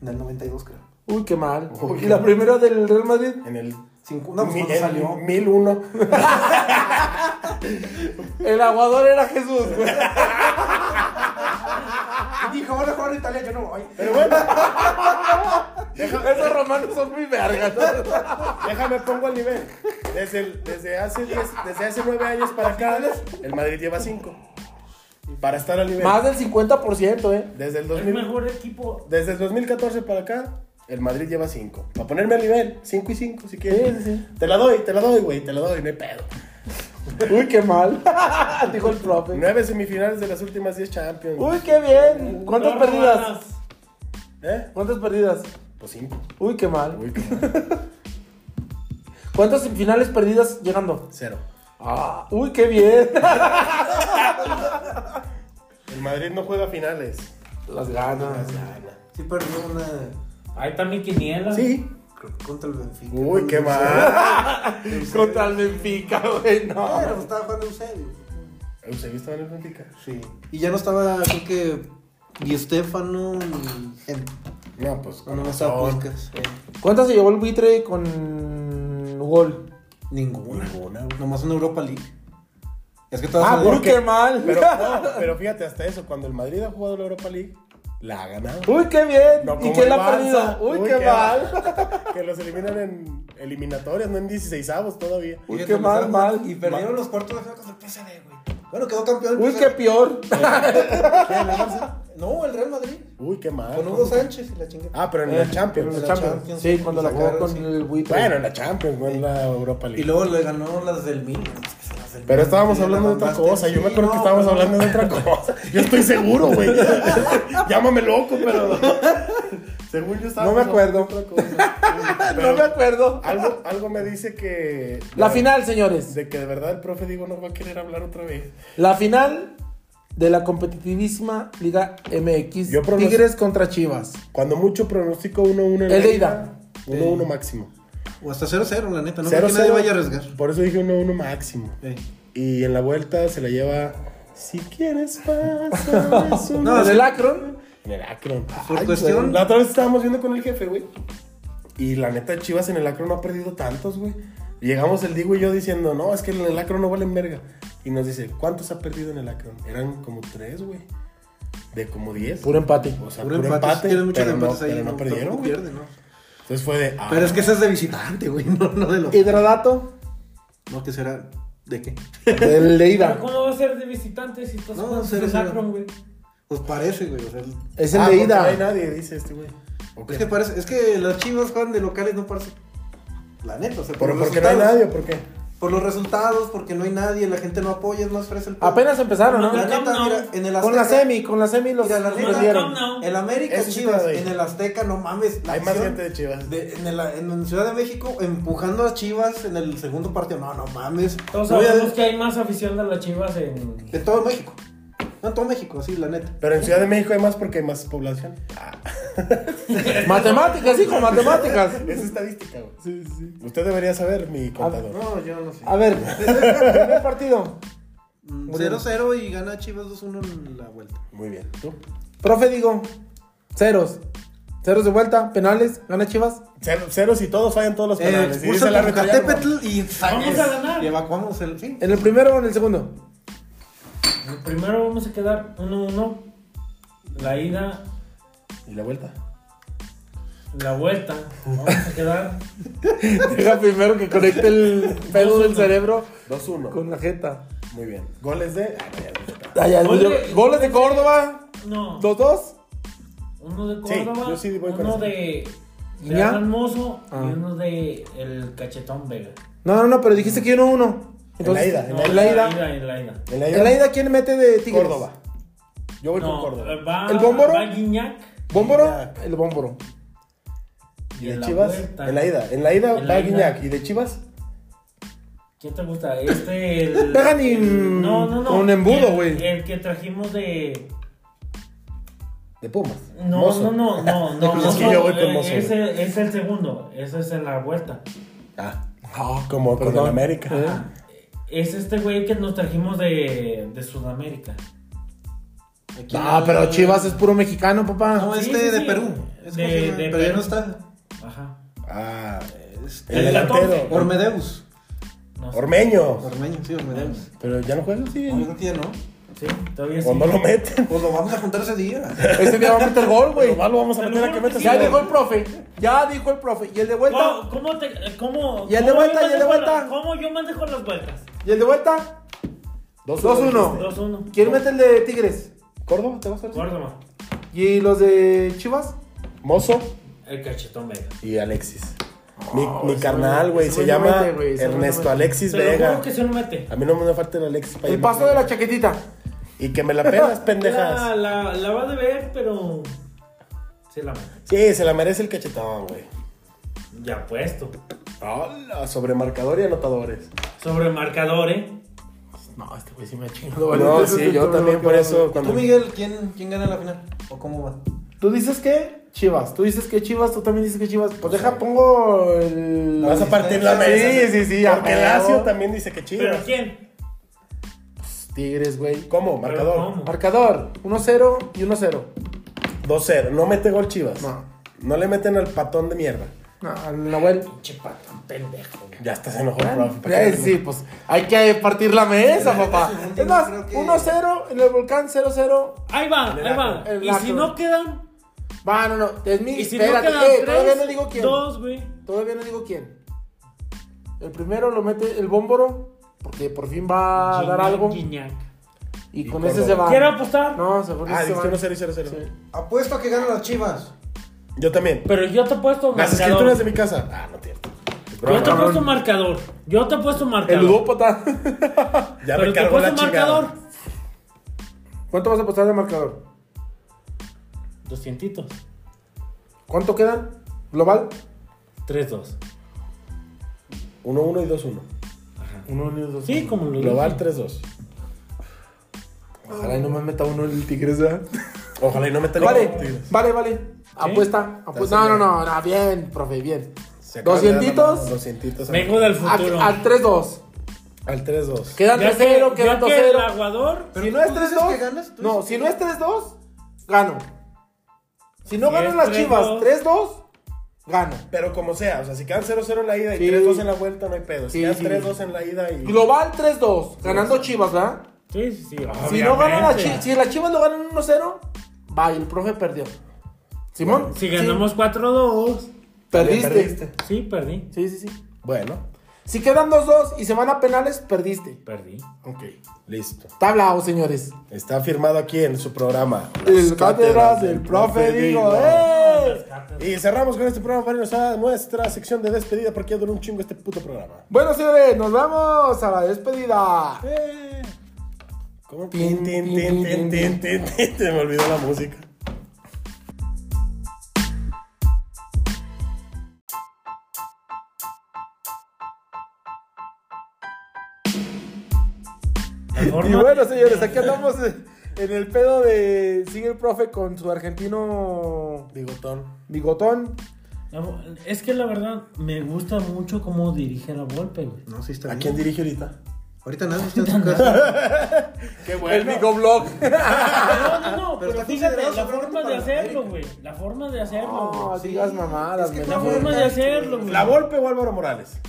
Speaker 4: En el 92, creo.
Speaker 1: Uy, qué mal.
Speaker 2: Uy,
Speaker 1: ¿Y la primera del Real Madrid?
Speaker 2: En el.
Speaker 4: Cinco, no, pues
Speaker 2: mil,
Speaker 4: cuando salió.
Speaker 2: en 1001.
Speaker 1: El aguador era Jesús. güey.
Speaker 4: Dijo, van a jugar en Italia, yo no voy.
Speaker 2: Pero bueno,
Speaker 1: *laughs* Esos romanos son muy vergas.
Speaker 2: déjame pongo al nivel. Desde, el- desde hace 10, desde hace 9 años para acá, el Madrid lleva 5. Para estar al nivel.
Speaker 1: Más del 50%, ¿eh?
Speaker 2: Desde el,
Speaker 3: El
Speaker 2: 2000,
Speaker 3: pues, mejor equipo.
Speaker 2: desde el 2014 para acá, el Madrid lleva 5. Para ponerme al nivel, 5 y 5, si
Speaker 1: Sí,
Speaker 2: quieres.
Speaker 1: sí,
Speaker 2: Te la doy, te la doy, güey, te la doy, no hay pedo.
Speaker 1: Uy, qué mal. *laughs* Dijo el profe.
Speaker 2: 9 semifinales de las últimas 10 Champions.
Speaker 1: Uy, qué bien. ¿Cuántas
Speaker 3: todas
Speaker 1: perdidas?
Speaker 3: robadas.
Speaker 2: ¿Eh?
Speaker 1: ¿Cuántas perdidas?
Speaker 2: Pues 5.
Speaker 1: Uy, qué mal.
Speaker 2: Uy, qué
Speaker 1: *laughs*
Speaker 2: mal.
Speaker 1: ¿Cuántas finales perdidas llegando?
Speaker 2: Cero.
Speaker 1: Ah, uy, qué bien. *laughs*
Speaker 2: El Madrid no juega finales.
Speaker 1: Las ganas.
Speaker 2: Las gana.
Speaker 4: Sí perdió una
Speaker 3: Ahí también
Speaker 1: Ah.
Speaker 3: quiniela.
Speaker 2: Sí.
Speaker 4: creo que contra el Benfica.
Speaker 2: Uy,
Speaker 1: *laughs*
Speaker 2: qué mal.
Speaker 1: Contra el Benfica, güey, no.
Speaker 4: Bueno, pues estaba jugando Eusebio.
Speaker 2: Eusebio estaba en el Benfica.
Speaker 4: Sí. Y ya no estaba, creo que Di Stefano ni- en-
Speaker 2: No, pues.
Speaker 4: no, no estaba eh,
Speaker 2: razón.
Speaker 4: Puskas.
Speaker 1: ¿Cuántas se llevó el buitre con gol?
Speaker 4: Ninguna.
Speaker 2: Ninguna, güey.
Speaker 4: Nomás una Europa League. Es que todas
Speaker 1: Ah,
Speaker 4: son de-
Speaker 1: uy, qué mal. *laughs*
Speaker 2: Pero, no, pero fíjate, hasta eso, cuando el Madrid ha jugado la Europa League, la ha ganado.
Speaker 1: Uy, qué bien.
Speaker 2: No
Speaker 1: ¿Y
Speaker 2: como
Speaker 1: quién
Speaker 2: el
Speaker 1: la ha perdido?
Speaker 2: Barça.
Speaker 1: Uy, qué, mal.
Speaker 2: *laughs* Que los eliminan en eliminatorias, no en 16 avos todavía.
Speaker 1: Uy,
Speaker 4: Fíjate,
Speaker 1: qué
Speaker 4: nomás
Speaker 1: mal,
Speaker 4: era-
Speaker 1: mal.
Speaker 4: Y perdieron los cuartos de final contra el PSV, güey. Bueno, quedó campeón. el
Speaker 1: Uy, qué
Speaker 4: PSV. *laughs*
Speaker 1: peor.
Speaker 4: ¿Quién, el Barça? No, el Real Madrid.
Speaker 2: Uy, qué mal.
Speaker 4: Con Hugo Sánchez y la chingada. Eh,
Speaker 2: Ah, pero en la Champions.
Speaker 1: En la
Speaker 4: la
Speaker 1: Champions.
Speaker 4: Champions.
Speaker 1: Sí, cuando la jugó
Speaker 4: Sacaron,
Speaker 1: con
Speaker 4: sí.
Speaker 1: el buitre.
Speaker 2: Bueno, en la Champions, no en la Europa
Speaker 4: Y
Speaker 2: League.
Speaker 4: luego le ganó las del Milan. Es que las del
Speaker 2: Pero
Speaker 4: Milan,
Speaker 2: estábamos
Speaker 4: sí,
Speaker 2: hablando de
Speaker 4: la
Speaker 2: otra
Speaker 4: mandaste.
Speaker 2: cosa. Yo me
Speaker 4: Sí,
Speaker 2: acuerdo que
Speaker 4: no,
Speaker 2: estábamos
Speaker 4: pero-
Speaker 2: hablando de otra cosa. Yo estoy seguro, *laughs* güey. Llámame loco, pero. Según yo estaba.
Speaker 1: No me acuerdo.
Speaker 2: *laughs*
Speaker 1: no me acuerdo.
Speaker 2: Algo, algo me dice que.
Speaker 1: La final, señores.
Speaker 2: De que de verdad el profe digo no va a querer hablar otra vez.
Speaker 1: La final de la competitivísima Liga MX.
Speaker 2: Yo pronos-
Speaker 1: Tigres contra Chivas.
Speaker 2: Cuando mucho pronostico 1-1 en
Speaker 1: El
Speaker 2: la
Speaker 1: de
Speaker 2: ida,
Speaker 1: ida.
Speaker 2: 1-1 máximo.
Speaker 4: O hasta 0-0, la neta. No creo
Speaker 2: 0-0.
Speaker 4: que nadie vaya a arriesgar.
Speaker 2: Por eso dije 1-1 máximo.
Speaker 4: Eh.
Speaker 2: Y en la vuelta se la lleva. Si quieres,
Speaker 4: *laughs*
Speaker 2: pasa. es un-
Speaker 4: No,
Speaker 1: ¿En
Speaker 4: sí.
Speaker 1: el Akron?
Speaker 2: En el Akron.
Speaker 4: Por
Speaker 2: Ay,
Speaker 4: cuestión-
Speaker 2: güey. La otra vez estábamos viendo con el jefe, güey. Y la neta, Chivas en el Akron no ha perdido tantos, güey. Llegamos el Digo y yo diciendo, no, es que en el Akron no valen verga. Y nos dice, ¿cuántos ha perdido en el Akron? Eran como tres, güey. De como diez.
Speaker 1: Puro empate.
Speaker 2: o sea,
Speaker 4: Puro empate. Tienen muchos
Speaker 2: pero no-
Speaker 4: empates ahí.
Speaker 2: pero no perdieron, güey.
Speaker 4: pierden, ¿no?
Speaker 2: Entonces fue de. ah,
Speaker 4: Pero es que ese es de visitante, güey. *laughs* No, no de
Speaker 2: Eh,
Speaker 4: los.
Speaker 1: Hidradato
Speaker 4: No, que será. ¿De qué?
Speaker 1: del de ida.
Speaker 3: Pero ¿Cómo va a ser de visitante si estás
Speaker 4: No,
Speaker 3: jugando
Speaker 4: cero,
Speaker 3: en
Speaker 4: cero.
Speaker 3: Akron, güey?
Speaker 4: Pues parece, güey. O sea, el-
Speaker 1: Es el
Speaker 2: ah,
Speaker 1: de
Speaker 2: porque No
Speaker 1: ida.
Speaker 2: hay nadie, dice este güey.
Speaker 4: es, que parece, es que las chivas juegan de locales, no parece. La neta, o sea,
Speaker 2: ¿Pero
Speaker 4: los
Speaker 2: por qué no hay
Speaker 4: resultados.
Speaker 2: nadie? ¿Por qué?
Speaker 4: por los resultados, porque no hay nadie, la gente no apoya, es más fresa el pueblo.
Speaker 1: Apenas empezaron, ¿no?
Speaker 4: La
Speaker 3: Con
Speaker 4: neta,
Speaker 3: no.
Speaker 4: mira, en el
Speaker 1: Con la
Speaker 4: Azteca-
Speaker 1: semi, con la semi los,
Speaker 4: Mira, la
Speaker 1: los
Speaker 4: neta,
Speaker 1: perdieron.
Speaker 3: no.
Speaker 4: El América
Speaker 2: Eso sí te
Speaker 4: Chivas,
Speaker 2: doy.
Speaker 4: en el Azteca, no mames. la
Speaker 2: Hay más
Speaker 4: acción
Speaker 2: gente de Chivas.
Speaker 4: de- en, el- en Ciudad de México empujando a Chivas en el segundo partido. No, no mames.
Speaker 3: Todos
Speaker 4: Voy a-
Speaker 3: sabemos que hay más afición de las chivas en.
Speaker 4: De todo México. No, en todo México, sí, la neta.
Speaker 2: Pero en Ciudad de México hay más porque hay más población.
Speaker 1: Matemáticas, hijo, *laughs* matemáticas.
Speaker 2: Es estadística, güey. Usted debería saber, mi contador.
Speaker 4: No, yo no sé.
Speaker 1: A ver, primer partido.
Speaker 4: Mm, 0-0 y gana Chivas 2-1 en la vuelta.
Speaker 2: Muy bien. ¿Tú?
Speaker 1: Profe, digo, ceros. Ceros de vuelta, penales, gana Chivas.
Speaker 2: Cero- ceros y todos fallan todos los
Speaker 4: Eh,
Speaker 2: penales. Y
Speaker 4: expulsa
Speaker 2: dice el
Speaker 4: a
Speaker 2: árbitro, ya no
Speaker 4: Popocatépetl y
Speaker 3: Vamos a ganar.
Speaker 4: Y evacuamos el. Sí.
Speaker 1: ¿En el primero o en el segundo?
Speaker 3: El primero vamos a quedar 1-1. La ida,
Speaker 2: vamos. Y la vuelta.
Speaker 3: la vuelta. Vamos a quedar.
Speaker 1: Deja primero que conecte el pedo del cerebro
Speaker 2: 2-1.
Speaker 1: con la jeta.
Speaker 2: Muy bien. Goles de. Ah, ya, ya, ya.
Speaker 1: Ay, ay,
Speaker 3: Oye,
Speaker 1: yo- goles de Córdoba.
Speaker 3: No.
Speaker 1: ¿Dos, dos?
Speaker 3: Uno de
Speaker 2: Sí,
Speaker 3: Córdoba.
Speaker 2: yo sí voy con
Speaker 3: uno
Speaker 2: ese.
Speaker 3: de. De
Speaker 1: ¿Ya?
Speaker 3: Alan Mozo
Speaker 1: Ah.
Speaker 3: y uno de el cachetón Vega.
Speaker 1: No, no, no, pero dijiste que uno, uno.
Speaker 2: En la ida, en
Speaker 3: No,
Speaker 1: En la ida.
Speaker 3: en la ida.
Speaker 2: En
Speaker 1: En la ida, ¿quién mete de Tigres?
Speaker 2: Córdoba. Yo voy con
Speaker 3: No, eh,
Speaker 2: Córdoba.
Speaker 3: va,
Speaker 1: ¿El Bómboro?
Speaker 3: va Guiñac.
Speaker 1: ¿Bómboro?
Speaker 2: Guiñac.
Speaker 1: El Bómboro.
Speaker 2: ¿Y
Speaker 3: y en
Speaker 2: de
Speaker 3: la
Speaker 2: Chivas?
Speaker 3: vuelta.
Speaker 2: En la ida. En la ida
Speaker 3: En la
Speaker 2: va
Speaker 3: ida.
Speaker 2: Guiñac. ¿Y de Chivas?
Speaker 3: ¿Quién te gusta?
Speaker 1: *laughs*
Speaker 3: Este. El,
Speaker 1: Pegan y,
Speaker 3: el- No, no, no.
Speaker 1: con embudo,
Speaker 3: El-
Speaker 1: güey.
Speaker 3: El que trajimos de.
Speaker 2: De Pumas.
Speaker 3: No,
Speaker 2: Mozo.
Speaker 3: no, no,
Speaker 1: *laughs*
Speaker 3: no, no.
Speaker 2: Es que
Speaker 3: no,
Speaker 2: yo voy con
Speaker 3: eh,
Speaker 2: Mozo,
Speaker 3: Ese es el segundo. Ese es en la vuelta.
Speaker 2: Ah. Como con
Speaker 1: perdón.
Speaker 2: el América.
Speaker 3: Eh. Es este güey que nos trajimos de, de Sudamérica.
Speaker 4: Aquí
Speaker 1: No,
Speaker 4: el-
Speaker 1: Ah, pero Chivas es puro mexicano,
Speaker 4: No,
Speaker 1: papá.
Speaker 3: Sí,
Speaker 4: este
Speaker 3: sí,
Speaker 4: de
Speaker 3: sí.
Speaker 4: Perú. Es
Speaker 3: De-
Speaker 4: como se llama,
Speaker 3: de
Speaker 4: pero ya
Speaker 3: Perú.
Speaker 4: no está.
Speaker 3: Ajá.
Speaker 2: Ah.
Speaker 4: Este,
Speaker 2: El
Speaker 3: El
Speaker 2: delantero.
Speaker 3: 14.
Speaker 4: Ormedeus.
Speaker 3: No sé.
Speaker 2: Ormeño.
Speaker 4: Ormeño, sí, Ormedeus.
Speaker 2: Pero ya no juega así.
Speaker 4: No, yo creo que ya no.
Speaker 3: Sí, todavía sí.
Speaker 2: O no lo meten.
Speaker 4: Pues lo vamos a juntar ese día.
Speaker 1: Ese día va a meter gol, güey.
Speaker 2: Pues, Lo malo vamos a
Speaker 3: Pero
Speaker 2: meter a
Speaker 3: no,
Speaker 2: que metas.
Speaker 1: Ya
Speaker 3: Sí,
Speaker 1: dijo el profe. Ya dijo el profe. ¿Y el de vuelta?
Speaker 3: ¿Cómo, cómo te.? ¿Cómo.?
Speaker 1: Y el de
Speaker 3: cómo
Speaker 1: vuelta,
Speaker 3: yo
Speaker 1: y el de
Speaker 3: manejo
Speaker 1: vuelta.
Speaker 3: la- ¿Cómo yo manejo las vueltas?
Speaker 1: ¿Y el de vuelta? 2-1.
Speaker 3: 2-1.
Speaker 1: ¿Quién mete el de Tigres?
Speaker 2: ¿Córdoba? ¿Te vas a hacer?
Speaker 3: Córdoba.
Speaker 1: ¿Y los de Chivas?
Speaker 2: Mozo
Speaker 3: El cachetón Vega.
Speaker 2: y Alexis. Mi, mi
Speaker 1: Oh, ese
Speaker 2: carnal,
Speaker 1: güey,
Speaker 2: güey,
Speaker 1: ese
Speaker 2: se
Speaker 1: güey no
Speaker 2: llama
Speaker 1: mete, güey, ese güey no
Speaker 2: Ernesto
Speaker 1: mete.
Speaker 2: Alexis
Speaker 3: Te lo
Speaker 2: Vega.
Speaker 3: juro que se no mete.
Speaker 2: A mí no me falta el Alexis para
Speaker 1: El
Speaker 2: irme.
Speaker 1: Pues paso de la chaquetita.
Speaker 2: Y que me
Speaker 1: *laughs*
Speaker 2: la pelas,
Speaker 3: La,
Speaker 2: pendejas.
Speaker 3: la, la va a deber, pero. Sí, la mete.
Speaker 2: Sí, se la merece el cachetón, güey.
Speaker 3: Ya puesto.
Speaker 2: Hola, sobre marcador y anotadores.
Speaker 3: Sobre marcador, ¿eh?
Speaker 1: No, este güey sí me ha chingado.
Speaker 2: No, sí, yo también por eso
Speaker 4: *laughs* Tú,
Speaker 2: cuando
Speaker 4: Miguel, ¿quién, quién gana la final? ¿O cómo va?
Speaker 1: Tú dices que Chivas. Tú dices que Chivas. Tú también dices que Chivas. Pues deja, pongo el.
Speaker 2: vas a partir la
Speaker 4: Sí,
Speaker 2: mesa.
Speaker 1: sí, sí, a
Speaker 2: Porque
Speaker 1: huevo.
Speaker 2: Lazio también dice que chido.
Speaker 3: ¿Pero quién?
Speaker 2: Pues,
Speaker 1: Tigres, güey.
Speaker 2: ¿Cómo?
Speaker 3: Pero
Speaker 2: Marcador.
Speaker 3: ¿cómo?
Speaker 1: Marcador: 1-0 y 1-0.
Speaker 2: 2-0. No mete gol Chivas.
Speaker 1: No.
Speaker 2: No le meten al patón de mierda.
Speaker 1: No, al Nahuel.
Speaker 3: Pinche patón pendejo. güey.
Speaker 2: Ya estás enojado, profe. ¿para qué
Speaker 1: Eh,
Speaker 2: le-
Speaker 1: sí, pues hay que partir la mesa, papá. Es más,
Speaker 4: creo que-
Speaker 1: 1-0 en el volcán, 0-0.
Speaker 3: Ahí va, ahí va.
Speaker 1: el
Speaker 3: Y
Speaker 1: Atlas.
Speaker 3: si no quedan.
Speaker 1: Va, no, no. Es mi.
Speaker 3: Y si
Speaker 1: Espérate,
Speaker 3: no quedan.
Speaker 1: eh, todavía
Speaker 3: tres,
Speaker 1: no digo quién.
Speaker 3: Dos, güey.
Speaker 1: Todavía no digo quién. El primero lo mete el Bómboro, porque por fin va a dar
Speaker 3: Guiñac,
Speaker 1: algo.
Speaker 3: Guiñac.
Speaker 1: Y
Speaker 2: Y
Speaker 1: con
Speaker 2: con
Speaker 1: ese
Speaker 2: lo-
Speaker 1: se va.
Speaker 3: ¿Quiero apostar?
Speaker 1: No, se pone
Speaker 2: Ah,
Speaker 1: se van.
Speaker 2: dijiste 1-0 y 0-0.
Speaker 1: Sí.
Speaker 4: Apuesto a que ganan las Chivas.
Speaker 2: Yo también.
Speaker 3: Pero yo te he puesto
Speaker 2: Las escrituras
Speaker 3: marcador.
Speaker 2: de mi casa. Ah, no cierto.
Speaker 3: Yo te he
Speaker 1: Cabrón.
Speaker 3: puesto marcador. Yo te he puesto
Speaker 1: El
Speaker 3: marcador.
Speaker 1: ludópata.
Speaker 2: Ya
Speaker 3: pero
Speaker 2: me
Speaker 3: te he
Speaker 2: cargó la
Speaker 3: puesto
Speaker 2: chingada.
Speaker 3: marcador.
Speaker 1: ¿Cuánto vas a apostar de marcador?
Speaker 3: Doscientitos.
Speaker 1: ¿Cuánto quedan? ¿Global?
Speaker 3: 3-2.
Speaker 2: 1-1 y 2-1.
Speaker 1: Uno, uno, dos.
Speaker 3: Sí, como lo
Speaker 2: Global
Speaker 3: dije.
Speaker 2: 3-2.
Speaker 1: Ojalá y no me meta uno el Tigres, ¿verdad?
Speaker 2: Ojalá y no metan gol,
Speaker 1: Vale,
Speaker 2: Tigres.
Speaker 1: vale, vale. Apuesta, apuesta. No, no, no, no, bien, profe, bien.
Speaker 2: Se acaba de dar la mano,
Speaker 1: ¿Doscientitos?
Speaker 2: 200.
Speaker 3: Vengo del
Speaker 1: A-
Speaker 3: futuro.
Speaker 1: Al 3-2.
Speaker 2: Al 3-2.
Speaker 1: Quedan
Speaker 3: Ya
Speaker 1: 3-0,
Speaker 3: que-
Speaker 1: quedan
Speaker 3: ya que el
Speaker 1: 2-0.
Speaker 3: aguador.
Speaker 4: Pero
Speaker 1: Si
Speaker 4: tú
Speaker 1: no es
Speaker 4: dices
Speaker 1: 3-2,
Speaker 4: que ganas, tú
Speaker 1: no,
Speaker 4: dices
Speaker 1: si
Speaker 4: que
Speaker 1: no es 3-2, gano. Si no
Speaker 3: Si
Speaker 1: ganan
Speaker 3: es
Speaker 1: las chivas
Speaker 3: 3-2,
Speaker 1: 3-2, gano.
Speaker 2: Pero como sea, o sea, si quedan 0-0 en la ida y
Speaker 1: Sí.
Speaker 2: 3-2 en la vuelta, no hay pedo. Si
Speaker 1: Sí,
Speaker 2: quedan
Speaker 1: sí.
Speaker 2: 3-2 en la ida y.
Speaker 1: Global 3-2, ganando chivas, ¿verdad?
Speaker 3: Sí, sí, sí.
Speaker 1: Si no ganan las
Speaker 3: obviamente.
Speaker 1: chivas, si las chivas no ganan 1-0, va, y el profe perdió. Simón,
Speaker 3: Si ganamos 4-2.
Speaker 1: sí, perdiste.
Speaker 2: perdiste.
Speaker 3: Sí, perdí.
Speaker 1: Sí, sí, sí.
Speaker 2: Bueno.
Speaker 1: Si quedan 2-2 y se van a penales, perdiste.
Speaker 3: Perdí.
Speaker 2: Ok, listo.
Speaker 1: Tablao, señores.
Speaker 2: Está firmado aquí en su programa.
Speaker 1: El cátedras del profe digo, ¡eh!
Speaker 2: Y cerramos con este programa para irnos a nuestra sección de despedida porque ya duró un chingo este puto programa.
Speaker 1: Bueno, señores, nos vamos a la despedida.
Speaker 2: ¿Cómo?
Speaker 1: Tin, tin, tin, tin, tin,
Speaker 2: Se me olvidó la música.
Speaker 3: La forma-
Speaker 1: Y bueno, señores, aquí andamos eh, en el pedo de sigue el profe con su argentino
Speaker 2: Bigotón.
Speaker 1: bigotón.
Speaker 3: la- Es que la verdad me gusta mucho cómo dirige la Volpe,
Speaker 1: *laughs*
Speaker 3: güey.
Speaker 4: No, sí está
Speaker 2: ¿A
Speaker 4: bien.
Speaker 2: quién dirige ahorita?
Speaker 4: Ahorita nadie está en su casa.
Speaker 2: Qué
Speaker 1: El bigoblog. Ah,
Speaker 3: No, no, no,
Speaker 4: Pero
Speaker 3: pero,
Speaker 4: está
Speaker 3: fíjate,
Speaker 4: considerado
Speaker 3: la
Speaker 4: seguramente
Speaker 3: forma de
Speaker 4: para la
Speaker 3: hacerlo, güey. La forma de hacerlo,
Speaker 1: No
Speaker 3: güey.
Speaker 1: digas mamadas,
Speaker 4: Es que
Speaker 1: me
Speaker 4: la
Speaker 1: la voy a-
Speaker 3: forma de hacerlo, güey.
Speaker 2: ¿La Volpe o Álvaro Morales?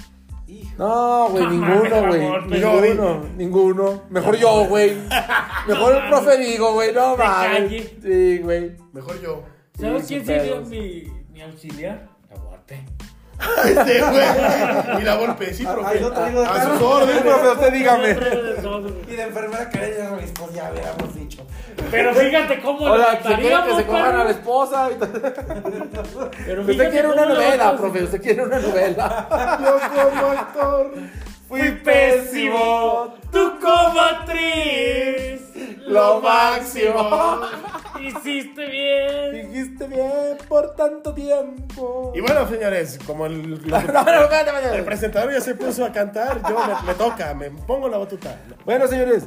Speaker 4: Hijo.
Speaker 1: No, güey,
Speaker 3: No mames,
Speaker 1: ninguno,
Speaker 3: la
Speaker 1: güey.
Speaker 3: Volpe,
Speaker 1: Ninguno, ninguno. Mejor yo, güey. Mejor el profe digo, güey, no
Speaker 3: Te
Speaker 1: mames.
Speaker 3: calle.
Speaker 1: Sí, güey.
Speaker 2: Mejor yo.
Speaker 3: ¿Sabes
Speaker 1: Sí,
Speaker 3: quién
Speaker 1: sin
Speaker 3: sería
Speaker 1: pedos.
Speaker 3: mi, mi auxiliar? La Volpe.
Speaker 2: Este, güey. *laughs* Y la Volpe, sí,
Speaker 4: Ahí
Speaker 2: profe.
Speaker 4: lo traigo de
Speaker 2: A sus
Speaker 4: carro.
Speaker 1: Sí,
Speaker 2: órdenes.
Speaker 1: profe, usted
Speaker 3: *laughs*
Speaker 1: dígame.
Speaker 3: Siempre de todo, güey.
Speaker 4: Y de enfermera Karen ya me dijo, pues, ya habíamos dicho.
Speaker 3: Pero fíjate cómo
Speaker 1: O
Speaker 3: lo
Speaker 1: sea, que se quiere que
Speaker 3: mataríamos,
Speaker 1: se cojan a la
Speaker 3: perro.
Speaker 1: esposa. y todo.
Speaker 3: Pero
Speaker 1: Usted
Speaker 3: fíjate
Speaker 1: quiere una
Speaker 3: cómo lo
Speaker 1: novela,
Speaker 3: matas.
Speaker 1: profe, usted quiere una *laughs* novela.
Speaker 2: Yo como actor.
Speaker 3: Fui pésimo, tú como actriz.
Speaker 1: Lo máximo.
Speaker 3: Hiciste bien.
Speaker 1: Dijiste bien por tanto tiempo. *laughs*
Speaker 2: Y bueno, señores, como el,
Speaker 1: No, no, no, no, *laughs* no.
Speaker 2: el presentador ya se puso a cantar, yo me, me toca, me pongo la batuta.
Speaker 1: Bueno, señores,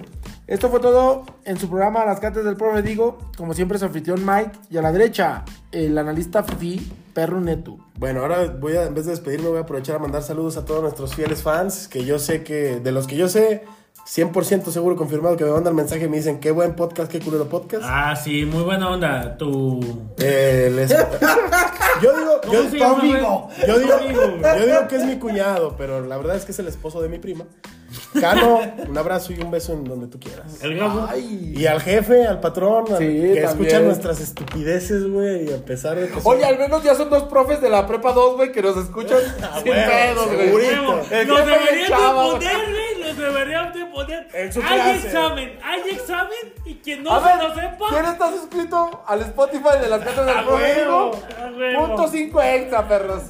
Speaker 1: esto fue todo en su programa Las Cartas del Profe Digo. Como siempre, su anfitrión Mike. Y a la derecha, el analista Fifi Perro Neto.
Speaker 2: Bueno, ahora voy a, en vez de despedirme, voy a aprovechar a mandar saludos a todos nuestros fieles fans, que yo sé que, de los que yo sé, 100% seguro confirmado que me mandan mensaje y me dicen, qué buen podcast, qué culero podcast.
Speaker 3: Ah, sí, muy buena onda. Tu.
Speaker 2: Eh, les- yo digo, yo,
Speaker 3: ¿Cómo se llama, güey?
Speaker 2: yo digo,
Speaker 3: Tu amigo, güey.
Speaker 2: yo digo que es mi cuñado, pero la verdad es que es el esposo de mi prima. Cano, un abrazo y un beso en donde tú quieras.
Speaker 3: El Gabo.
Speaker 1: Ay.
Speaker 2: Y al jefe, al patrón, al-
Speaker 1: Sí,
Speaker 2: que escuchan
Speaker 1: también.
Speaker 2: nuestras estupideces, güey, y a pesar de que son-
Speaker 1: Oye, al menos ya son dos profes de la prepa 2, güey, que nos *laughs* escuchan sin
Speaker 2: huevo,
Speaker 1: pedos, güey.
Speaker 2: segurito.
Speaker 3: Los
Speaker 1: El jefe del
Speaker 3: deberían
Speaker 1: Chava,
Speaker 3: de
Speaker 1: güey.
Speaker 3: poner, güey. Los deberían de poner.
Speaker 2: En su
Speaker 3: Hay
Speaker 2: clase.
Speaker 3: examen, hay examen. Y quien no
Speaker 1: A
Speaker 3: se lo
Speaker 1: ver,
Speaker 3: sepa.
Speaker 1: ¿quién está suscrito al Spotify de Las Cartas del Profe
Speaker 2: huevo,
Speaker 1: Digo?
Speaker 3: a huevo.
Speaker 1: Punto 5 extra, perros.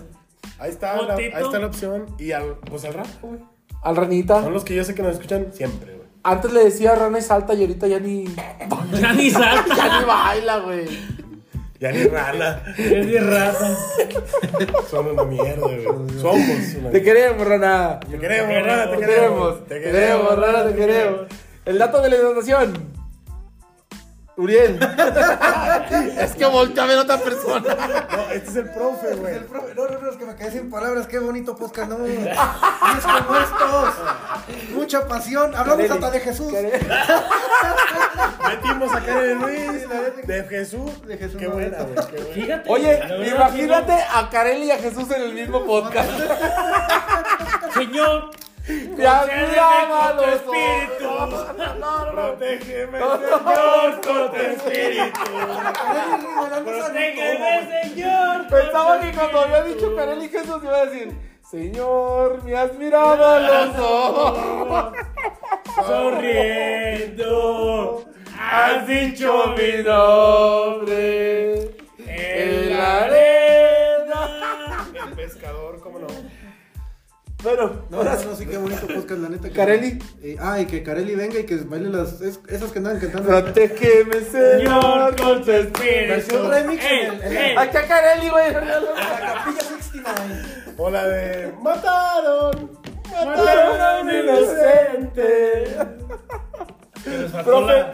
Speaker 2: Ahí está, la, ahí
Speaker 3: Puntito.
Speaker 2: está la opción. Y al, pues al Rafa, güey.
Speaker 1: Al Ranita.
Speaker 2: Son los que yo sé que nos escuchan siempre, güey.
Speaker 1: Antes le decía Rana y Salta y ahorita ya ni,
Speaker 3: Ya ni salta.
Speaker 1: ya ni baila, güey.
Speaker 2: Ya ni rana.
Speaker 3: Es de raza.
Speaker 2: Son una mierda, güey. Somos una
Speaker 1: Te queremos, Rana.
Speaker 2: Te queremos, rana, te
Speaker 1: Te
Speaker 2: queremos.
Speaker 1: queremos, te queremos, Rana, te queremos. El dato de la hidratación. Uriel. *laughs* es que volteé a ver a otra persona.
Speaker 2: No, este es el profe, güey.
Speaker 4: pues, El profe- No, no, no, es que me quedé sin palabras. Qué bonito podcast, no. Y es como estos. Mucha pasión. Hablamos hasta de Jesús.
Speaker 2: Metimos a Karen Luis, de Jesús.
Speaker 4: De Jesús
Speaker 2: Qué
Speaker 4: no
Speaker 2: buena,
Speaker 4: era.
Speaker 2: güey. qué
Speaker 3: *laughs*
Speaker 2: buena.
Speaker 3: Fíjate.
Speaker 1: Oye,
Speaker 3: la verdad,
Speaker 1: imagínate a Karel y a Jesús en el mismo podcast.
Speaker 3: Señor.
Speaker 1: Ya
Speaker 3: concédeme
Speaker 1: llama
Speaker 3: con tu
Speaker 1: los
Speaker 3: espíritu.
Speaker 1: ojos. No, no, no.
Speaker 2: Protégeme,
Speaker 1: No, no.
Speaker 2: Señor, con tu espíritu.
Speaker 4: Ah,
Speaker 3: Déjeme, señor.
Speaker 1: Pensaba
Speaker 3: con
Speaker 1: que
Speaker 3: tu
Speaker 1: cuando había
Speaker 3: espíritu.
Speaker 1: dicho Karel y Jesús iba a decir. Señor, me has mirado a
Speaker 3: *laughs*
Speaker 1: los ojos.
Speaker 3: Sonriendo, has dicho mi
Speaker 1: nombre
Speaker 3: en la arena.
Speaker 2: El pescador, cómo no.
Speaker 1: Bueno,
Speaker 4: No, no, no, sí, qué bonito podcast, la neta. que-
Speaker 1: Carelli.
Speaker 4: Eh, ah, y que Carelli venga y que baile las. es- esas que andan cantando.
Speaker 1: protégeme, Señor, con tu espíritu.
Speaker 4: Versión remix en
Speaker 3: Ey,
Speaker 4: el- en
Speaker 3: ey.
Speaker 1: Acá Carelli, güey.
Speaker 4: La capilla Sixtina.
Speaker 2: O la de. ¡Mataron!
Speaker 1: Mataron a un inocente.
Speaker 3: Se nos faltó
Speaker 1: Profe.
Speaker 3: La,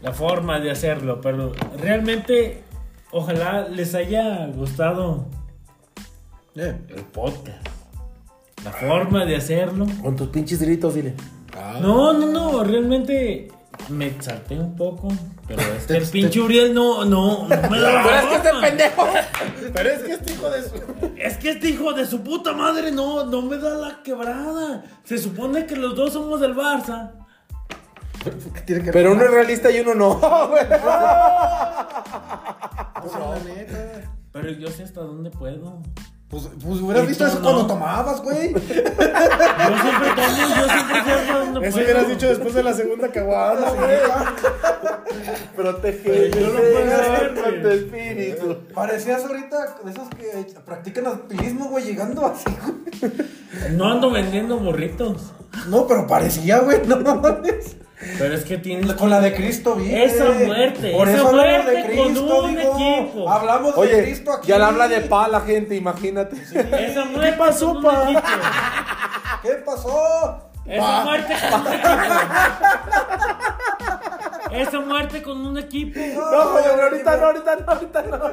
Speaker 3: la forma de hacerlo, pero realmente ojalá les haya gustado el podcast. La forma de hacerlo.
Speaker 1: Con tus pinches gritos, dile.
Speaker 3: No, no, no, realmente me exalté un poco, pero es que el pinche Uriel no, no, no me da la
Speaker 1: *laughs* Pero es que este
Speaker 3: gana.
Speaker 1: pendejo.
Speaker 2: Pero es que este hijo de su.
Speaker 3: Es que este hijo de su puta madre no, no me da la quebrada. Se supone que los dos somos del Barça.
Speaker 1: Pero uno es realista y uno no, güey.
Speaker 4: No, la neta.
Speaker 3: Pero yo sé hasta dónde puedo.
Speaker 4: Pues, pues hubieras
Speaker 3: ¿Y
Speaker 4: visto
Speaker 3: tú
Speaker 4: eso
Speaker 3: no?
Speaker 4: cuando tomabas, *laughs* güey.
Speaker 3: Yo siempre tomo, yo siempre juego donde
Speaker 2: Eso
Speaker 3: puedo.
Speaker 2: hubieras dicho después de la segunda caguada, güey.
Speaker 1: Protege
Speaker 3: Yo no puedo ver, güey.
Speaker 1: tu espíritu.
Speaker 4: Parecías ahorita de esos que practican alpinismo, güey, llegando así, güey.
Speaker 3: No ando vendiendo burritos.
Speaker 4: No, pero parecía, güey, no mames.
Speaker 3: Pero es que tienes.
Speaker 4: Con la de Cristo, bien.
Speaker 3: Esa muerte,
Speaker 4: Por
Speaker 3: esa
Speaker 4: eso hablamos de
Speaker 3: muerte con
Speaker 4: Cristo,
Speaker 3: un
Speaker 4: digo.
Speaker 3: equipo.
Speaker 4: Hablamos de
Speaker 1: Oye,
Speaker 4: Cristo aquí.
Speaker 1: ya le habla de pa a la gente, imagínate.
Speaker 3: Esa muerte. ¿Qué pasó,
Speaker 4: ¿Qué pasó?
Speaker 3: Esa muerte con un equipo. Esa muerte con un equipo.
Speaker 1: No, güey, ahorita no, ahorita no, ahorita no.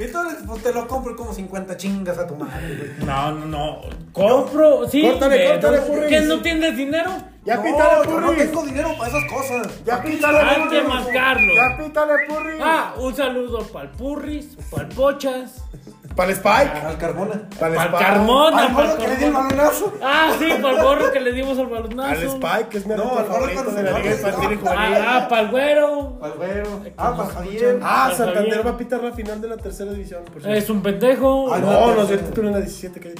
Speaker 4: Entonces, pues te lo compro como 50 chingas a tu madre, güey.
Speaker 3: No, no, no. Compro, sí.
Speaker 2: Córtale,
Speaker 3: pero-
Speaker 2: córtale, Furries.
Speaker 3: ¿Qué no tienes dinero?
Speaker 2: Ya
Speaker 4: no,
Speaker 2: pítale,
Speaker 4: yo no
Speaker 2: Purris.
Speaker 4: tengo dinero para esas cosas.
Speaker 2: Ya pítale,
Speaker 3: Hay
Speaker 2: Purris.
Speaker 3: que marcarlo.
Speaker 2: Ya pítale, Purris.
Speaker 3: Ah, un saludo para el Purris, para el Pochas,
Speaker 2: Para el Spike.
Speaker 4: Al Carbona.
Speaker 2: Para
Speaker 3: para el
Speaker 2: Spike.
Speaker 3: Ah. Carmona.
Speaker 4: Al
Speaker 3: pa'l
Speaker 4: Carbona que le di el
Speaker 3: Carmona.
Speaker 4: balonazo.
Speaker 3: Ah, sí, para el gorro que le dimos al
Speaker 2: Al
Speaker 3: balonazo.
Speaker 2: Spike, que es mi
Speaker 4: No,
Speaker 2: no,
Speaker 4: al Jorge
Speaker 2: favorito de la Liga
Speaker 4: Carlos.
Speaker 2: Infantil y Juvenil.
Speaker 3: Ah, para el güero.
Speaker 4: Al Güero. Ah, para Javier.
Speaker 2: Ah,
Speaker 3: Al
Speaker 2: Santander
Speaker 3: Javier.
Speaker 2: va a pitar la final de la tercera división, por cierto.
Speaker 3: Es un pendejo.
Speaker 4: Ah,
Speaker 2: No, nos dio el título en la 17, que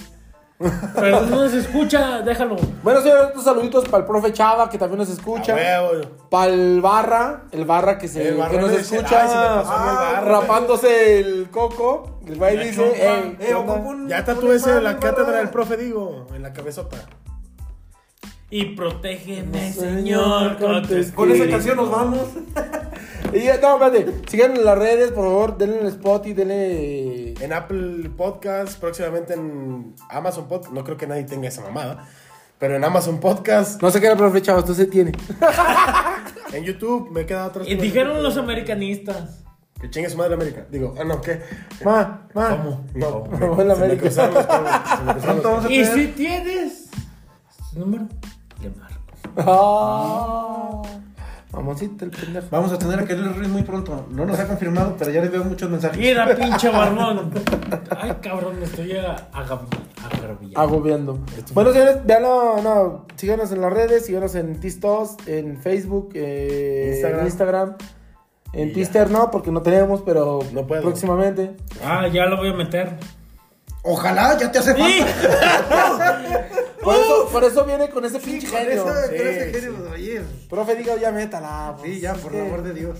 Speaker 3: Pero no se escucha, déjalo.
Speaker 1: Bueno, señores, estos saluditos para el profe Chava, que también nos escucha.
Speaker 2: Ah, huevo.
Speaker 1: Para el barra, el barra que, se,
Speaker 2: El Barra
Speaker 1: que nos
Speaker 2: me dice,
Speaker 1: escucha
Speaker 2: "Ay, se me pasó en el Barra, güey".
Speaker 1: rapándose el coco. El güey
Speaker 3: La
Speaker 1: dice,
Speaker 3: chompa.
Speaker 1: "Ey,
Speaker 4: Eh,
Speaker 1: ¿qué onda?".
Speaker 4: ocupo un-
Speaker 2: Ya
Speaker 4: un
Speaker 2: tatúese en la
Speaker 4: imán,
Speaker 2: cátedra
Speaker 4: barra.
Speaker 2: del profe Digo, en la cabezota.
Speaker 3: Y protégeme, Señor, con tu espíritu.
Speaker 4: Con esa canción nos vamos.
Speaker 1: Y ya, no, espérate, sigan en las redes, por favor, denle en el spot y denle...
Speaker 2: En Apple Podcast, próximamente en Amazon Podcast. No creo que nadie tenga esa mamada. Pero en Amazon Podcast,
Speaker 1: No sé qué era el profe Chava, usted se
Speaker 2: *laughs*
Speaker 1: tiene.
Speaker 2: en YouTube, me queda otro.
Speaker 3: Y dijeron los americanistas.
Speaker 2: Que chingue su madre América. Digo, ah, no, ¿qué? Ma, ma.
Speaker 3: ¿Cómo?
Speaker 2: No,
Speaker 1: ¿Cómo *laughs* en la
Speaker 2: se me
Speaker 1: América?
Speaker 2: cruzaron los cables, se me cruzaron los
Speaker 4: Pronto vamos a
Speaker 3: Y
Speaker 4: tener-
Speaker 3: si tienes su número, le marco.
Speaker 1: Ah, mamoncito el pendejo.
Speaker 4: Vamos a tener a Kelly Ruiz muy pronto. No nos ha confirmado, pero ya les veo muchos mensajes.
Speaker 3: Mira, pinche barbón. Ay, cabrón, me estoy aga- agavi- agraviando.
Speaker 1: Agobiando. Bueno, señores, vean, no, no, síganos en las redes, síganos en Tistos, en Facebook, eh,
Speaker 2: Instagram.
Speaker 1: en Instagram.
Speaker 2: Y
Speaker 1: En
Speaker 2: ya.
Speaker 1: Twitter no, porque no tenemos, pero
Speaker 2: No puedo.
Speaker 1: próximamente.
Speaker 3: Ah, ya lo voy a meter.
Speaker 4: Ojalá, ya te hace
Speaker 3: ¡Sí!
Speaker 4: falta.
Speaker 1: Por, eso, por eso viene con ese
Speaker 4: Oh. Sí,
Speaker 1: pinche
Speaker 4: con
Speaker 1: genio.
Speaker 4: esa- con
Speaker 2: Sí,
Speaker 4: ese
Speaker 2: sí.
Speaker 4: genio de ayer.
Speaker 1: Profe, diga, ya métala. pues,
Speaker 4: Sí, ya, por el amor de Dios.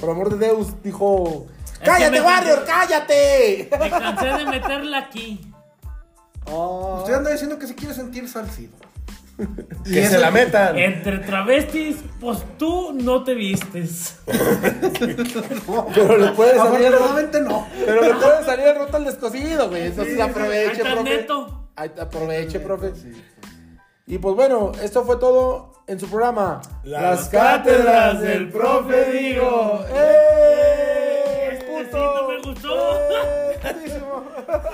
Speaker 1: Por amor de Deus, dijo.
Speaker 3: Es que
Speaker 1: ¡Cállate,
Speaker 3: me-
Speaker 1: Warrior! ¡Cállate!
Speaker 3: Me cansé de meterla aquí.
Speaker 1: Oh.
Speaker 4: Usted anda diciendo que se quiere sentir salsido.
Speaker 2: cables. Que se la
Speaker 3: Eh,
Speaker 2: metan.
Speaker 3: Entre travestis, pues tú no te vistes.
Speaker 1: Pero le puede salir el roto.
Speaker 4: Afortunadamente no.
Speaker 1: Pero le puede salir el roto al descosido, güey. Entonces
Speaker 3: Ahí
Speaker 1: aproveche,
Speaker 3: está el
Speaker 1: profe.
Speaker 3: neto.
Speaker 1: Ahí te- Aproveche, profe.
Speaker 2: pues
Speaker 1: Y pues bueno, esto fue todo en su programa.
Speaker 2: Las cátedras del profe Digo.
Speaker 1: ¡Eh!
Speaker 3: Este sí no me gustó.
Speaker 1: ¡Eh! Putísimo.